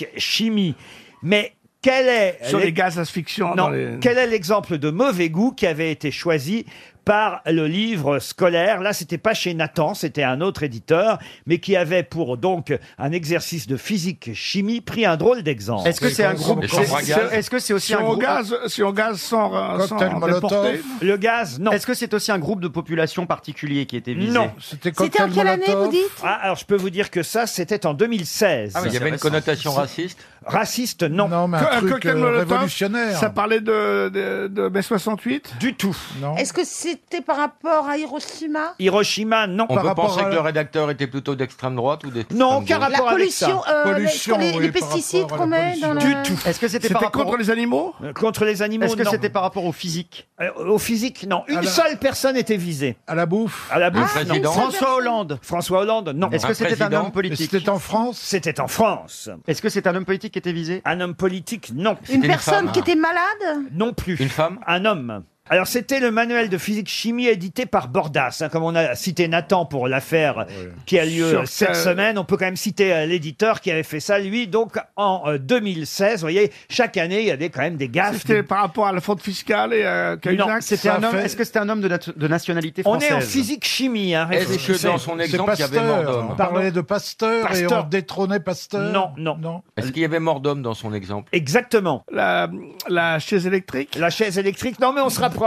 S2: physique-chimie. Mais quel est
S7: Sur les
S2: l'ex-
S7: gaz asphyxiants.
S2: Non,
S7: dans les-
S2: quel est l'exemple de mauvais goût qui avait été choisi par le livre scolaire Là, c'était pas chez Nathan, c'était un autre éditeur, mais qui avait pour donc un exercice de physique chimie pris un drôle d'exemple.
S1: Est-ce que c'est un groupe c'est- Est-ce que c'est aussi
S7: si
S1: un
S7: on
S1: groupe
S7: gaz, Si on gaz sans, euh, sans déporter,
S2: Le gaz, non.
S1: Est-ce que c'est aussi un groupe de population particulier qui était visé
S2: Non,
S1: C'était en quelle année, vous Molotov. dites
S2: Ah, alors je peux vous dire que ça, c'était en 2016.
S25: Ah oui, il y avait une connotation raciste
S2: Raciste, non. Non,
S7: Que- un cocktail
S3: euh,
S1: euh,
S7: Molotov, Ça parlait de, de, de mai 68
S2: Du tout.
S7: Non.
S31: Est-ce que c'était par rapport à Hiroshima
S2: Hiroshima, non.
S25: On peut penser que le
S2: la-
S25: rédacteur était plutôt d'extrême droite ou d'extrême
S2: Non,
S25: gauche
S2: aucun rapport
S31: La
S2: avec ça.
S31: pollution, euh, la- Pollution, les- oui, les par pesticides rapport à la qu'on met pollution. dans la-
S2: Du tout.
S1: Est-ce que c'était par rapport au-
S2: animaux Contre les animaux,
S1: Est-ce que
S2: non.
S1: c'était par rapport au physique
S2: Euh, Au physique, non. Une
S1: À la-
S2: seule personne était visée. À la bouffe À la
S1: Le
S2: bouffe, non.
S1: président. François Hollande.
S2: François Hollande, non.
S1: Est-ce que c'était un homme politique
S2: C'était en France C'était en France.
S1: Est-ce que c'est un homme politique qui était visé
S2: Un homme politique, non.
S31: Une personne qui était malade
S2: Non plus.
S25: Une femme
S2: Un homme. Alors c'était le manuel de physique chimie édité par Bordas, hein, comme on a cité Nathan pour l'affaire qui a lieu
S7: Ah Sur
S2: euh, cette
S7: ce-
S2: semaine. On peut quand même citer euh, l'éditeur qui avait fait ça, lui, donc en euh, 2016. Vous voyez, chaque année, il y avait quand même des gaffes.
S7: C'était par rapport à la fraude fiscale et euh, à
S1: Non, c'était un homme. Est-ce que c'était un homme de, nat- de nationalité
S2: On
S1: française
S2: est en physique chimie. Hein,
S25: Est-ce que
S2: réfléchissez.
S25: dans son exemple, il y avait mort d'homme
S11: On parlait de Pasteur, et
S2: Pasteur.
S11: on détrônait Pasteur.
S2: Non, non, non.
S25: Est-ce qu'il y avait mort d'homme dans son exemple
S2: Exactement.
S7: La, la chaise électrique
S2: La chaise électrique, non mais on se rapproche.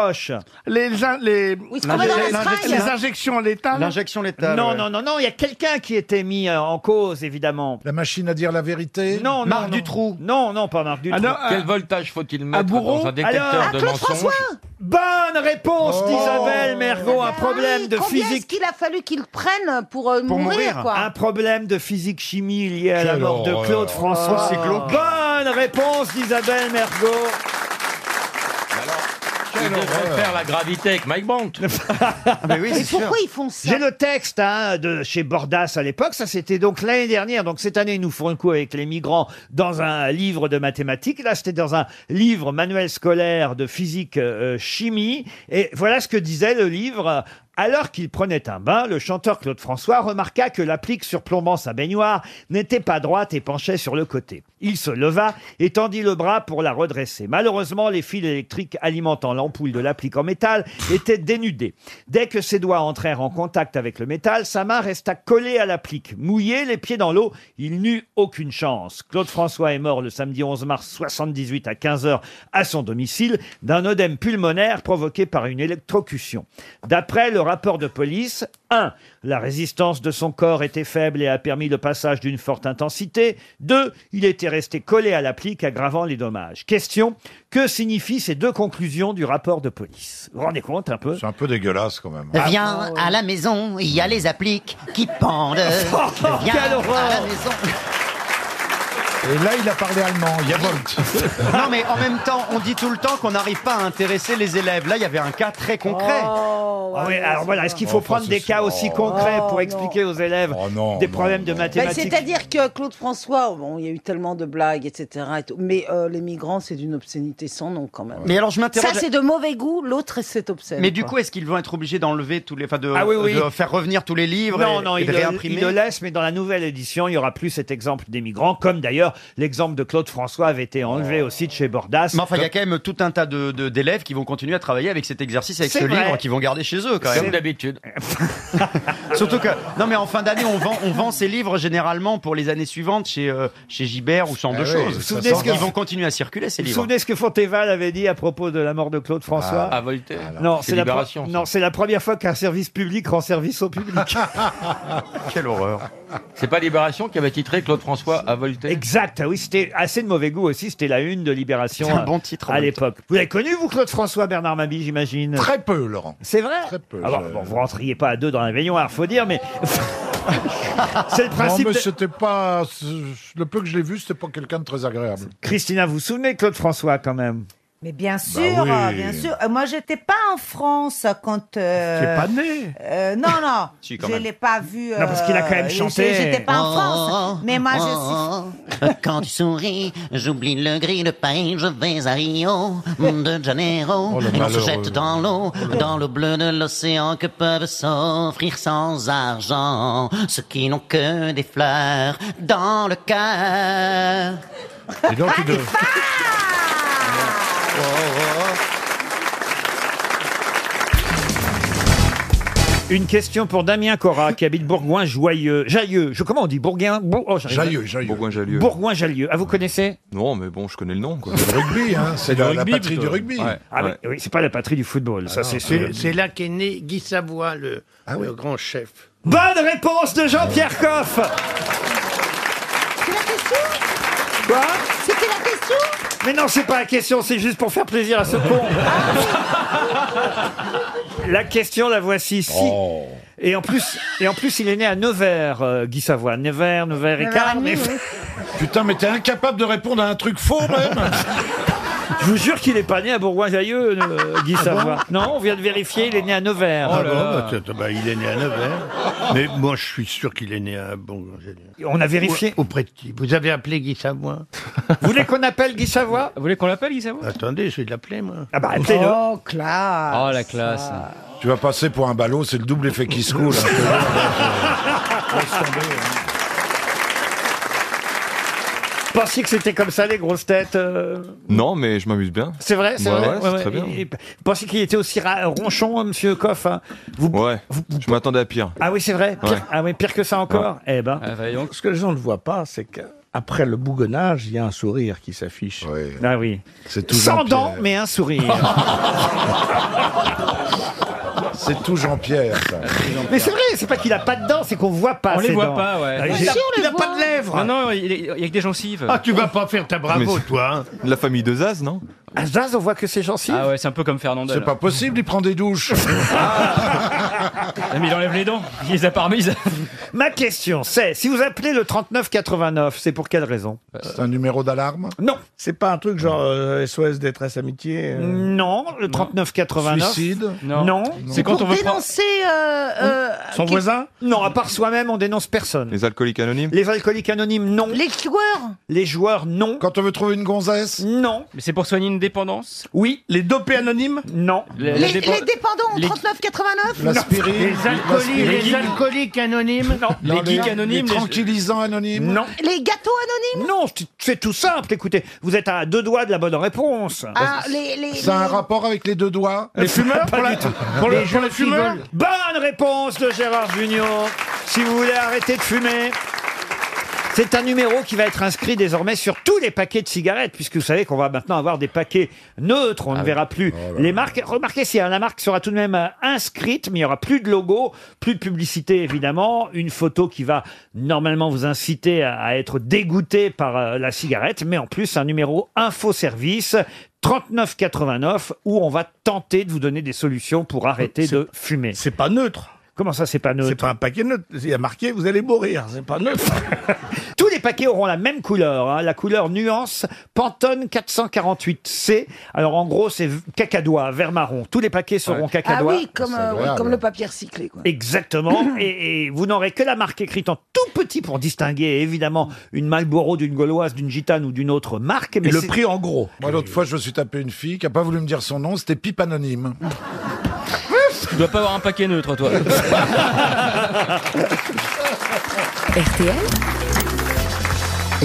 S7: Les, in- les,
S2: se croirait dans la
S7: les-
S2: seringue.
S7: les injections létales
S1: létale.
S2: Non,
S1: ouais.
S2: non, non, non, il y a quelqu'un qui était mis euh, en cause, évidemment.
S11: La machine à dire la vérité.
S2: Non, non,
S25: Marc
S2: non. Non, Ah non, euh, pas Marc Dutroux.
S25: Quel voltage faut-il mettre dans un détecteur
S2: Alors-
S25: de mensonges
S2: Bonne réponse
S25: Oh.
S2: d'Isabelle Mergot, un problème de
S31: Combien est-ce
S2: physique.
S31: qu'il a fallu qu'il prenne pour, euh, mourir, quoi
S2: Un problème de physique chimie lié à la
S25: Quelle
S2: mort de
S25: horreur.
S2: Claude François.
S25: Oh, c'est glauque.
S2: Bonne réponse d'Isabelle Mergot.
S25: Il devrait faire la gravité avec Mike Brandt.
S2: Mais pourquoi ils font ça J'ai le texte hein, de chez Bordas à l'époque. Ça, c'était donc l'année dernière. Donc cette année, ils nous font le coup avec les migrants dans un livre de mathématiques. Là, c'était dans un livre manuel scolaire de physique euh, chimie. Et voilà ce que disait le livre. Alors qu'il prenait un bain, le chanteur Claude François remarqua que l'applique surplombant sa baignoire n'était pas droite et penchait sur le côté. Il se leva et tendit le bras pour la redresser. Malheureusement, les fils électriques alimentant l'ampoule de l'applique en métal étaient dénudés. Dès que ses doigts entrèrent en contact avec le métal, sa main resta collée à l'applique. Mouillé, les pieds dans l'eau, il n'eut aucune chance. Claude François est mort le samedi 11 mars 78 à 15h à son domicile d'un odème pulmonaire provoqué par une électrocution. D'après le rapport de police, 1. La résistance de son corps était faible et a permis le passage d'une forte intensité. 2. Il était resté collé à l'applique, aggravant les dommages. Question que signifient ces deux conclusions du rapport de police Vous vous rendez compte un peu Eh C'est
S11: un peu dégueulasse quand même.
S17: Viens à la maison, il y a les appliques qui pendent.
S3: Oh,
S17: Viens
S11: quelle
S17: à la
S11: horreur.
S17: maison.
S11: Et là, il a parlé allemand. Il y a Volt.
S1: non, mais en même temps, on dit tout le temps qu'on n'arrive pas à intéresser les élèves. Là, il y avait un cas très concret.
S2: Ah oui, alors voilà, est-ce qu'il
S25: Oh,
S2: faut prendre des cas aussi concrets
S1: Oh,
S2: pour expliquer aux élèves des problèmes de
S19: Ben,
S1: Bah,
S2: mathématiques
S19: C'est-à-dire que Claude François, bon, il y a eu tellement de blagues, etc. et tout, mais euh, les migrants, c'est d'une obscénité sans nom quand même.
S1: Mais alors, je m'interroge-
S19: Ça, c'est de mauvais goût. L'autre, c'est obscène.
S1: Mais du
S19: quoi.
S1: coup, est-ce qu'ils vont être obligés d'enlever tous les, enfin de,
S2: Ah oui, oui.
S1: de faire revenir tous les livres
S2: Non,
S1: et,
S2: non,
S1: et
S2: il
S1: de
S2: le,
S1: réimprimer
S2: il le laisse, mais dans la nouvelle édition, il n'y aura plus cet exemple des migrants, comme d'ailleurs l'exemple de Claude François avait été enlevé aussi de chez Bordas.
S1: Oh. Mais enfin, il y a quand même tout un tas de- de- d'élèves qui vont continuer à travailler avec cet exercice, avec
S2: C'est
S1: ce
S2: vrai.
S1: livre qu'ils vont garder chez eux, quand
S25: Comme
S1: même.
S25: d'habitude.
S1: Surtout que, non, mais en fin d'année, on vend, on vend ces livres généralement pour les années suivantes chez, euh, chez Gibert ou ce genre
S2: Ah
S1: de
S2: oui,
S1: choses.
S2: vous vous souvenez ce que-
S1: Ils vont continuer à circuler,
S2: Vous
S1: ces
S2: vous
S1: livres.
S2: souvenez ce que Fonteval avait dit à propos de la mort de Claude François
S25: Ah, à Voltaire.
S2: Non,
S25: C'est
S2: c'est la, pre-
S25: Libération, ça.
S2: non, c'est la première fois qu'un service public rend service au public. Ah,
S25: Quelle horreur. C'est pas Libération qui avait titré Claude François à Voltaire
S2: exact, ah oui, c'était assez de mauvais goût aussi, c'était la une de Libération
S25: C'est un
S2: à-
S25: bon titre, en
S2: à
S25: même
S2: l'époque. Vous l'avez connu, vous, Claude François, Bernard Mabie, j'imagine
S11: Très peu, Laurent.
S2: C'est vrai
S11: Très peu.
S2: Alors,
S11: je-
S2: bon, vous rentriez pas à deux dans la baignoire, faut dire, mais... c'est le principe
S11: Non, mais
S2: de-
S11: c'était pas. Le peu que je l'ai vu, c'était pas quelqu'un de très agréable.
S2: Christina, vous vous souvenez de Claude François quand même
S14: Mais bien sûr,
S4: Bah oui.
S14: euh, bien sûr. Euh, Moi, j'étais pas en France quand. Euh,
S4: T'es pas né.
S14: euh, non, non.
S4: Si, quand
S14: je
S4: même.
S14: l'ai pas vu. euh,
S4: Non, parce qu'il a quand même
S14: je-
S4: chanté.
S14: J'étais pas en
S15: Oh,
S14: France. Mais moi,
S15: oh,
S14: je
S15: oh. Quand tu souris, j'oublie le gris de Paris, je vais à Rio de Janeiro.
S3: Oh, le
S15: et on se
S3: malheureux. Oh,
S15: jette dans l'eau, dans le bleu de l'océan que peuvent s'offrir sans argent ceux qui n'ont que des fleurs dans le cœur.
S3: Et
S12: Ah,
S3: donc, Oh, il de-
S2: Une question pour Damien Cora qui habite Bourgoin-Joyeux. Jailleux. Je, comment on dit Bourgoin Bour- oh, j'arrive-
S3: Jailleux,
S32: Bourgoin-Jallieu.
S2: Bourgoin-Jallieu. Ah, vous connaissez
S32: Non, mais bon, je connais le nom. quoi.
S3: C'est le rugby, hein, c'est la- la patrie du
S32: plutôt.
S3: rugby.
S32: Ouais,
S2: Ah oui,
S32: ouais.
S2: oui, c'est pas la patrie du football, ça c'est sûr.
S3: C'est là qu'est né Guy Savoie, le, le grand chef.
S2: Bonne réponse de Jean-Pierre Coff
S33: C'est la question
S2: Quoi
S33: C'était la question
S2: Mais non, c'est pas la question, c'est juste pour faire plaisir à ce con. La question, la voici. Si.
S3: Oh.
S2: Et, en plus, et en plus, il est né à Nevers, euh, Guy Savoie. Nevers, Nevers et Carmes.
S3: Putain, mais t'es incapable de répondre à un truc faux, même
S2: Je vous jure qu'il est pas né à Bourgoin-Jailleux, euh, Guy
S3: Ah bon
S2: Savoie. non, on vient de vérifier, il est né à Nevers.
S3: Ah bon, bah, t'as- t'as- bah, il est né à Nevers. Mais moi, je suis sûr qu'il est né à bon.
S2: On a vérifié.
S3: Auprès de qui Vous avez appelé Guy Savoie
S2: Vous voulez qu'on appelle Guy Savoie
S3: Vous voulez qu'on l'appelle Guy Savoie Attendez, je vais l'appeler, moi.
S2: Ah bah,
S3: appelez
S14: Oh, classe
S3: Oh, la classe.
S11: Tu vas passer pour un ballot, c'est le double effet qui se roule. hein.
S2: Vous pensiez que c'était comme ça, les grosses têtes euh,
S32: Non, mais je m'amuse bien.
S2: C'est vrai, c'est
S32: Ouais,
S2: vrai.
S32: ouais, c'est
S2: Ouais,
S32: très
S2: ouais.
S32: bien.
S2: Il- il- Vous pensez qu'il était aussi ra- ronchon, hein, monsieur Coff hein Vous-
S32: Ouais, je m'attendais à pire.
S2: Ah oui, c'est vrai. Pire-
S32: Ouais.
S2: Ah oui, pire que ça encore. Eh ben.
S34: Ce que les gens ne voient pas, c'est qu'après le bougonnage, il y a un sourire qui s'affiche.
S2: Ah oui.
S34: C'est
S2: Sans dents, mais un sourire.
S32: Ah,
S11: C'est tout Jean-Pierre, ça.
S2: mais c'est vrai, c'est pas qu'il a pas de dents, c'est qu'on voit pas.
S3: On les
S2: ses
S3: voit
S2: dents.
S3: pas, ouais.
S2: Ah,
S3: Mais
S2: j'ai-
S3: si, on
S2: il
S3: les
S2: a pas de lèvres.
S3: Non, non,
S2: il y a que des gencives.
S3: Ah, tu vas pas faire ta bravo,
S32: Mais-
S3: toi. hein.
S32: De la famille de Zaz, non
S2: À Zaz, on voit que ses gencives.
S32: Ah ouais, c'est un peu comme Fernandel.
S11: C'est pas possible, il prend des douches.
S2: Ah, Mais il enlève les dents, il les a Ma question, c'est si vous appelez le 3989, c'est pour quelle raison C'est un numéro d'alarme Non.
S34: C'est pas un truc genre euh, SOS détresse amitié. euh.
S2: Non, le 3989.
S34: Suicide
S2: Non.
S34: C'est quand
S33: Pour dénoncer... euh, euh, qui-
S2: Non, à part soi-même, on dénonce personne.
S32: Les alcooliques anonymes
S2: Les alcooliques anonymes, non. Les joueurs Les joueurs, non. Quand on veut trouver une gonzesse Non.
S3: Mais c'est pour soigner une dépendance
S2: Oui.
S3: Les dopés anonymes
S2: Non.
S33: Les, les dépendants au 39,89
S3: Les alcooliques, les alcooliques anonymes
S2: Non, les- les
S3: tranquillisants anonymes
S2: Non.
S33: Les gâteaux anonymes
S2: Non, c'est- c'est tout simple. Écoutez, vous êtes à deux doigts de la bonne réponse.
S33: Ah, les... les,
S11: Ça a
S33: les-
S11: un rapport avec les deux doigts
S2: Les fumeurs, pour la- pour le- pour les fumeurs Bonne réponse de Gérard Junior. Si vous voulez arrêter de fumer. C'est un numéro qui va être inscrit désormais sur tous les paquets de cigarettes, puisque vous savez qu'on va maintenant avoir des paquets neutres, on ne verra plus les marques. Remarquez, si hein, la marque sera tout de même euh, inscrite, mais il n'y aura plus de logo, plus de publicité évidemment, une photo qui va normalement vous inciter à, à être dégoûté par euh, la cigarette, mais en plus un numéro info-service 3989 où on va tenter de vous donner des solutions pour arrêter de fumer. C'est pas neutre. Comment ça, c'est pas neutre C'est pas un paquet neutre. Il y a marqué, vous allez mourir. C'est pas neutre. Tous les paquets auront la même couleur, hein, la couleur nuance Pantone 448C. Alors en gros, c'est v- cacadois, vert marron. Tous les paquets seront
S35: Ah
S2: cacadois. Ah,
S35: oui, comme, euh, oui, comme le papier recyclé. Quoi.
S2: Exactement. et, et vous n'aurez que la marque écrite en tout petit pour distinguer évidemment une Malboro d'une Gauloise, d'une Gitane ou d'une autre marque. Mais c'est-
S11: gros. Moi, l'autre fois, je me suis tapé une fille qui n'a pas voulu me dire son nom, c'était Pipe Anonyme.
S32: Tu dois pas avoir un paquet neutre, toi.
S2: RTL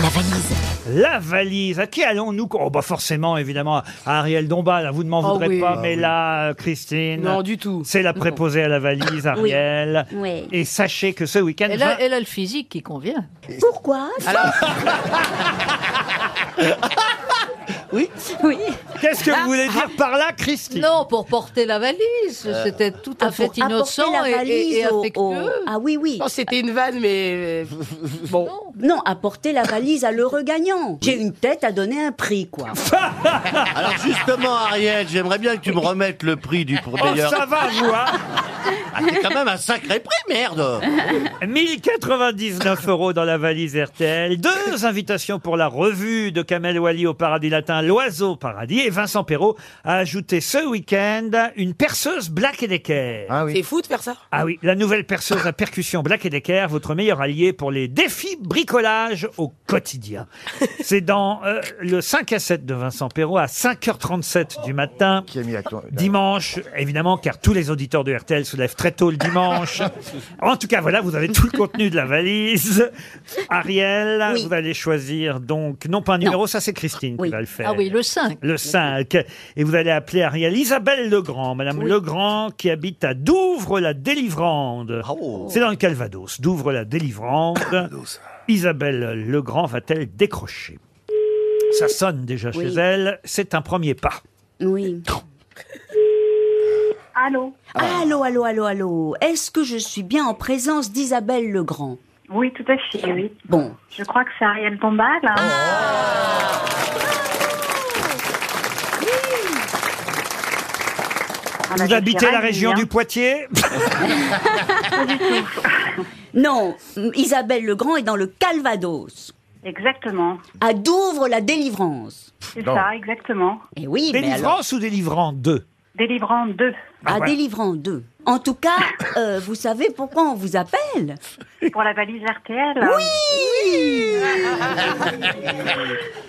S2: la valise. La valise. À qui allons-nous Oh bah forcément, évidemment, à Ariel Dombal. Vous ne m'en
S8: Oh
S2: voudrez
S8: oui.
S2: pas,
S8: Ah
S2: mais
S8: oui.
S2: là, Christine.
S8: Non, du tout.
S2: C'est la préposée à la valise,
S8: Oui.
S2: Ariel.
S8: Oui.
S2: Et sachez que ce week-end.
S8: Elle a, elle a le physique qui convient.
S33: Pourquoi
S2: Oui.
S8: Oui. Ah.
S2: Qu'est-ce que vous voulez dire par là, Christine
S8: Non, pour porter la valise.
S2: Euh.
S8: C'était tout Ah, à
S2: pour
S8: fait
S2: apporter
S8: innocent
S2: la
S8: et- et, et
S2: valise au-
S8: affectueux.
S2: au-
S8: Ah oui, oui.
S7: C'était une vanne, mais euh, bon. Non, apporter la valise à l'heureux gagnant. J'ai une tête à donner un prix, quoi.
S36: Alors justement, Ariel, j'aimerais bien que tu me remettes le prix du pour
S2: Oh,
S36: meilleur.
S2: ça va, vous, hein
S36: Ah, C'est quand même un sacré prix, merde
S2: 1099 euros dans la valise RTL. Deux invitations pour la revue de Kamel Wally au Paradis Latin, L'Oiseau Paradis. Et Vincent Perrault a ajouté ce week-end une perceuse Black Decker.
S37: C'est fou de faire ça
S2: Ah oui, la nouvelle perceuse à percussion Black Decker, votre meilleur allié pour les défis bricolage au quotidien. C'est dans euh, le 5 à 7 de Vincent Perrault à 5h37 du matin. Dimanche, évidemment, car tous les auditeurs de RTL se lèvent très tôt le dimanche. En tout cas, voilà, vous avez tout le contenu de la valise. Ariel, vous allez choisir donc, non pas un numéro, ça c'est Christine qui va le faire.
S8: Ah oui, le 5.
S2: Le 5. Et vous allez appeler Ariel Isabelle Legrand, Madame
S8: Oui.
S2: Legrand qui habite à Douvres-la-Délivrande. C'est dans le Calvados. Douvres-la-Délivrande. Isabelle Legrand va-t-elle décrocher Ça sonne déjà
S7: Oui.
S2: chez elle. C'est un premier pas.
S7: Oui. Ah.
S38: Allô
S7: Allô, allô, allô, allô. Est-ce que je suis bien en présence d'Isabelle Legrand
S38: Oui, tout à fait, oui.
S7: Bon. Ah.
S38: Je crois que c'est Ariel Tombal. hein. Ah, bah,
S2: Vous
S38: je suis
S2: habitez la
S38: ravie,
S2: région
S38: hein.
S2: du Poitiers
S7: Non, Isabelle Legrand est dans le Calvados.
S38: Exactement.
S7: À Douvres la délivrance.
S38: C'est ça, exactement.
S7: Et oui, mais alors-
S2: Délivrance ou délivrant Ah 2
S38: Délivrant 2.
S7: à délivrant 2. En tout cas, euh, vous savez pourquoi on vous appelle
S38: Pour la valise RTL.
S7: Oui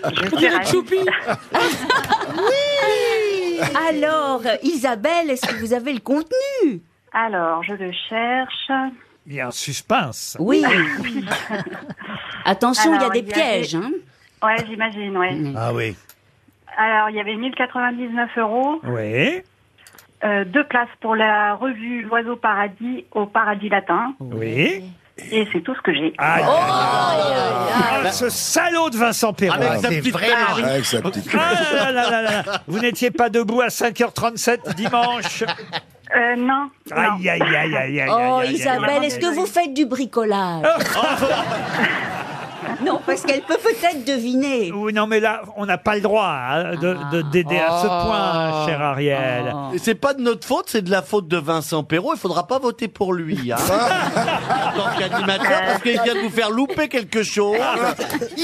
S38: Je suis ravie.
S7: Oui Alors, Isabelle, est-ce que vous avez le contenu
S38: Alors, je le cherche.
S2: Il y a un suspense.
S7: Oui. Attention, il y a
S38: Alors,
S7: des
S38: il y
S7: pièges.
S38: avait-
S7: hein.
S38: Ouais, j'imagine, ouais.
S2: Ah oui.
S38: Alors, il y avait 1099 euros,
S2: Oui.
S38: euh, deux places pour la revue L'Oiseau Paradis au Paradis Latin.
S2: Oui.
S38: Et c'est tout ce que j'ai.
S2: Ah, ce salaud de Vincent Perrault.
S38: Avec sa
S2: Ah,
S38: petite
S2: c'est
S38: pêche.
S2: vrai.
S38: Avec
S2: Ah là là là là là. Vous n'étiez pas debout à 5h37 dimanche.
S38: Euh, non.
S2: Aïe, aïe, aïe, aïe, aïe, aïe.
S7: Oh,
S2: aïe, aïe,
S7: Isabelle,
S2: aïe.
S7: est-ce que vous faites du bricolage Non, parce qu'elle peut peut-être deviner.
S2: Oui, non, mais là, on n'a pas le droit hein, de de- d'aider à ce point, cher Ariel.
S3: Ah. Et c'est pas de notre faute, c'est de la faute de Vincent Perrault. Il faudra pas voter pour lui, hein. En tant qu'animateur, parce qu'il vient de vous faire louper quelque chose.
S2: Ah,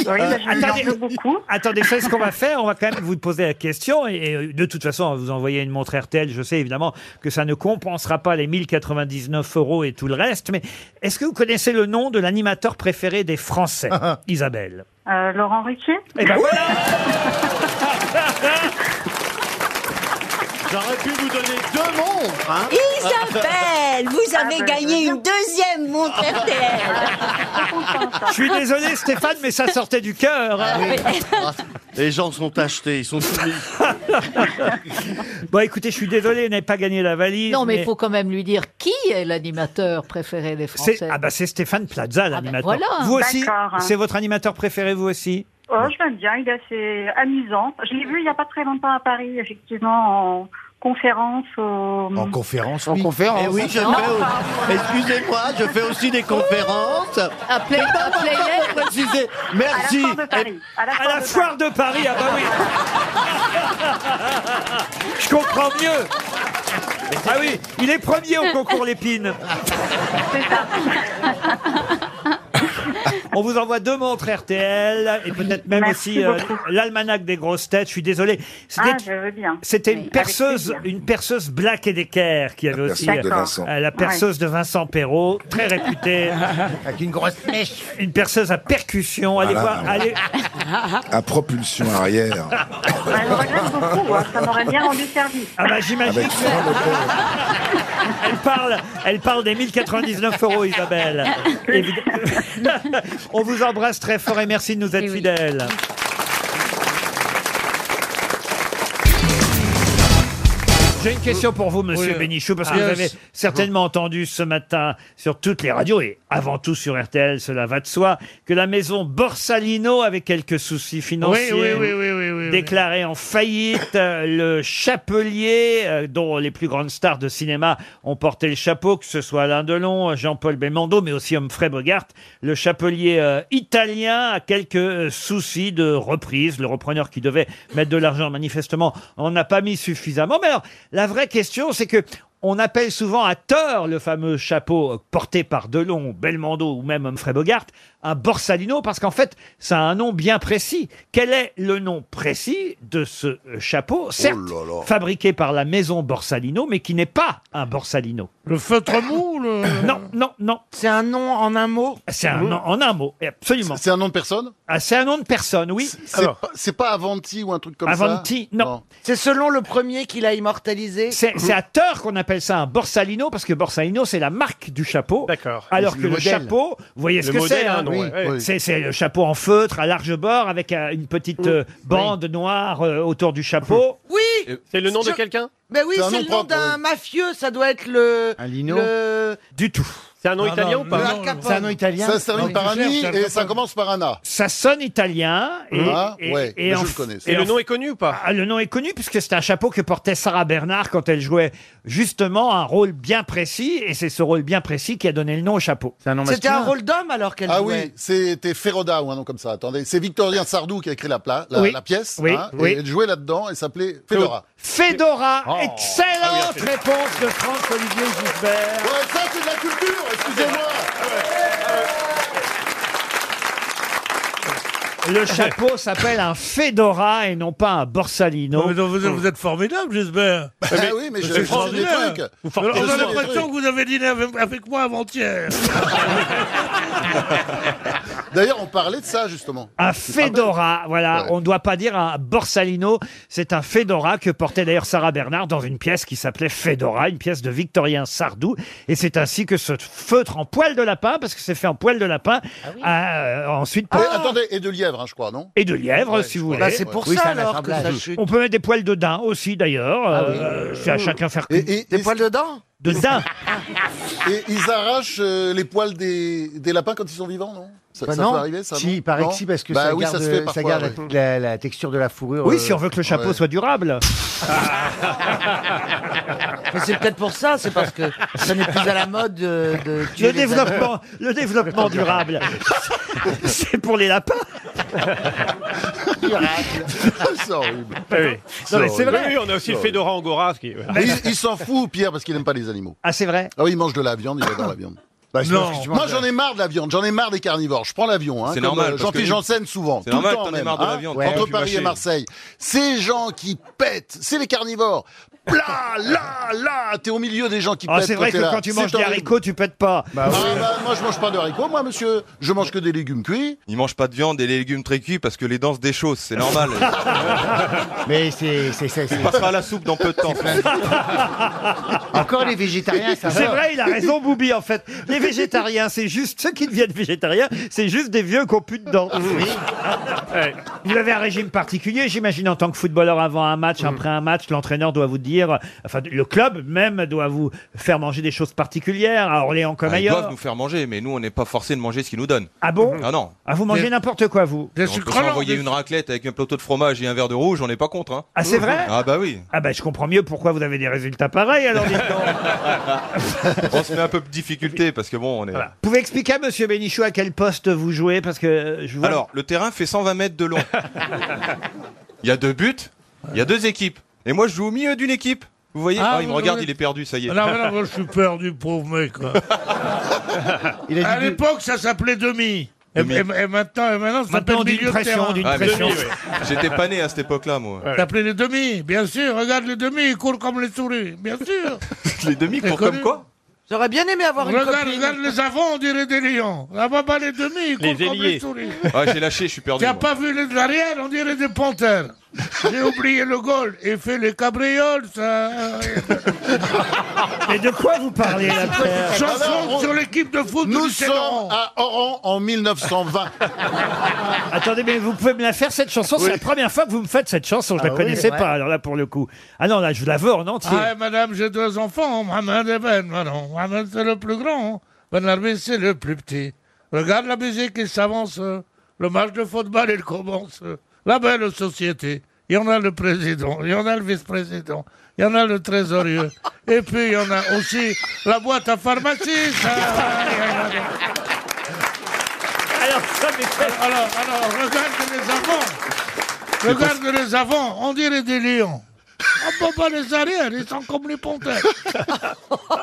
S2: Euh, Attendez, c'est ce qu'on va faire. On va quand même vous poser la question. Et, et, euh, de toute façon, on va vous envoyer une montre RTL. Je sais évidemment que ça ne compensera pas les 1099 euros et tout le reste. Mais est-ce que vous connaissez le nom de l'animateur préféré des Français,
S3: Ah,
S2: Isabelle
S38: Euh, Laurent Ruquier
S2: Eh ben voilà
S3: J'aurais pu vous donner deux montres, hein.
S7: Isabelle, vous avez gagné une deuxième montre RTL.
S2: Je suis désolé, Stéphane, mais ça sortait du cœur. hein.
S3: Ah Les gens sont achetés, ils sont soumis.
S2: Bon, écoutez, je suis désolé, vous n'avez pas gagné la valise.
S8: Non, mais il faut quand même lui dire qui est l'animateur préféré des
S2: C'est-
S8: Français. Ah
S2: Ah bah c'est Stéphane Plaza l'animateur.
S8: voilà.
S2: Vous aussi,
S38: D'accord.
S2: c'est votre animateur préféré vous aussi
S38: Oh, je l'aime bien, il est assez amusant. Je l'ai vu il n'y a pas très longtemps à Paris, effectivement, en conférence. au-
S2: En conférence,
S38: Mhm. En conférence.
S3: Eh oui, je
S38: Non.
S3: fais au- Excusez-moi, je fais aussi des conférences.
S38: À Play-
S3: Mais pas-
S38: à Play-
S3: pas- pas préciser. Merci.
S38: À la foire de Paris. À la
S2: À la foire de Paris, ah bah oui Je comprends mieux Ah oui, il est premier au concours Lépine On vous envoie deux montres RTL et peut-être même
S38: Merci
S2: aussi euh,
S38: beaucoup.
S2: l'almanach des grosses têtes. Je suis désolé. C'était
S38: Ah, je veux bien.
S2: C'était
S38: Oui,
S2: une
S38: avec
S2: perceuse,
S38: plaisir.
S2: une perceuse Black et Decker qui avait aussi euh,
S38: perceuse de Vincent.
S2: la perceuse de Vincent Perrault, très réputée, avec une grosse mèche, une perceuse à percussion. Allez
S4: Voilà.
S2: voir, allez.
S4: À propulsion arrière.
S38: Bah, je regrette beaucoup, hein, ça m'aurait bien rendu service.
S2: Ah bah j'imagine.
S4: Avec
S2: que- elle parle, elle parle des 1099 euros, Isabelle. Évid- On vous embrasse très fort et merci de nous être fidèles. J'ai une question pour vous, Oh, monsieur
S24: Oui. Ah,
S2: Bénichou, parce que
S24: Yes.
S2: vous avez certainement entendu ce matin sur toutes les radios et avant tout sur RTL, cela va de soi, que la maison Borsalino avait quelques soucis financiers.
S24: Oui, oui, oui, oui, oui, oui, oui.
S2: déclaré en faillite, euh, le chapelier euh, dont les plus grandes stars de cinéma ont porté le chapeau, que ce soit Alain Delon, euh, Jean-Paul Belmondo, mais aussi Humphrey Bogart, le chapelier euh, italien a quelques euh, soucis de reprise. Le repreneur qui devait mettre de l'argent manifestement en n'a pas mis suffisamment. Mais alors, la vraie question, c'est que on appelle souvent à tort le fameux chapeau euh, porté par Delon, Belmondo ou même Humphrey Bogart un borsalino parce qu'en fait, ça a un nom bien précis. Quel est le nom précis de ce euh, chapeau Certes,
S12: Oh là là.
S2: fabriqué par la maison Borsalino, mais qui n'est pas un borsalino. Le feutre mou
S3: euh,
S2: Non, non, non. C'est un nom en un mot C'est un nom en un mot, absolument. C'est un nom de personne C'est un nom de personne, oui.
S3: Ah,
S12: C'est pas, c'est pas Avanti ou un truc comme ça
S2: Avanti, non.
S3: C'est selon le premier qu'il a immortalisé.
S2: C'est c'est à tort qu'on appelle ça un borsalino parce que borsalino c'est la marque du chapeau. D'accord. Alors
S3: Le
S2: que le,
S3: modèle.
S2: chapeau, vous voyez ce
S3: Le
S2: que
S3: modèle,
S2: c'est.
S3: hein, non,
S2: oui.
S3: ouais, ouais.
S2: C'est c'est le chapeau en feutre à large bord avec euh, une petite euh, bande noire euh, autour du chapeau.
S3: Oui
S12: Eh,
S2: C'est le nom de
S3: Je-
S2: quelqu'un
S3: Mais oui,
S2: C'est un
S3: c'est
S2: nom
S3: le nom
S2: propre,
S3: d'un mafieux, ça doit être le...
S2: Un lino
S3: le-
S2: Du tout.
S8: C'est un nom
S3: Non,
S8: italien
S3: non,
S8: ou pas
S3: le Al Capone. C'est un nom italien
S12: Ça se termine
S3: Non,
S12: par
S3: tu
S12: ami
S3: cherches, Al
S12: et
S3: Capone.
S12: ça commence par Anna.
S2: Ça sonne italien. Et,
S12: Ah, ouais, mais je
S2: en-
S12: le connais, ça.
S8: Et le
S2: en-
S8: nom est connu ou pas
S2: Ah, Le nom est connu puisque c'est un chapeau que portait Sarah Bernard quand elle jouait justement un rôle bien précis et c'est ce rôle bien précis qui a donné le nom au chapeau.
S3: C'était un rôle d'homme alors qu'elle
S12: Ah
S3: jouait.
S12: oui, c'était Ferroda ou un nom comme ça. Attendez, c'est Victorien Sardou qui a écrit la, pla- la,
S2: Oui.
S12: la pièce.
S2: Oui,
S12: hein,
S2: oui.
S12: Et elle jouait là-dedans et s'appelait Fedora.
S2: Fedora,
S12: Oh. Ah
S2: excellente
S12: oui, la
S2: réponse de Franck-Olivier Gisbert.
S12: Ouais, ça c'est de la culture, excusez-moi.
S2: Le chapeau s'appelle un Fedora et non pas un Borsalino.
S24: Vous, vous êtes formidable, j'espère.
S12: Ah oui, mais je
S24: C'est
S12: vais prendre des
S24: extraordinaire.
S12: trucs.
S24: Vous
S12: Je
S24: On a
S12: sors des
S24: l'impression que vous avez dîné avec, avec moi avant-hier.
S12: D'ailleurs, on parlait de ça justement.
S2: Un Fedora, voilà, on ne doit pas dire un Borsalino, c'est un Fedora que portait d'ailleurs Sarah Bernard dans une pièce qui s'appelait Fedora, une pièce de Victorien Sardou, et c'est ainsi que ce feutre en poil de lapin, parce que c'est fait en poil de lapin,
S12: Ah
S2: a, euh, ensuite...
S12: Et, attendez, et de lièvre, hein, je crois, non
S2: Et de lièvre,
S12: Ah. Ouais,
S2: si
S12: je
S2: vous
S12: crois.
S2: voulez.
S12: Bah, c'est pour Oui, ça, ça alors, que ça chute.
S2: On peut mettre des poils de daim aussi, d'ailleurs.
S12: Ah
S2: euh,
S12: oui.
S2: C'est à chacun faire.
S12: des poils
S3: de dents
S2: De daim.
S12: Et ils arrachent euh, les poils des, des lapins quand ils sont vivants, non ça,
S9: Bah
S12: ça
S9: non.
S12: peut arriver, ça
S9: Si,
S12: non
S9: il paraît
S12: Non
S9: que si, parce que
S12: Bah
S9: ça,
S12: oui,
S9: garde, euh,
S12: ça se fait
S9: ça
S12: parfois,
S9: garde la-
S12: ouais.
S9: la, la texture de la fourrure.
S2: Oui,
S9: euh,
S2: si on veut que le chapeau
S9: ouais.
S2: soit durable.
S3: Mais c'est peut-être pour ça, c'est parce que ça n'est plus à la mode de... de tuer
S2: Le
S3: les
S2: développement,
S3: animaux.
S2: le développement durable, c'est pour les lapins.
S12: c'est horrible.
S8: Eh Non, mais c'est vrai. Oui, on a aussi
S12: C'est
S8: le Fedora Angora. ce qui est-
S12: Mais il, il s'en fout, Pierre, parce qu'il n'aime pas les animaux.
S2: Ah, c'est vrai
S12: Ah oui, il mange de la viande, il adore la viande. Bah, c'est
S32: Non.
S12: parce que tu manges Moi, j'en ai marre de la viande, j'en ai marre des carnivores. Je prends l'avion. Hein,
S32: C'est
S12: comme,
S32: normal,
S12: euh,
S32: parce
S12: J'en
S32: que
S12: fais
S32: tu-
S12: Janssen souvent.
S32: c'est
S12: tout le
S32: normal,
S12: temps
S32: t'en as
S12: même,
S32: marre de la
S12: hein,
S32: viande, t'en
S12: Entre
S32: peux plus
S12: Paris et
S32: mâcher.
S12: Marseille. Ces gens qui pètent, c'est les carnivores. Là, là, là, t'es au milieu des gens qui
S2: Ah,
S12: pètent.
S2: c'est vrai
S12: t'es
S2: que
S12: là.
S2: quand tu
S12: C'est
S2: manges des
S12: horrible.
S2: haricots, tu pètes pas.
S12: Ah, bah, moi, je mange pas de haricots, moi, monsieur. Je mange que des légumes cuits.
S32: Il mange pas de viande et les légumes très cuits parce que les dents se déchaussent, c'est normal.
S9: Mais c'est... c'est- c'est-
S32: tu
S9: c'est-
S32: passeras à la soupe dans peu de temps.
S9: Encore les végétariens, ça
S2: C'est
S9: va.
S2: vrai, il a raison, Boubi, en fait. Les végétariens, c'est juste ceux qui deviennent végétariens, c'est juste des vieux qu'on pue dedans. Vous avez un régime particulier, j'imagine, en tant que footballeur avant un match, après un match, l'entraîneur doit vous dire, enfin, le club même doit vous faire manger des choses particulières, à Orléans comme
S32: Ah, ils doivent
S2: ailleurs.
S32: nous faire manger, mais nous on n'est pas forcé de manger ce qu'ils nous donnent.
S2: Ah bon
S32: Ah non.
S2: Ah, vous mangez n'importe quoi, vous
S32: On peut s'envoyer une raclette avec un plateau de fromage et un verre de rouge, on n'est pas contre. Hein.
S2: Ah, c'est vrai
S32: Ah bah oui.
S2: Ah, bah, je comprends mieux pourquoi vous avez des résultats pareils, alors dites donc.
S32: on se met un peu de difficulté parce que bon, on est.
S2: Vous pouvez expliquer à Monsieur Bénichou à quel poste vous jouez Parce que euh, je vois.
S32: Alors, le terrain fait 120 mètres de long. Il y a deux buts, il y a deux équipes. Et moi, je joue au milieu d'une équipe. Vous voyez
S24: Ah,
S32: Ah, il me
S24: vous
S32: regarde,
S24: voyez.
S32: il est perdu, ça y est.
S24: Ah Non, mais non, moi, je suis perdu, pauvre mec. quoi.
S32: Il a dit
S24: à
S32: deux-
S24: l'époque, ça s'appelait demi. Et,
S32: Demi.
S24: et- et maintenant, et maintenant, ça s'appelle
S32: Maintenant,
S24: milieu de terrain.
S32: Ah, mais demi, ouais. J'étais pas né à cette époque-là, moi.
S24: T'appelais les demi, bien sûr. Regarde les demi, ils courent comme les souris, bien sûr.
S32: les demi
S24: T'as
S32: courent comme
S24: connu
S32: quoi
S24: J'aurais bien aimé avoir
S32: une
S24: regarde,
S32: copine.
S24: Regarde les avants, on dirait des lions. Là-bas, bas, les demi, ils courent
S32: Les
S24: comme
S32: ailiers.
S24: les souris.
S32: Ouais, Ah, j'ai lâché, je suis perdu.
S24: T'as
S32: moi.
S24: pas vu les arrières, on dirait des panthères. J'ai oublié le goal et fait les cabrioles, ça.
S2: Mais de quoi vous parlez, là, Pierre
S24: Chanson
S12: Alors, on-
S24: sur l'équipe de foot
S12: Nous
S24: du
S12: sommes à Oran en 1920.
S2: Attendez, mais vous pouvez me la faire cette chanson C'est la première fois que vous me faites cette chanson. Je
S24: Ah
S2: la
S24: oui,
S2: connaissais
S24: ouais.
S2: pas. Alors là, pour le coup. Ah non, là, je la veux en entier.
S24: Ah, madame, j'ai deux enfants, Mohamed et Ben. Manon. Mohamed, c'est le plus grand, Ben Arbi, c'est le plus petit. Regarde la musique, il s'avance. euh, Le match de football, il commence. La belle société. Il y en a le président, il y en a le vice-président, il y en a le trésorier. Et puis, il y en a aussi la boîte à pharmacie. ça.
S2: Alors,
S24: alors, alors, regarde les avants. Regarde les avants, on dirait des lions. On peut pas les arrières, ils sont comme les panthères.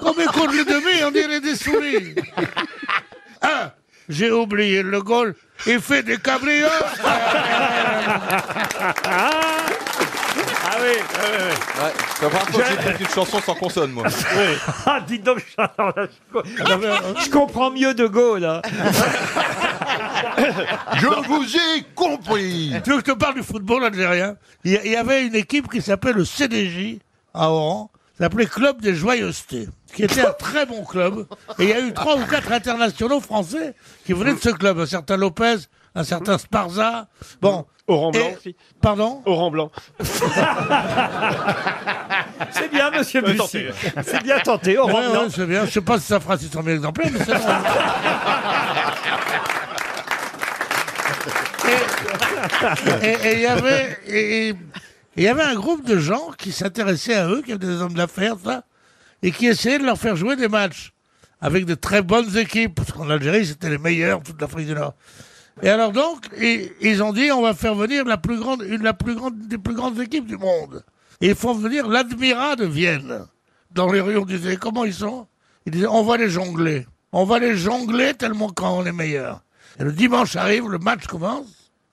S24: comme ils courent les demi, on dirait des souris. Un, Ah, j'ai oublié le goal, il fait des cabrioles
S8: Ah oui, oui, oui.
S7: C'est la première fois que j'écoute une chanson sans consonne, moi.
S2: Ah, dites donc, je,
S24: Ah,
S2: je comprends mieux De Gaulle. hein.
S24: Je vous ai compris. Tu veux que je te parle du football algérien Il y, a- il y avait une équipe qui s'appelait le CDJ à Oran, ça s'appelait Club des Joyeusetés, qui était un très bon club. Et il y a eu trois ou quatre internationaux français qui venaient de ce club. Un certain Lopez, un certain Sparza. Bon.
S8: Oran Blanc
S24: Et- Pardon
S8: Oran Blanc.
S2: C'est bien, monsieur
S8: Euh,
S2: Bussy.
S8: tenté.
S2: C'est bien tenté, Oran
S24: Ouais, ouais,
S2: Blanc.
S24: c'est bien. Je sais pas si ça fera 600 000 exemplaires, mais c'est bon. et et il y avait et- et il y avait un groupe de gens qui s'intéressaient à eux, qui avaient des hommes d'affaires, tout ça, et qui essayaient de leur faire jouer des matchs avec de très bonnes équipes, parce qu'en Algérie c'était les meilleurs, toute l'Afrique du Nord. Et alors donc, i- ils ont dit on va faire venir la plus grande, une de la plus grande des plus grandes équipes du monde. Et ils font venir l'Admira de Vienne. Dans les rues, on disait comment ils sont Ils disaient on va les jongler, on va les jongler tellement quand on est meilleur. Et le dimanche arrive, le match commence.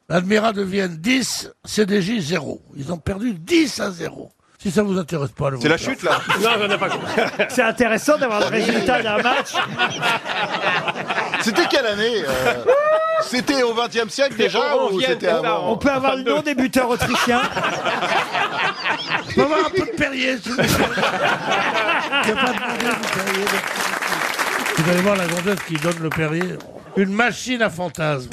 S24: L'Admira de Vienne 10, CDJ 0. Ils ont perdu 10 à 0. Si ça vous intéresse pas, le
S7: C'est la
S24: vote,
S7: chute, là
S24: Non,
S8: j'en ai pas compris.
S2: C'est intéressant d'avoir le résultat d'un match.
S7: C'était quelle année euh, C'était au XXe siècle déjà ou c'était avant
S2: On peut avoir le nom des buteurs autrichiens
S24: Je peux avoir un peu de Perrier, s'il vous plaît. Je vais pas demander du Perrier, mais- Vous allez voir la gonzesse qui donne le Perrier. Une machine à fantasmes.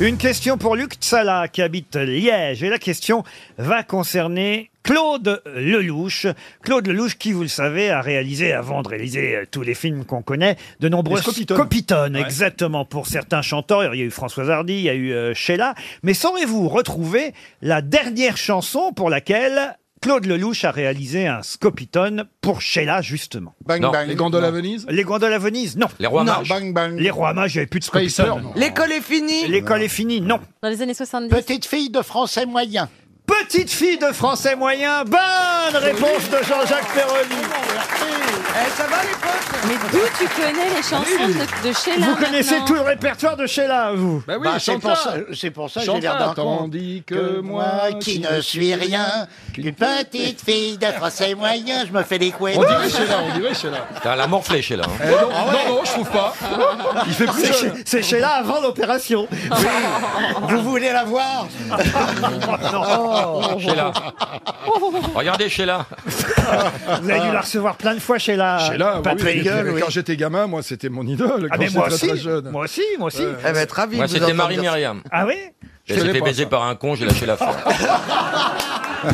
S2: Une question pour Luc Tsala qui habite Liège. Et la question va concerner Claude Lelouch. Claude Lelouch qui, vous le savez, a réalisé, avant de réaliser euh, tous les films qu'on connaît, de nombreuses
S21: Les Scopitones.
S2: Scopitones, exactement, pour certains chanteurs. Il y a eu Françoise Hardy, il y a eu euh, Sheila. Mais saurez-vous retrouver la dernière chanson pour laquelle Claude Lelouch a réalisé un Scopitone pour Sheila, justement
S11: Bang Non. bang. Les gondoles à
S2: Venise Les gondoles à Venise, non. Les rois
S11: mages Bang bang.
S2: Les rois mages, il n'y avait plus de Scopitone.
S14: L'école est finie.
S2: L'école est finie, non.
S14: Dans les années 70. Petite fille de français moyen.
S2: Petite fille de français moyen, bonne réponse de Jean-Jacques Perroni.
S3: Eh,
S14: ça va les potes Mais d'où tu connais les chansons de, de Sheila
S2: Vous connaissez
S14: maintenant
S2: tout le répertoire de Sheila, vous
S14: Bah oui,
S3: Bah,
S14: chante
S3: c'est pour
S14: là.
S3: ça, c'est pour ça que j'ai
S14: Chante
S3: l'air
S14: là,
S3: d'un con.
S14: tandis
S3: que moi qui ne suis rien, qu'une petite fille d'un français moyen, je me fais des couettes.
S14: On dirait Sheila,
S3: on Ah dirait Sheila.
S25: T'as la morflée chez là. hein.
S3: Eh, non, non, non,
S7: je trouve pas.
S3: Il fait plus
S2: C'est
S3: jeune.
S2: chez- C'est Sheila avant l'opération.
S3: Vous voulez la voir
S2: Eh Non. Oh,
S25: Sheila. Regardez Sheila.
S2: Vous avez dû la recevoir plein de fois, Sheila.
S18: Sheila, bah oui,
S2: Patrick.
S18: oui, quand j'étais gamin, moi, c'était mon idole.
S2: Ah,
S18: quand
S2: mais
S18: j'étais
S2: moi
S18: très,
S2: aussi.
S18: très jeune.
S2: Moi aussi, moi aussi.
S18: Ouais. Elle va être ravie
S25: Moi,
S18: de vous
S25: c'était
S18: entendre
S25: Marie
S18: dire ça.
S25: Myriam.
S2: Ah oui
S25: Elle s'est fait baiser par un con, j'ai lâché la fin.
S14: Bah,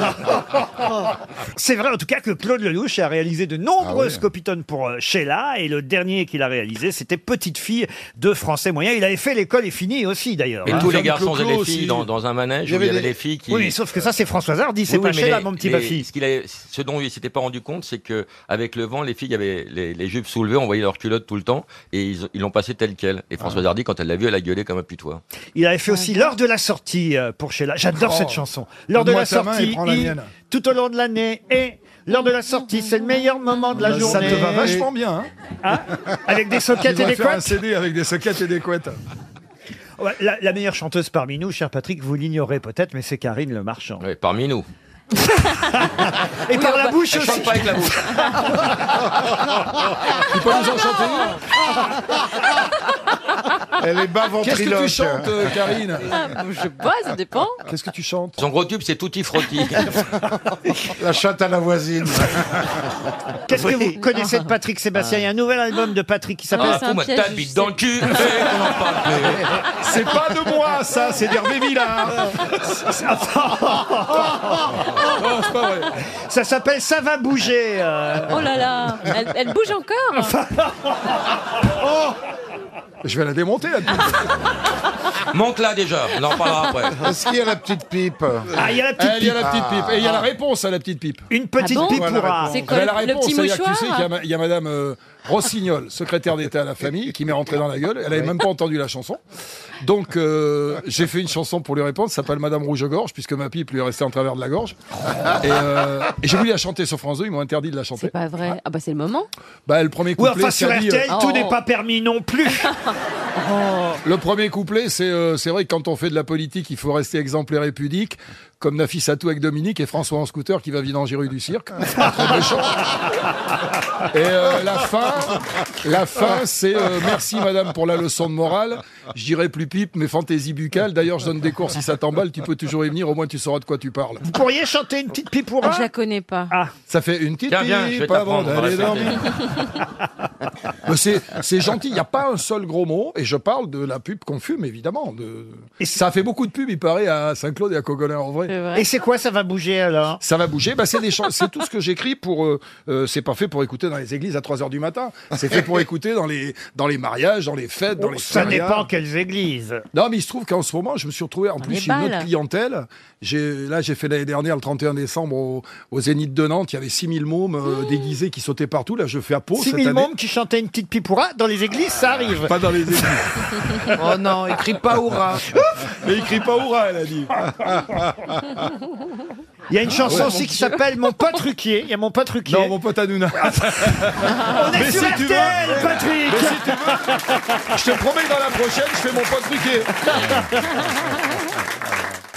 S2: C'est vrai en tout cas que Claude Lelouch a réalisé de
S25: Ah
S2: nombreuses copitones pour euh, Sheila et le dernier qu'il a réalisé c'était Petite fille de français moyen. Il avait fait l'école est finie aussi d'ailleurs.
S25: Et
S2: hein.
S25: tous les garçons et les filles dans, dans un hein, manège où il y avait les filles qui.
S2: Oui, mais sauf que ça c'est Françoise Hardy, c'est
S25: Oui,
S2: pas
S25: oui, mais
S2: Sheila
S25: les-
S2: mon petit
S25: les-
S2: Bafi.
S25: Ce, qu'il avait- ce dont il s'était pas rendu compte, c'est que avec le vent, les filles avaient les, les jupes soulevées, on voyait leurs culottes tout le temps, et ils ils l'ont passé telle quelle. Et Françoise Hardy, quand elle l'a vu, elle a gueulé comme un putois.
S2: Il avait
S18: Ah,
S2: fait aussi lors de la sortie euh, pour Sheila. J'adore
S25: Oh.
S2: cette chanson. Lors de
S18: Donne-moi
S2: la
S18: ta main et
S2: sortie,
S18: prends la
S2: il-
S18: mienne.
S2: tout au long de l'année et lors de la sortie, c'est le meilleur moment de la
S18: Ah, Bah, Ça
S2: journée. Ah,
S18: te va vachement bien. Hein
S2: Avec des soquettes
S18: Ils
S2: et
S18: vont
S2: des
S18: faire un
S2: couettes.
S18: CD avec des soquettes et des couettes.
S2: Ouais, La, la meilleure chanteuse parmi nous, cher Patrick, vous l'ignorez peut-être, mais c'est Karine Le Marchand.
S25: Oui, parmi nous.
S2: Et par la bouche
S25: Elle chante
S2: aussi.
S25: pas avec la bouche.
S11: Tu peux nous en chanter
S25: Ah,
S11: une Elle est bas
S18: Qu'est-ce que tu
S11: ventriloque.
S18: chantes, euh, Karine
S14: Ah, bah, Je sais pas, ça dépend.
S18: Qu'est-ce que tu chantes
S25: Son gros tube, c'est Tutti Frotti.
S11: La chatte à la voisine.
S2: Qu'est-ce que vous connaissez de Patrick Sébastien Il y a un nouvel album de Patrick qui s'appelle
S25: Ah, fous-moi ta bite dans le cul. et on en parle plus.
S18: C'est pas de moi, ça, c'est d'Hervé Villard. Non, c'est pas vrai.
S2: Ça s'appelle Ça va bouger. euh.
S14: Oh là là, elle, elle bouge encore.
S18: Je vais la démonter, la pub.
S25: Manque là déjà, on en reparlera après.
S11: Est-ce qu'il y a la petite pipe
S2: Ah, il y a la petite
S18: Ah, il y a la
S2: pipe.
S18: petite pipe. Et il y a la
S11: Ah.
S18: réponse à la petite pipe.
S2: Une petite
S14: Ah bon
S2: pipe
S18: Voilà
S2: pour
S18: la
S2: un-
S18: réponse.
S14: C'est quoi,
S18: Ben, la
S14: le- le
S18: réponse,
S14: petit
S18: c'est-à-dire que
S14: mouchoir hein
S18: Tu sais qu'il y a ma- il y, a madame euh, Rossignol, secrétaire d'État à la famille, qui m'est rentré dans la gueule. Elle avait même pas entendu la chanson. Donc, euh, j'ai fait une chanson pour lui répondre. Ça s'appelle Madame Rouge-Gorge, puisque ma pipe lui est restée en travers de la gorge. Et, euh, et j'ai voulu la chanter sur France 2. Ils m'ont interdit de la chanter.
S14: C'est pas vrai. Ah bah c'est le moment.
S18: Bah, le premier
S2: Ou
S18: couplet.
S2: enfin sur
S18: ça dit, euh, Oh.
S2: RTL, tout n'est pas permis non plus.
S18: Le premier couplet, c'est euh, c'est vrai que quand on fait de la politique, il faut rester exemplaire et pudique, comme Nafis Satou avec Dominique et François en scooter qui va vidanger rue du cirque. Entre deux choses. et euh, la fin, la fin, c'est euh, merci madame pour la leçon de morale. Je dirais plus pipe, mais fantaisie buccale. D'ailleurs, je donne des cours si ça t'emballe, tu peux toujours y venir, au moins tu sauras de quoi tu parles.
S2: Vous pourriez chanter une petite pipoura
S14: Je la connais pas.
S3: Ah.
S18: Ça fait une petite
S25: Tiens, viens, je vais
S18: pipe avant
S25: t'apprendre. on va
S18: d'aller
S25: la chanter.
S18: dormir. Mais C'est c'est gentil, il n'y a pas un seul gros mot, et je parle de la pub qu'on fume, évidemment. De... Ça fait beaucoup de pubs, il paraît, à Saint-Claude et à Cogolin, en vrai.
S2: Et c'est quoi ça va bouger alors
S18: Ça va bouger, bah, c'est des chans- c'est tout ce que j'écris pour... euh, euh, c'est pas fait pour écouter dans les églises à 3h du matin, c'est fait pour écouter dans les, dans les mariages, dans les fêtes, dans les
S2: Ça
S18: soirées.
S2: dépend quelles églises.
S18: Non, mais il se trouve qu'en ce moment, je me suis retrouvé, en
S2: les
S18: plus, j'ai une
S2: balles.
S18: autre clientèle. J'ai, là, j'ai fait l'année dernière, le 31 décembre, au, au Zénith de Nantes, il y avait 6000 mômes euh, déguisés qui sautaient partout. Là, je fais à Pau Oh, cette
S2: 6000
S18: année.
S2: mômes qui chantaient une petite pipoura dans les églises, ça arrive.
S18: Pas dans les églises.
S2: oh non, écrit pas hurrah.
S18: Mais il crie pas hurrah, elle a dit.
S2: Il y a une chanson
S18: Ouais, mon
S2: aussi qui
S18: Dieu.
S2: s'appelle Mon pote Ruquier. Il y a mon pote Ruquier. Non, mon
S18: pote Hanouna.
S2: On est
S18: Mais
S2: sur
S18: si tu
S2: RTL,
S18: veux.
S2: Patrick.
S18: Mais si tu veux, je te promets que dans la prochaine, je fais mon pote Riquet.